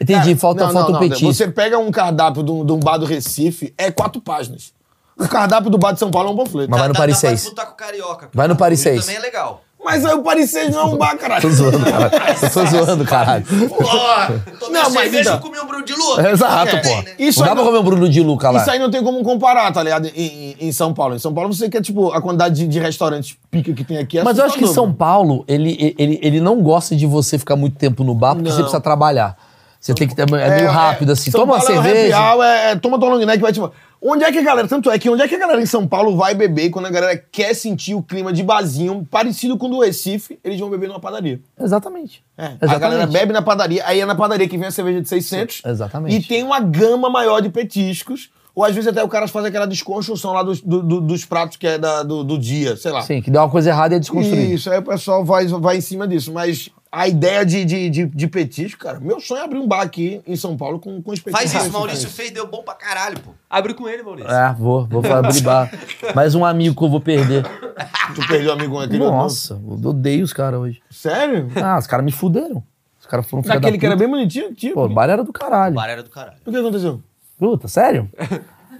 B: Entendi, falta,
A: Não,
B: falta
A: não,
B: um
A: não.
B: petisco.
A: Você pega um cardápio de um, de um bar do Recife, é quatro páginas. O cardápio do bar de São Paulo é um panfleto. Mas,
B: Mas vai no
C: Tá, Dá-
B: Paris
C: dá pra
B: 6.
C: disputar com carioca.
B: Vai no Paris
C: Isso
B: 6.
C: também
B: <laughs>
C: é legal.
A: aí o Paris Saint não é um bar,
B: Tô
A: caralho.
B: zoando, caralho. Eu tô zoando, caralho.
C: Ó, tomei
A: Não, mas
C: cerveja
A: então-
C: e comi um brulho de lua.
B: Exato,
A: É,
B: pô.
A: isso
B: não
A: aí
B: dá pra
A: não-
B: comer um Bruno de Luca lá.
A: Isso aí não tem como comparar, tá ligado? Em, em- em São Paulo. Em São Paulo você quer, tipo, a quantidade de, de restaurantes pica que tem aqui é
B: Mas eu acho que
A: assustador,
B: São Paulo, ele, ele, ele não gosta de você ficar muito tempo no bar porque
A: Não.
B: você precisa trabalhar. Você tem que ter. É
A: É,
B: meio rápido,
A: é,
B: assim.
A: São
B: Toma uma
A: Paulo é um
B: cerveja.
A: happy hour, é, é, toma tua long neck, vai tipo. Onde é que a galera, tanto é que onde é que a galera em São Paulo vai beber quando a galera quer sentir o clima de barzinho parecido com o do Recife, eles vão beber numa padaria.
B: Exatamente.
A: É, a
B: Exatamente.
A: galera bebe na padaria, aí é na padaria que vem a cerveja de 600.
B: Exatamente.
A: E tem uma gama maior de petiscos, ou às vezes até o cara faz aquela desconstrução lá dos, do- do- dos pratos que é da- do, do dia, sei lá.
B: Sim, que deu uma coisa errada e é desconstruído.
A: Isso, aí o pessoal vai, vai em cima disso. Mas a ideia de, de, de, de petisco, cara, meu sonho é abrir um bar aqui em São Paulo com, com os petiscos.
C: Faz
B: <laughs>
C: isso, Maurício fez, deu bom pra caralho, pô.
D: Abriu com ele, Maurício.
B: É, vou, vou falar bribar. Mais um amigo que eu vou perder.
A: Tu perdeu um amigo naquele
B: Nossa, eu odeio os caras
A: <laughs>
B: hoje.
A: Sério?
B: Ah, os caras me fuderam. Os caras foram filha da
A: Naquele que era
B: puta.
A: bem bonitinho, tio.
B: Pô, o
A: O
B: bar era do caralho.
C: Barera do caralho.
A: que aconteceu? <laughs>
B: Puta, sério?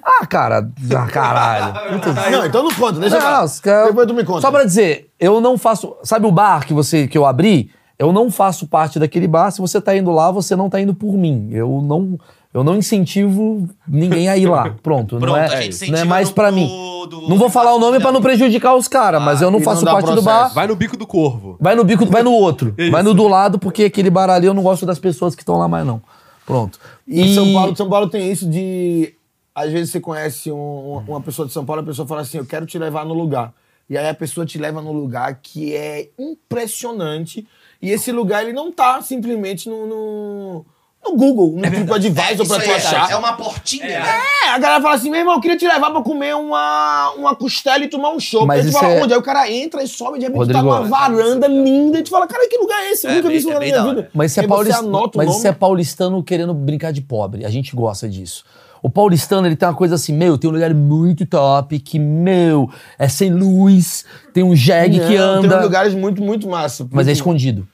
B: Ah, cara, ah, caralho. Puta,
A: Não, então não conta, <laughs> deixa eu
B: Não,
A: falar.
B: os caras-
A: Depois tu me conta.
B: Só pra dizer, eu não faço. Sabe o bar que você que eu abri? Eu não faço parte daquele bar. Se você tá indo lá, você não tá indo por mim. Eu não, eu não incentivo ninguém a ir
A: <laughs>
B: lá. Pronto. não
C: Pronto,
B: é,
C: a gente
B: não
C: incentiva
B: é mais
C: no-
B: pra
C: do-
B: mim.
C: do-
B: não vou falar o nome pra não
C: Não.
B: prejudicar os caras, mas eu não
A: Ah, e não
B: faço
A: dá
B: parte do bar.
A: processo.
D: Vai no bico do corvo.
B: Vai no bico, vai no
A: <laughs>
B: outro. Vai no do lado, porque aquele bar ali eu não gosto das pessoas que estão lá mais, não. Pronto.
A: E
B: E.
A: É São Paulo, São Paulo tem isso de. Às vezes você conhece um- uma pessoa de São Paulo, a pessoa fala assim: Eu quero te levar no lugar. E aí a pessoa te leva num lugar que é impressionante. E esse lugar, ele não tá simplesmente no, no, no Google, no tipo advisor pra
C: Isso
A: tu
C: aí,
A: achar.
C: É uma portinha. né?
A: É, a galera fala assim: Meu irmão, eu queria te levar pra comer uma, uma costela e tomar um chopp.
B: Mas
A: Aí tu
B: isso
A: fala:
B: é-
A: Onde? Aí o cara entra e sobe, de repente tá
B: Rodrigo,
A: numa varanda linda. E tu fala: Cara, que lugar é esse? Eu
C: É
A: nunca vi
C: bem-
A: isso
C: é
A: na
C: bem
A: minha
C: da hora.
A: vida.
B: Mas isso é,
A: Aí você
B: paulista-
A: anota o
B: mas
A: nome.
B: isso é paulistano querendo brincar de pobre. A gente gosta disso. O paulistano, ele tem uma coisa assim, meu, tem um lugar muito top, que, meu, é sem luz, tem um jegue que
A: Não,
B: anda,
A: Tem lugares muito, muito massa.
B: mas é
A: Muito-
B: escondido.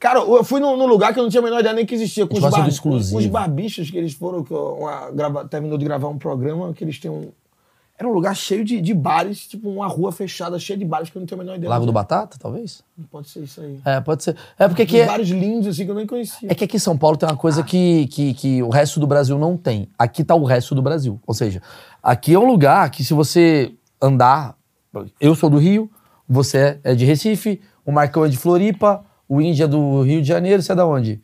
A: Cara, eu fui num, num lugar que eu não tinha a menor ideia nem que existia. Com
B: Eles
A: os,
B: gostam do
A: bar... com
B: exclusivo.
A: os barbichos que eles foram, que eu- uma, grava... terminou de gravar um programa, que eles têm um. Era um lugar cheio de, de bares, tipo uma rua fechada, cheia de bares, que eu não tenho a menor ideia.
B: Lago do Batata, talvez?
A: Não Pode ser isso aí.
B: É, pode ser. É porque aqui
A: Tem
B: é,
A: bares lindos, assim, que eu nem conhecia.
B: é que aqui em São Paulo tem uma coisa que, que, que o resto do Brasil não tem. Aqui tá o resto do Brasil. Ou seja, aqui é um lugar que se você andar, eu sou do Rio, você é de Recife, o Marcão é de Floripa, o Índia é do Rio de Janeiro, você é da onde?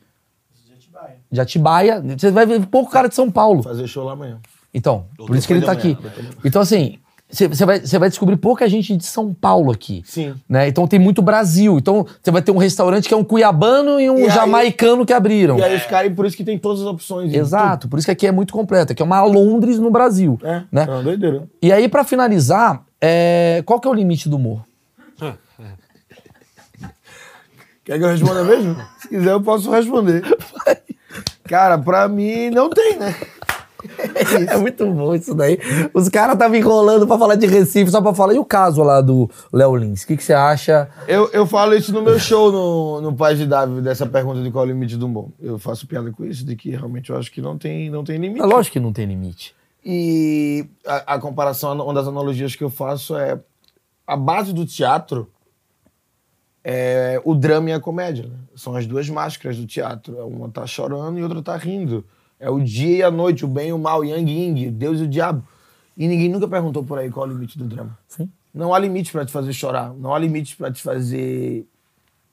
B: de Atibaia. Você vai ver pouco cara de São Paulo.
A: Fazer show lá amanhã.
B: Então, por isso que ele tá
A: depois
B: aqui.
A: de amanhã, depois
B: Então, assim, você você vai, você vai descobrir pouca gente de São Paulo aqui.
A: Sim.
B: Né? Então tem muito Brasil. Então você vai ter um restaurante que é um cuiabano e um
A: E aí-
B: jamaicano que abriram.
A: E aí os caras, e por isso que tem todas as opções. e
B: Exato, por isso que aqui é muito completo. Aqui é uma Londres no Brasil.
A: tudo. É,
B: Né?
A: é uma doideira.
B: E aí, pra finalizar, é, qual que é o limite do humor?
A: Quer que eu responda
B: <laughs>
A: mesmo? Se quiser, eu posso responder. Cara, pra mim, não tem, né?
B: <laughs> É muito bom isso daí. Os caras estavam enrolando pra falar de Recife, só pra falar. E o caso lá do Léo Lins? O que, que você acha?
A: Eu, eu falo isso no meu show no, no Paz de Davi, dessa pergunta de qual é o limite do humor. Eu faço piada com isso, de que realmente eu acho que não tem, não tem limite.
B: É lógico que não tem limite.
A: E a, a comparação, uma das analogias que eu faço é a base do teatro é o drama e a comédia. né? São as duas máscaras do teatro. Uma tá chorando e outra tá rindo. É o dia e a noite, o bem e o mal, o yang e yin, o Deus e o diabo. E ninguém nunca perguntou por aí qual é o limite do drama.
B: Sim.
A: Não há limite pra te fazer chorar, não há limite pra te fazer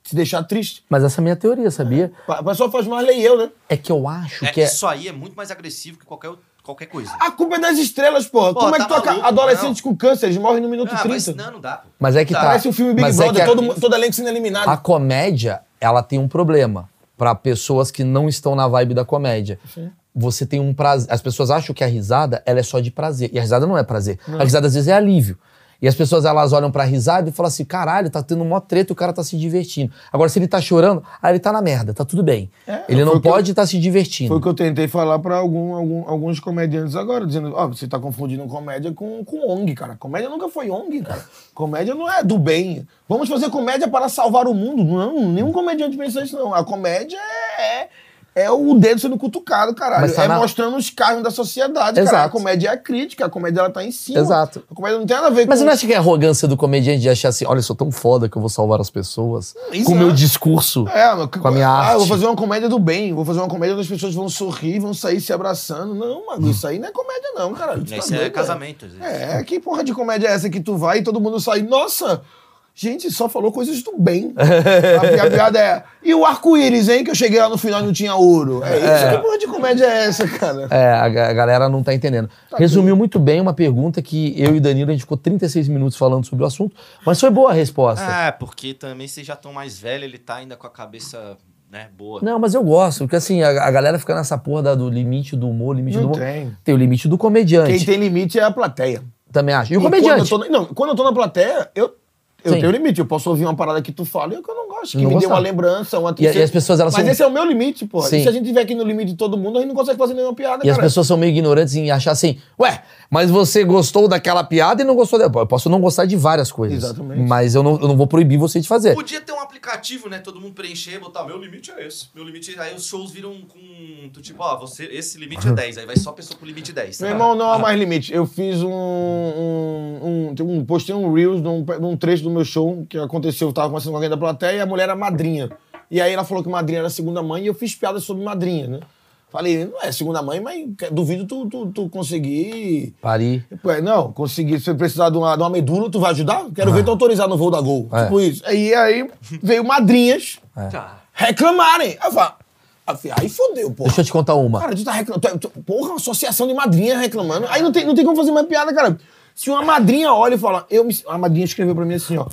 A: te deixar triste.
B: Mas essa é a minha teoria, sabia?
A: Pa- A pessoa faz mais lei eu, né?
B: É que eu acho
C: É,
B: que é.
C: Isso aí é muito mais agressivo que qualquer, qualquer coisa.
A: A culpa é das estrelas, porra.
C: Pô,
A: Como é que
C: tá
A: tu aca-
C: maluco,
A: adolescentes com câncer, eles morrem no minuto
C: Ah,
A: 30.
C: mas não, não dá. pô.
B: Mas é que tá.
A: Parece um filme Big
B: Mas é
A: Brother,
B: que a-
A: todo, mu- todo elenco sendo eliminado.
B: A comédia, ela tem um problema pra pessoas que não estão na vibe da comédia. Você tem um prazer. As pessoas acham que a risada ela é só de prazer. E a risada não é prazer. A risada às vezes é alívio. E as pessoas elas olham pra risada e falam assim: caralho, tá tendo mó treta e o cara tá se divertindo. Agora, se ele tá chorando, aí ele tá na merda, tá tudo bem. ele
A: É, foi
B: não
A: o que eu-
B: pode estar se
A: Foi o
B: divertindo.
A: que eu tentei falar pra algum- algum- alguns comediantes agora, dizendo, ó, você tá confundindo comédia com, com ONG, cara. Comédia nunca foi ONG, cara. Comédia não é do bem. Vamos fazer comédia para salvar o mundo. Não, nenhum comediante pensa isso, não. A comédia é... é o dedo sendo cutucado, caralho.
B: Mas tá
A: é
B: na-
A: mostrando os carros da sociedade, cara.
B: Exato.
A: A comédia é a crítica, a comédia ela tá em cima.
B: Exato.
A: A comédia não tem nada a ver
B: Mas
A: com...
B: você não acha que é arrogância do comediante de achar assim: olha, eu sou tão foda que eu vou salvar as pessoas
A: Isso
B: com o meu
A: é.
B: discurso?
A: É, mas que-
B: Com a minha
A: ah,
B: arte.
A: eu vou fazer uma comédia do bem, vou fazer uma comédia onde as pessoas vão sorrir, vão sair se abraçando. Não, mano, isso aí não é comédia, não, cara. Tu tá
C: Isso
A: doido,
C: é
A: é?
C: casamento. às vezes.
A: É, que porra de comédia é essa que tu vai e todo mundo sai? Nossa, gente, só falou coisas do bem. a, pi- a piada é. E o arco-íris, hein? Que eu cheguei lá no final e não tinha ouro. É isso, que porra de comédia é essa, cara?
B: É, a, ga- a galera não tá entendendo. Resumiu muito bem uma pergunta que eu e Danilo, a gente ficou 36 minutos falando sobre o assunto, mas foi boa a resposta.
C: Ah, porque também vocês já estão mais velhos, ele tá ainda com a cabeça, né, boa.
B: Não, mas eu gosto, porque assim, a, a galera fica nessa porra da- do limite do humor, limite
A: Não
B: do humor.
A: tem.
B: o limite do
A: Quem
B: comediante.
A: tem limite é a plateia.
B: Também acho. E o
A: quando eu
B: comediante?
A: tô na- não, quando eu tô na plateia, eu Eu
B: Sim.
A: tenho limite, eu posso ouvir uma parada que tu fala e eu que eu não gosto, que
B: Não
A: me dê
B: gostar.
A: uma lembrança, uma
B: E, e as pessoas, elas
A: Mas
B: são...
A: esse é o meu limite, pô.
B: Sim.
A: E se a gente tiver aqui no limite de todo mundo, a gente não consegue fazer nenhuma piada,
B: E as
A: cara.
B: pessoas são meio ignorantes em achar assim, ué, mas você gostou daquela piada e não gostou dela. Pô, Eu posso não gostar de várias coisas.
A: Exatamente.
B: Mas eu não, eu não vou proibir você de fazer.
C: Podia ter um aplicativo, né? Todo mundo preencher, botar meu limite é esse. Meu limite. Aí os shows viram um com. Tu, tipo, ó, você, esse limite
B: Uhum.
C: é 10. Aí vai só a pessoa pro limite 10.
A: Meu irmão, não há mais limite. Eu fiz um. um, um- tem um- postei um Reels num, pe- num trecho do meu show que aconteceu. Eu tava conversando com alguém da plateia e a mulher era madrinha. E aí ela falou que madrinha era segunda mãe e eu fiz piada sobre madrinha, né? Falei, não é segunda mãe, mas duvido tu, tu, tu conseguir.
B: Pari.
A: Ué, não, consegui. Se precisar de uma, de uma medula, tu vai ajudar? Quero ver tu autorizar no voo da Gol.
B: É.
A: Tipo isso. E aí veio madrinhas
D: Tá. <laughs>
A: reclamarem. Aí eu falo, aí eu falei, "Ah, aí fodeu, pô.
B: Deixa eu te contar uma.
A: Cara, tu tá reclamando. tu- tu- Porra, uma associação de madrinha reclamando. Aí não tem, não tem como fazer mais piada, cara. Se uma madrinha olha e fala, eu me- a madrinha escreveu pra mim assim, ó.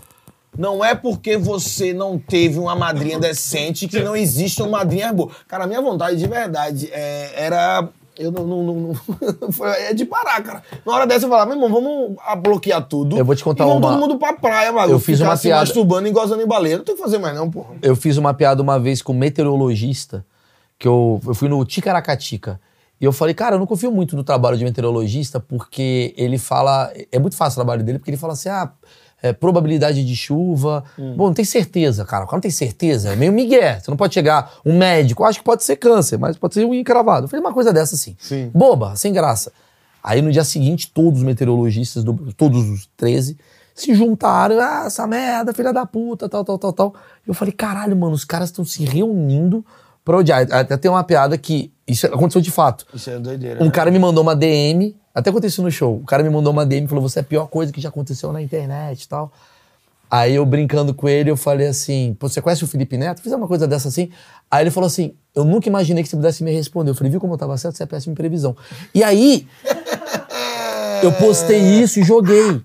A: Não é porque você não teve uma madrinha decente que não existe uma madrinha boa. Cara, a minha vontade de verdade é, era. Eu não. não, não, não- <laughs> foi- é de parar, cara. Na hora dessa eu falava, meu irmão, vamos ah, bloquear tudo.
B: Eu vou te contar
A: e vamos
B: uma-
A: todo mundo pra praia, mano.
B: Eu fiz
A: Ficar
B: uma
A: se
B: piada.
A: masturbando e gozando em baleia. Não tem o que fazer mais, não, porra.
B: Eu fiz uma piada uma vez com um meteorologista, que eu, eu fui no Ticaracatica. E eu falei, cara, eu não confio muito no trabalho de meteorologista, porque ele fala. É muito fácil o trabalho dele, porque ele fala assim: ah, é, probabilidade de chuva.
A: Hum.
B: Bom, não tem certeza, cara. O cara não tem certeza. É meio migué. Você não pode chegar. Um médico, acho que pode ser câncer, mas pode ser um encravado. Eu falei uma coisa dessa assim.
A: Sim.
B: Boba, sem graça. Aí no dia seguinte, todos os meteorologistas, do- todos os 13, se juntaram. Ah, essa merda, filha da puta, tal, tal, tal, tal. Eu falei, caralho, mano, os caras estão se reunindo pra odiar. Até tem uma piada que. Isso aconteceu de fato.
A: Isso é doideira.
B: Um
A: né?
B: cara me mandou uma DM, até aconteceu no show. O cara me mandou uma DM e falou: Você é a pior coisa que já aconteceu na internet e tal. Aí eu brincando com ele, eu falei assim: Pô, você conhece o Felipe Neto? Fiz uma coisa dessa assim. Aí ele falou assim: Eu nunca imaginei que você pudesse me responder. Eu falei: Viu como eu tava certo? Você é péssimo em previsão. E aí, eu postei isso e joguei.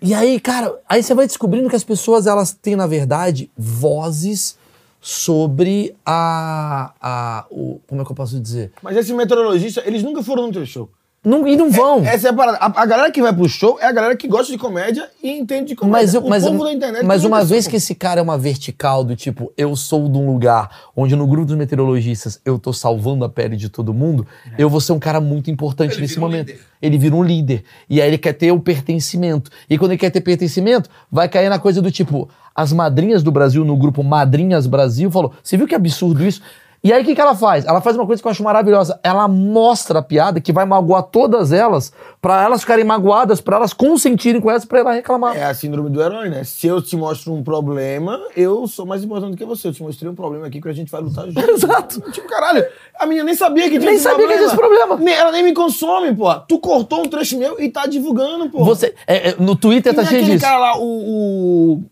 B: E aí, cara, aí você vai descobrindo que as pessoas, elas têm, na verdade, vozes sobre a. a o, como é que eu posso dizer?
A: Mas esse meteorologista, eles nunca foram no teu show.
B: Não, e não vão.
A: Essa é a parada. A, a galera que vai pro show é a galera que gosta de comédia e entende de comédia.
B: Mas, eu-
A: o
B: mas,
A: povo da internet.
B: mas
A: não
B: uma
A: entende
B: vez
A: isso,
B: que esse cara é uma vertical do tipo, eu sou de um lugar onde no grupo dos meteorologistas eu tô salvando a pele de todo mundo, eu vou ser um cara muito importante
C: É. Ele
B: nesse
C: vira um
B: momento.
C: líder.
B: Ele vira um líder. E aí ele quer ter o pertencimento. E quando ele quer ter pertencimento, vai cair na coisa do tipo, as madrinhas do Brasil no grupo Madrinhas Brasil falou: "Você viu que absurdo isso?" E aí, o que, que ela faz? Ela faz uma coisa que eu acho maravilhosa. Ela mostra a piada que vai magoar todas elas, pra elas ficarem magoadas, pra elas consentirem com essa, pra ela reclamar.
A: pô. É a síndrome do herói, né? Se eu te mostro um problema, eu sou mais importante do que você. Eu te mostrei um problema aqui que a gente vai lutar junto.
B: <laughs> Exato.
A: Tipo, caralho, a menina nem sabia que tinha
B: Nem
A: esse
B: sabia que tinha esse problema.
A: Nem- ela nem me consome, pô. Tu cortou um trecho meu e tá divulgando, pô.
B: Você, é, é, no Twitter
A: E
B: tá
A: não é
B: cheio
A: aquele
B: disso.
A: cara lá, o, o-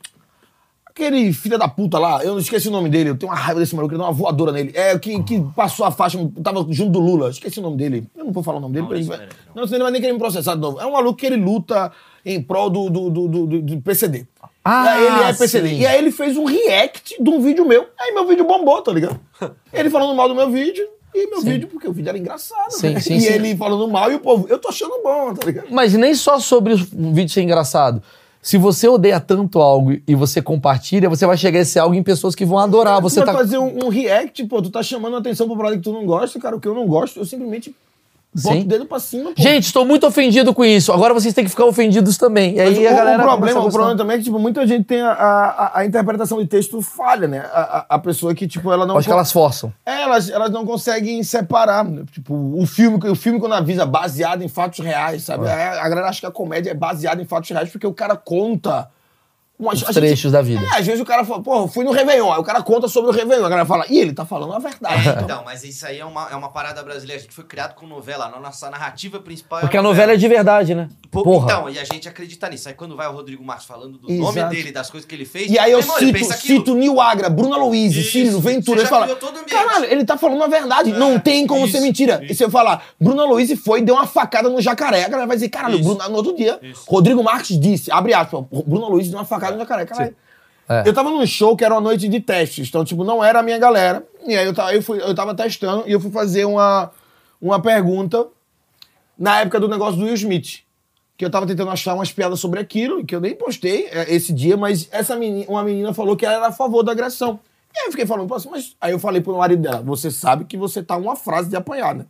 A: Aquele filho da puta lá, eu não esqueci o nome dele, eu tenho uma raiva desse maluco, ele deu uma voadora nele. É, o que, que passou a faixa, tava junto do Lula, esqueci o nome dele. Eu não vou falar o nome dele, porque ele vai... não, é senão ele vai nem querer me processar de novo. É um maluco que ele luta em prol do, do, do, do- do- do PCD.
B: Ah,
A: E aí ele é PCD.
B: sim.
A: E aí ele fez um react de um vídeo meu, aí meu vídeo bombou, tá <laughs> ligado? Ele falando mal do meu vídeo, e meu vídeo, porque o vídeo era engraçado.
B: Sim,
A: né?
B: sim,
A: e
B: sim.
A: ele falando mal, e o povo, eu tô achando bom, tá ligado?
B: Mas nem só sobre o vídeo ser engraçado. Se você odeia tanto algo e você compartilha, você vai chegar a esse algo em pessoas que vão adorar. Você
A: tu
B: tá.
A: vai fazer um, um react, pô, tu tá chamando a atenção pro parada que tu não gosta, cara, o que eu não gosto, eu simplesmente boto
B: Sim.
A: o dedo pra cima, pô.
B: Gente, estou muito ofendido com isso. Agora vocês têm que ficar ofendidos também. E
A: Mas
B: aí
A: o,
B: a galera.
A: o
B: começa
A: problema,
B: a
A: o
B: gostar.
A: problema também é que, tipo, muita gente tem a, a, a interpretação de texto falha, né? A, a, a pessoa que, tipo, ela não...
B: Acho que elas forçam.
A: É, elas, elas não conseguem separar, né? tipo, o filme, que- o filme quando avisa baseado em fatos reais, sabe? É, A galera acha que a comédia é baseada em fatos reais porque o cara conta... umas- a gente-
B: Os trechos da vida.
A: É, às vezes o cara fala, pô, eu fui no Réveillon, aí o cara conta sobre o Réveillon, a galera fala, ih, ele tá falando a verdade,
B: <laughs>
A: então.
C: Então, mas isso aí é uma, é uma parada brasileira. A gente foi criado com novela. A nossa narrativa principal
B: Porque a novela é de verdade, né?
C: Pô,
B: Porra.
C: Então, e a gente acredita nisso. Aí quando vai o Rodrigo Marques falando do nome
A: Exato.
C: dele, das coisas que ele fez,
A: E aí eu
C: meu irmão, ele
A: cito,
C: pensa aquilo.
A: cito Nil Agra, Bruna Luiz,
C: Isso,
A: Cílio Ventura.
C: você
A: Você
C: já
A: fala,
C: criou todo o ambiente. É,
A: caralho, ele tá falando a verdade. não tem como ser
C: isso,
A: mentira. E se eu falar, Bruna Luiz foi e deu uma facada no jacaré, a galera vai dizer, caralho, Bruna, no outro dia, Rodrigo Marques disse, abre aspas, Bruna Luiz deu uma facada no jacaré, caralho.
B: É.
A: Eu tava num show que era uma noite de testes, então, tipo, não era a minha galera. E aí eu tava, eu fui, eu tava testando e eu fui fazer uma, uma pergunta na época do negócio do Will Smith. que eu tava tentando achar umas piadas sobre aquilo, que eu nem postei é, esse dia, mas essa menina, uma menina falou que ela era a favor da agressão. E aí eu fiquei falando, "Pô, assim, mas. Aí eu falei pro marido dela, você sabe que você tá uma frase de apanhar, né?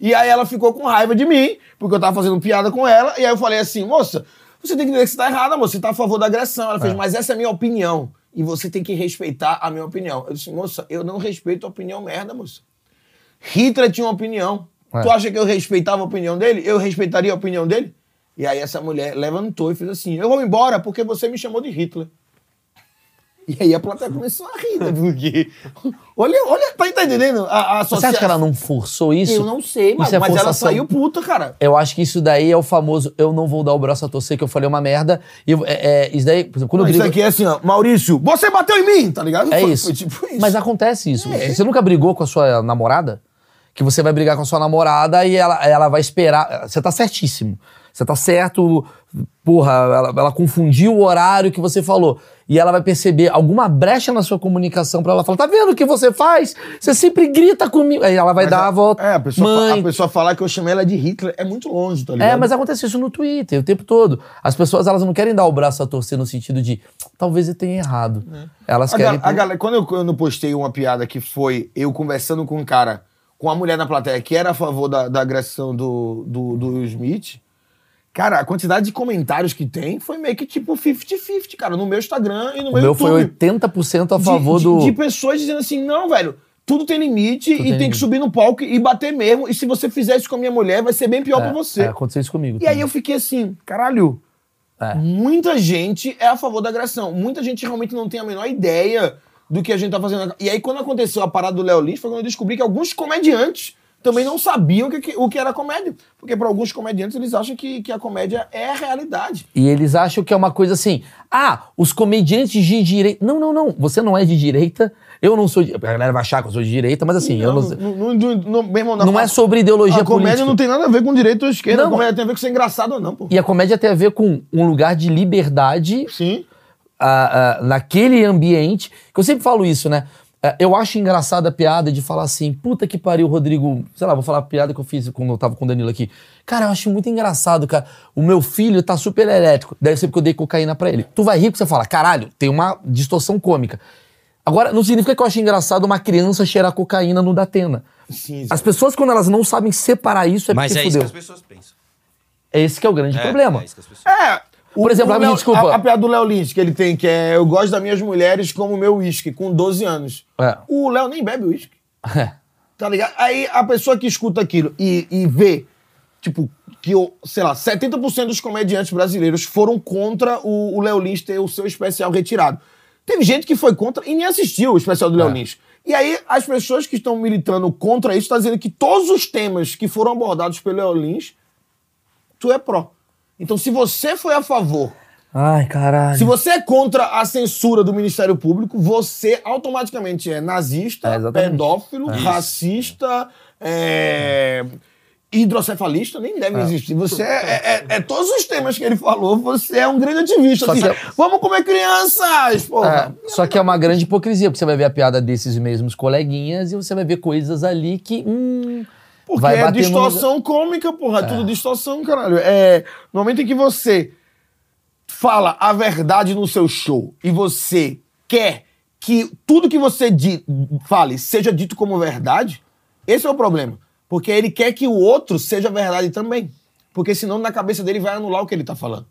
A: E aí ela ficou com raiva de mim, porque eu tava fazendo piada com ela, e aí eu falei assim, moça, você tem que entender que você tá errada, moça, você tá a favor da agressão. Ela fez, mas essa é a minha opinião, e você tem que respeitar a minha opinião. Eu disse, moça, eu não respeito a opinião merda, moça. Hitler tinha uma opinião.
B: É.
A: Tu acha que eu respeitava a opinião dele? Eu respeitaria a opinião dele? E aí essa mulher levantou e fez assim, eu vou embora porque você me chamou de Hitler. E aí a plateia começou a rir, né? <laughs> Porque... Olha, olha, tá entendendo? A, a
B: Você acha que
A: associa-
B: ela não forçou isso?
A: eu não sei, mas,
B: Isso é
A: mas ela
B: forçação.
A: saiu puta, cara.
B: Eu acho que isso daí é o famoso eu não vou dar o braço a torcer, que eu falei uma merda. E eu- é, é, isso daí, por exemplo, quando
A: Não,
B: eu
A: isso
B: brigo.
A: aqui é assim, ó. Maurício, você bateu em mim, tá ligado?
B: <laughs> É
A: Foi-
B: isso.
A: Foi tipo isso.
B: Mas acontece isso.
A: É.
B: Você nunca brigou com a sua namorada? Que você vai brigar com a sua namorada e ela, ela vai esperar. Você tá certíssimo. Você tá certo. Porra, ela, ela confundiu o horário que você falou. E ela vai perceber alguma brecha na sua comunicação pra ela falar: tá vendo o que você faz? Você sempre grita comigo. Aí ela vai
A: Mas
B: dar a, volta.
A: É, a pessoa, fa-
B: Mãe,
A: a pessoa falar que eu chamei ela de Hitler é muito longe, tá ligado?
B: É, mas acontece isso no Twitter o tempo todo. As pessoas elas não querem dar o braço a torcer no sentido de talvez eu tenha errado. Elas
A: A,
B: querem.
A: gal- a galera, quando eu, quando eu postei uma piada que foi eu conversando com um cara, com uma mulher na plateia que era a favor da, da agressão do, do, do Will Smith, cara, a quantidade de comentários que tem foi meio que tipo 50-50, cara, no meu Instagram e no
B: o
A: meu
B: meu
A: YouTube.
B: foi 80% a
A: de-
B: favor
A: de,
B: do.
A: de pessoas dizendo assim, não, velho, tudo tem limite e
B: tem
A: tem, que
B: limite.
A: subir no palco e bater mesmo. E se você fizer isso com a minha mulher, vai ser bem pior pra você.
B: É, aconteceu isso comigo.
A: E aí eu fiquei assim, caralho,
B: É.
A: muita gente é a favor da agressão. Muita gente realmente não tem a menor ideia do que a gente tá fazendo. E aí, quando aconteceu a parada do Léo Lins, foi quando eu descobri que alguns comediantes também não sabiam o que, que- o que era comédia. Porque para alguns comediantes, eles acham que, que a comédia é a realidade.
B: E eles acham que é uma coisa assim. Ah, os comediantes de direita. Não, não, não. Você não é de direita. Eu não sou. De... A galera vai achar que eu sou de direita, mas assim, eu não.
A: não, não, não, não, meu irmão,
B: Não, é sobre ideologia
A: A Ah, comédia
B: política.
A: não tem nada a ver com direita ou esquerda.
B: Não.
A: A comédia tem a ver com ser engraçado ou não, pô.
B: E a comédia tem a ver com um lugar de liberdade
A: Sim.
B: ah, ah, naquele ambiente. Que eu sempre falo isso, né? Ah, eu acho engraçada a piada de falar assim, puta que pariu, Rodrigo. Sei lá, vou falar a piada que eu fiz quando eu tava com o Danilo aqui. Cara, eu acho muito engraçado, cara. O meu filho tá super elétrico. Deve ser porque eu dei cocaína pra ele. Tu vai rir porque você fala, caralho, tem uma distorção cômica. Agora, não significa que eu acho engraçado uma criança cheirar cocaína no Datena.
A: Sim,
B: As pessoas, quando elas não sabem separar isso, é
C: Mas
B: porque
C: é isso
B: fudeu.
C: que as pessoas pensam.
B: É esse que é o grande
C: É,
B: problema.
C: É isso que as pessoas
A: É.
B: Por exemplo,
A: o
B: ah, me
A: Léo-
B: desculpa.
A: A, a piada do Léo Lins que ele tem, que é Eu gosto das minhas mulheres como meu uísque, com 12 anos.
B: É.
A: O Léo nem bebe uísque,
B: <laughs> É.
A: tá ligado? Aí a pessoa que escuta aquilo e, e vê, tipo, que, o- sei lá, 70% dos comediantes brasileiros foram contra o, o Léo Lins ter o seu especial retirado. Teve gente que foi contra e nem assistiu o especial do Léo
B: É.
A: Lins. E aí, as pessoas que estão militando contra isso estão dizendo que todos os temas que foram abordados pelo Léo Lins, tu é pró. Então, se você foi a favor
B: Ai, caralho.
A: se você é contra a censura do Ministério Público, você automaticamente é
B: É,
A: nazista,
B: exatamente.
A: pedófilo, racista, é, hidrocefalista, nem deve existir. Você é, é- é- é todos os temas que ele falou, você é um grande ativista.
B: Só
A: assim,
B: que-
A: Vamos comer crianças, porra.
B: É, só que é uma grande hipocrisia, porque você vai ver a piada desses mesmos coleguinhas e você vai ver coisas ali que. Hum,
A: Porque
B: vai
A: é
B: bater no
A: distorção cômica, porra. É tudo distorção, caralho. É, no momento em que você fala a verdade no seu show e você quer que tudo que você di- fale seja dito como verdade, esse é o problema. Porque ele quer que o outro seja verdade também. Porque senão na cabeça dele vai anular o que ele tá falando.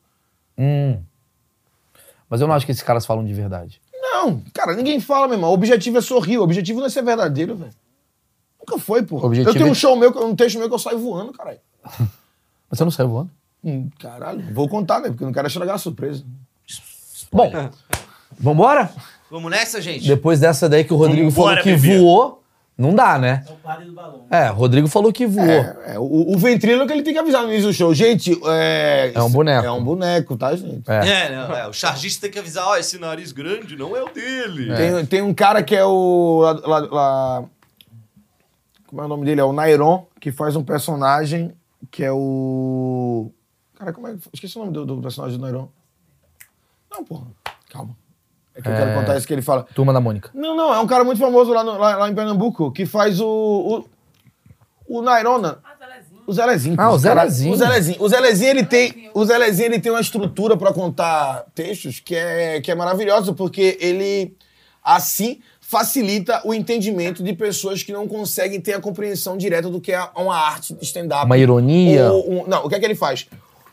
B: hum. Mas eu não acho que esses caras falam de verdade.
A: Não, cara, ninguém fala, meu irmão. O objetivo é sorrir, o objetivo não é ser verdadeiro, velho. Nunca foi, porra.
B: Objetivo
A: Eu tenho
B: é-
A: um show meu, que- um texto meu que eu saio voando, caralho.
B: Mas você não saiu voando?
A: Hum, Caralho, vou contar, né? Porque eu não quero estragar a surpresa. <laughs>
B: Bom, vambora?
C: pensam. Vamos nessa, gente?
B: Depois dessa daí que o Rodrigo
F: Vambora,
B: falou que
F: bebê.
B: voou, não dá, né?
F: É o padre do balão.
B: É, o Rodrigo falou que voou.
A: É, é, o, o ventríloco ele tem que avisar no início do show. Gente, é.
B: É um boneco.
A: É um boneco, tá, gente?
B: É.
C: É, não, é, o chargista tem que avisar, ó, esse nariz grande não é o dele.
A: Tem, tem um cara que é o. lá- lá- lá- como é o nome dele? É o Nairon, que faz um personagem que é o. Cara, como é que. Esqueci o nome do, do personagem do Nairon. Não, porra. Calma. É que eu quero contar isso que ele fala.
B: Turma da Mônica.
A: Não, não, é um cara muito famoso lá, no- lá, lá em Pernambuco, que faz o. né? O, o Nairona.
E: Ah, Telezinho.
A: O Zelezinho.
B: Ah, o
A: pô, cara.
B: Zelezinho.
A: O Zelezinho. O Zelezinho, ele tem, o Zelezinho, ele tem uma estrutura pra contar textos que é, que é maravilhosa, porque ele, assim, facilita o entendimento de pessoas que não conseguem ter a compreensão direta do que é uma arte de stand-up.
B: Uma ironia.
A: Ou um- não, o que é que ele faz?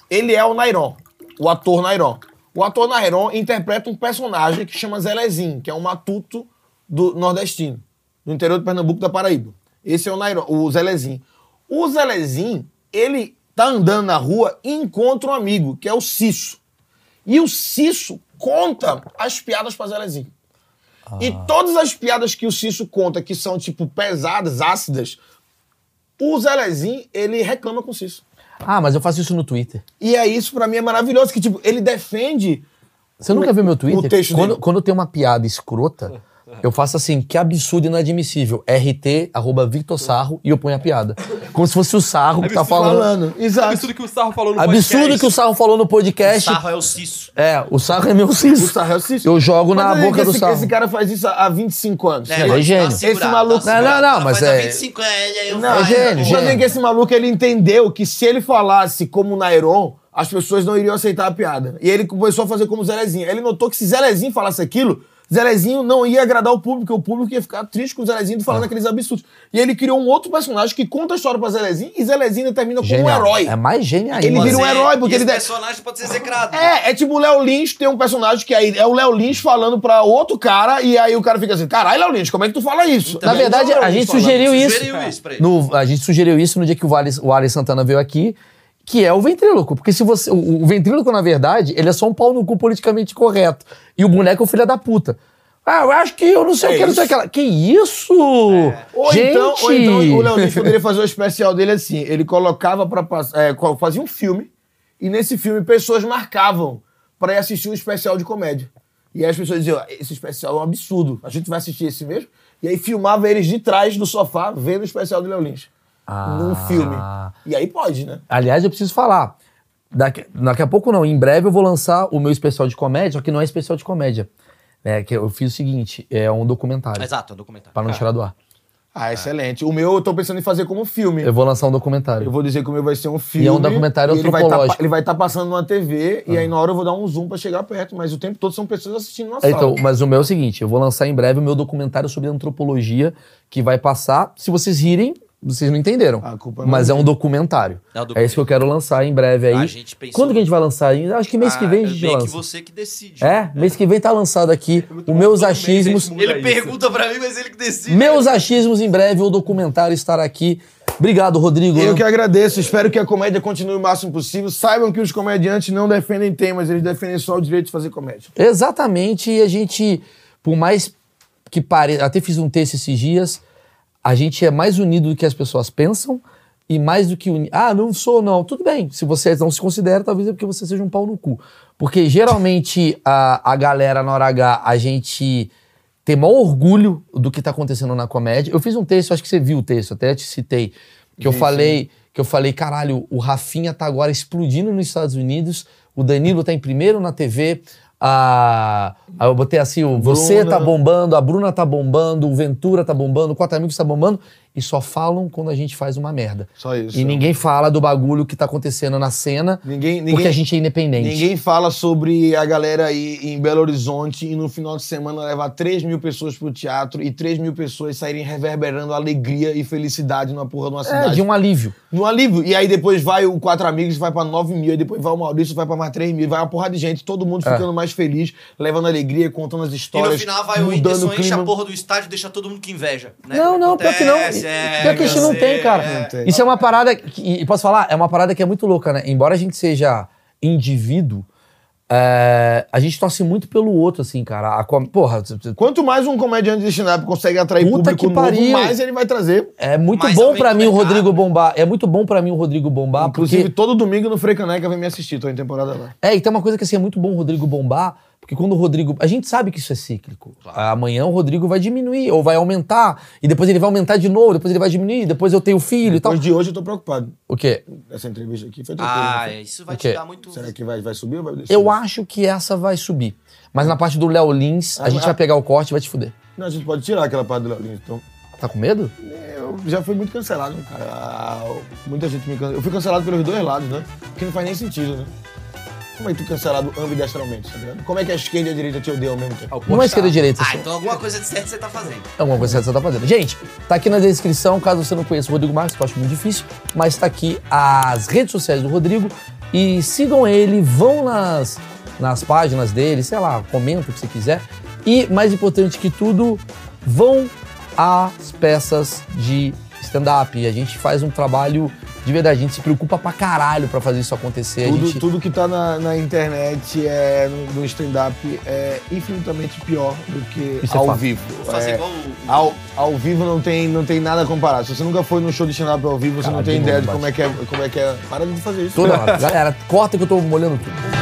A: Ele é o Nairon, o ator Nairon. O ator Nairon interpreta um personagem que chama Zelezinho, que é um matuto do nordestino, do interior de Pernambuco da Paraíba. Esse é o Nairon, o Zelezinho. O Zelezinho, ele tá andando na rua e encontra um amigo, que é o Cisso. E o Cisso conta as piadas pra Zelezinho. E todas as piadas que o Cício conta, que são, tipo, pesadas, ácidas, o Zelezinho, ele reclama com o Cício.
B: Ah, mas eu faço isso no Twitter.
A: E é isso, pra mim, é maravilhoso, que, tipo, ele defende...
B: Você nunca viu meu Twitter?
A: é O texto
B: quando,
A: dele.
B: quando eu tenho uma
A: <laughs>
B: piada escrota, eu faço assim, que absurdo e inadmissível. RT, arroba Victor Sarro, e eu ponho a piada. Como se fosse o Sarro que tá falando.
A: Falando, exato.
D: Absurdo que o Sarro falou no
B: Absurdo que o Sarro falou no podcast.
C: Sarro é o Cisso.
B: É, o Sarro é meu
A: O
B: cis.
A: Sarro é o Cício.
B: Eu jogo na
A: Mas é
B: boca
A: que
B: do
A: esse,
B: Sarro.
A: Esse cara faz isso há 25 anos.
C: É,
B: é
C: mas dá
B: gênio.
C: uma segurada,
A: Esse maluco-
C: dá uma
B: Não, não, não,
C: segurada.
B: mas
C: Faz um há
B: é-
C: 25 anos, aí eu
A: Não,
C: faço.
A: é gênio,
B: gênio.
A: que esse maluco, ele entendeu que se ele falasse como Nairon, as pessoas não iriam aceitar a piada. E ele começou a fazer como Zelezinho. Ele notou que se Zelezinho falasse aquilo, Zelezinho não ia agradar o público, o público ia ficar triste com o Zelezinho
B: Ah.
A: falando aqueles absurdos. E ele criou um outro personagem que conta a história pra Zelezinho e Zelezinho termina como um
B: Genial.
A: herói.
B: É mais gênio ainda.
A: Ele
C: Pode
A: vira um
C: ser-
A: herói, porque
C: é. e
A: ele
C: esse
A: deve-
C: personagem pode ser execrado.
A: É, é tipo o Léo Lins tem um personagem que aí é o Léo Lins falando pra outro cara, e aí o cara fica assim, caralho, Léo Lins, como é que tu fala isso?
B: Na verdade,
A: Não é o
B: a
A: Léo
B: gente
A: Lins falando.
B: sugeriu isso.
C: Sugeriu isso pra ele.
B: É. No- a gente sugeriu isso no dia que o Alex, o Alex Santana veio aqui, que é o ventríloco. Porque se você. O, o ventríloco, na verdade, ele é só um pau no cu politicamente correto. E o boneco é o filho da puta. Ah, eu acho que eu não sei
A: É
B: o que, não sei
A: isso.
B: aquela. Que isso?
A: Ou
B: Gente!
A: então, ou então o Léo Lins poderia fazer o especial dele assim. Ele colocava pra passar. é, co- fazia um filme, e nesse filme pessoas marcavam pra ir assistir um especial de comédia. E aí as pessoas diziam: "Ah, esse especial é um absurdo, a gente vai assistir esse mesmo. E aí filmava eles de trás do sofá vendo o especial do Léo Lins.
B: Ah.
A: Num filme. E aí pode, né?
B: Aliás, eu preciso falar. Daqui, daqui a pouco não, em breve eu vou lançar o meu especial de comédia, só que não é especial de comédia. É, que eu fiz o seguinte: é um documentário.
C: Exato, é um documentário.
B: Pra não tirar do ar.
A: Ah, excelente. O meu eu tô pensando em fazer como filme.
B: É. Eu vou lançar um documentário.
A: Eu vou dizer que o meu vai ser um filme.
B: E é um documentário
A: e ele vai tá pa-
B: antropológico. Ah.
A: Ele vai estar passando numa TV e aí na hora eu vou dar um zoom pra chegar perto, mas o tempo todo são pessoas assistindo na
B: É,
A: sala.
B: Então, mas o meu é o seguinte, eu vou lançar em breve o meu documentário sobre antropologia que vai passar. Se vocês rirem, vocês não entenderam.
D: Ah,
A: A culpa não
B: mas
A: é
B: é um documentário.
C: É um
B: É isso que eu quero lançar em breve aí.
C: A gente pensou-
B: Quando que a gente vai lançar? Acho que mês que vem a
C: Ah,
B: gente
C: meio que
B: lança.
C: você que decide.
B: É, mês que vem tá lançado aqui
D: É muito
B: os
D: bom,
B: meus
D: todo mês a gente
B: achismos.
D: muda.
C: Ele
D: isso.
C: pergunta pra mim, mas ele que decide.
B: Meus achismos em breve o documentário estará aqui. Obrigado, Rodrigo.
A: Eu que agradeço, espero que a comédia continue o máximo possível. Saibam que os comediantes não defendem temas, eles defendem só o direito de fazer comédia.
B: Exatamente, e a gente, por mais que pareça, até fiz um texto esses dias, a gente é mais unido do que as pessoas pensam e mais do que unido. Ah, não sou, não. Tudo bem, se você não se considera, talvez é porque você seja um pau no cu. Porque geralmente a, a galera na hora H, a gente tem maior orgulho do que tá acontecendo na comédia. Eu fiz um texto, acho que você viu o texto, até te citei, que eu falei, que eu falei, caralho, o Rafinha tá agora explodindo nos Estados Unidos, o Danilo tá em primeiro na TV, a, a- eu botei assim, o você tá bombando, a Bruna tá bombando, o Ventura tá bombando, o Quatro Amigos tá bombando, e só falam quando a gente faz uma merda.
A: Só isso.
B: E ninguém fala do bagulho que tá acontecendo na cena,
A: Ninguém,
B: porque a
A: ninguém,
B: gente é independente.
A: ninguém fala sobre a galera aí em Belo Horizonte e no final de semana levar 3 mil pessoas pro teatro e 3 mil pessoas saírem reverberando alegria e felicidade numa porra de uma
B: É,
A: cidade.
B: de um alívio.
A: No alívio. E aí depois vai o Quatro Amigos, vai pra 9 mil, aí depois vai o Maurício, vai pra mais 3 mil, vai uma porrada de gente, todo mundo
B: É.
A: ficando mais feliz, levando alegria, contando as
C: E no
A: histórias.
C: final vai o
A: mudando
C: Whindersson,
A: o
C: enche
A: clima.
C: a porra do estádio e deixa todo mundo que inveja. Né?
B: Não, não, pior que não.
C: Acontece, é,
B: pior que a gente não tem, cara.
C: é.
A: tem.
B: Isso é uma parada. Que, e posso falar? É uma parada que é muito louca, né? Embora a gente seja indivíduo, é, a gente torce muito pelo outro, assim, cara. A com- porra, t- t-
A: Quanto mais um comediante de stand-up consegue atrair
B: Puta
A: público
B: que
A: novo,
B: pariu.
A: mais ele vai trazer.
B: é muito
C: Mas
B: bom
C: aumenta
B: pra
C: o
B: mim o
C: mercado.
B: Rodrigo bombar. É muito bom pra mim o Rodrigo bombar,
A: Inclusive,
B: Ah, porque.
A: todo domingo no Frei Caneca vem me assistir, tô em temporada lá.
B: É, e tem uma coisa que assim, é muito bom o Rodrigo bombar, porque quando o Rodrigo. A gente sabe que isso é cíclico. Amanhã o Rodrigo vai diminuir, ou vai aumentar, e depois ele vai aumentar de novo, depois ele vai diminuir, depois eu tenho filho e tal.
A: Depois de hoje eu tô preocupado.
B: O quê?
A: Essa entrevista aqui foi tranquila.
C: Ah,
A: né?
C: isso vai
B: O quê?
C: te dar muito...
A: Será que vai, vai subir ou vai descer?
B: Eu acho que essa vai subir. Mas na parte do Léo Lins, a
A: Ah,
B: gente
A: ah.
B: vai pegar o corte e vai te fuder.
A: Não, a gente pode tirar aquela parte do Léo Lins, então.
B: Tá com medo?
A: Eu já fui muito cancelado, cara. Ah, Muita gente me cancelou. Eu fui cancelado pelos dois lados, né? Porque não faz nem sentido, né? Como é que tu é cancelado ambidestralmente, tá ligado? Como é que a esquerda e a direita te odeiam ao mesmo tempo?
B: Não é esquerda e direita.
C: Ah,
B: assim.
C: então alguma coisa de certo você tá fazendo.
B: É uma coisa que você tá fazendo. Gente, tá aqui na descrição, caso você não conheça o Rodrigo Marques, que eu acho muito difícil, mas tá aqui as redes sociais do Rodrigo. E sigam ele, vão nas, nas páginas dele, sei lá, comenta o que você quiser. E, mais importante que tudo, vão às peças de stand-up. E A gente faz um trabalho de verdade, a gente se preocupa pra caralho pra fazer isso acontecer. a
A: Tudo,
B: gente...
A: tudo que tá na, na internet, é, no, no stand-up, é infinitamente pior do que
B: Isso é
A: ao
B: fato.
A: vivo.
C: Fazer
A: É,
C: igual o.
A: ao, ao vivo não tem, não tem nada comparado. Se você nunca foi num show de stand-up ao vivo, você
B: Caralho,
A: não tem
B: de
A: ideia de
B: novo,
A: como é, que é, como é que é. Para de fazer isso.
B: Toda hora. Galera, corta que eu tô molhando tudo.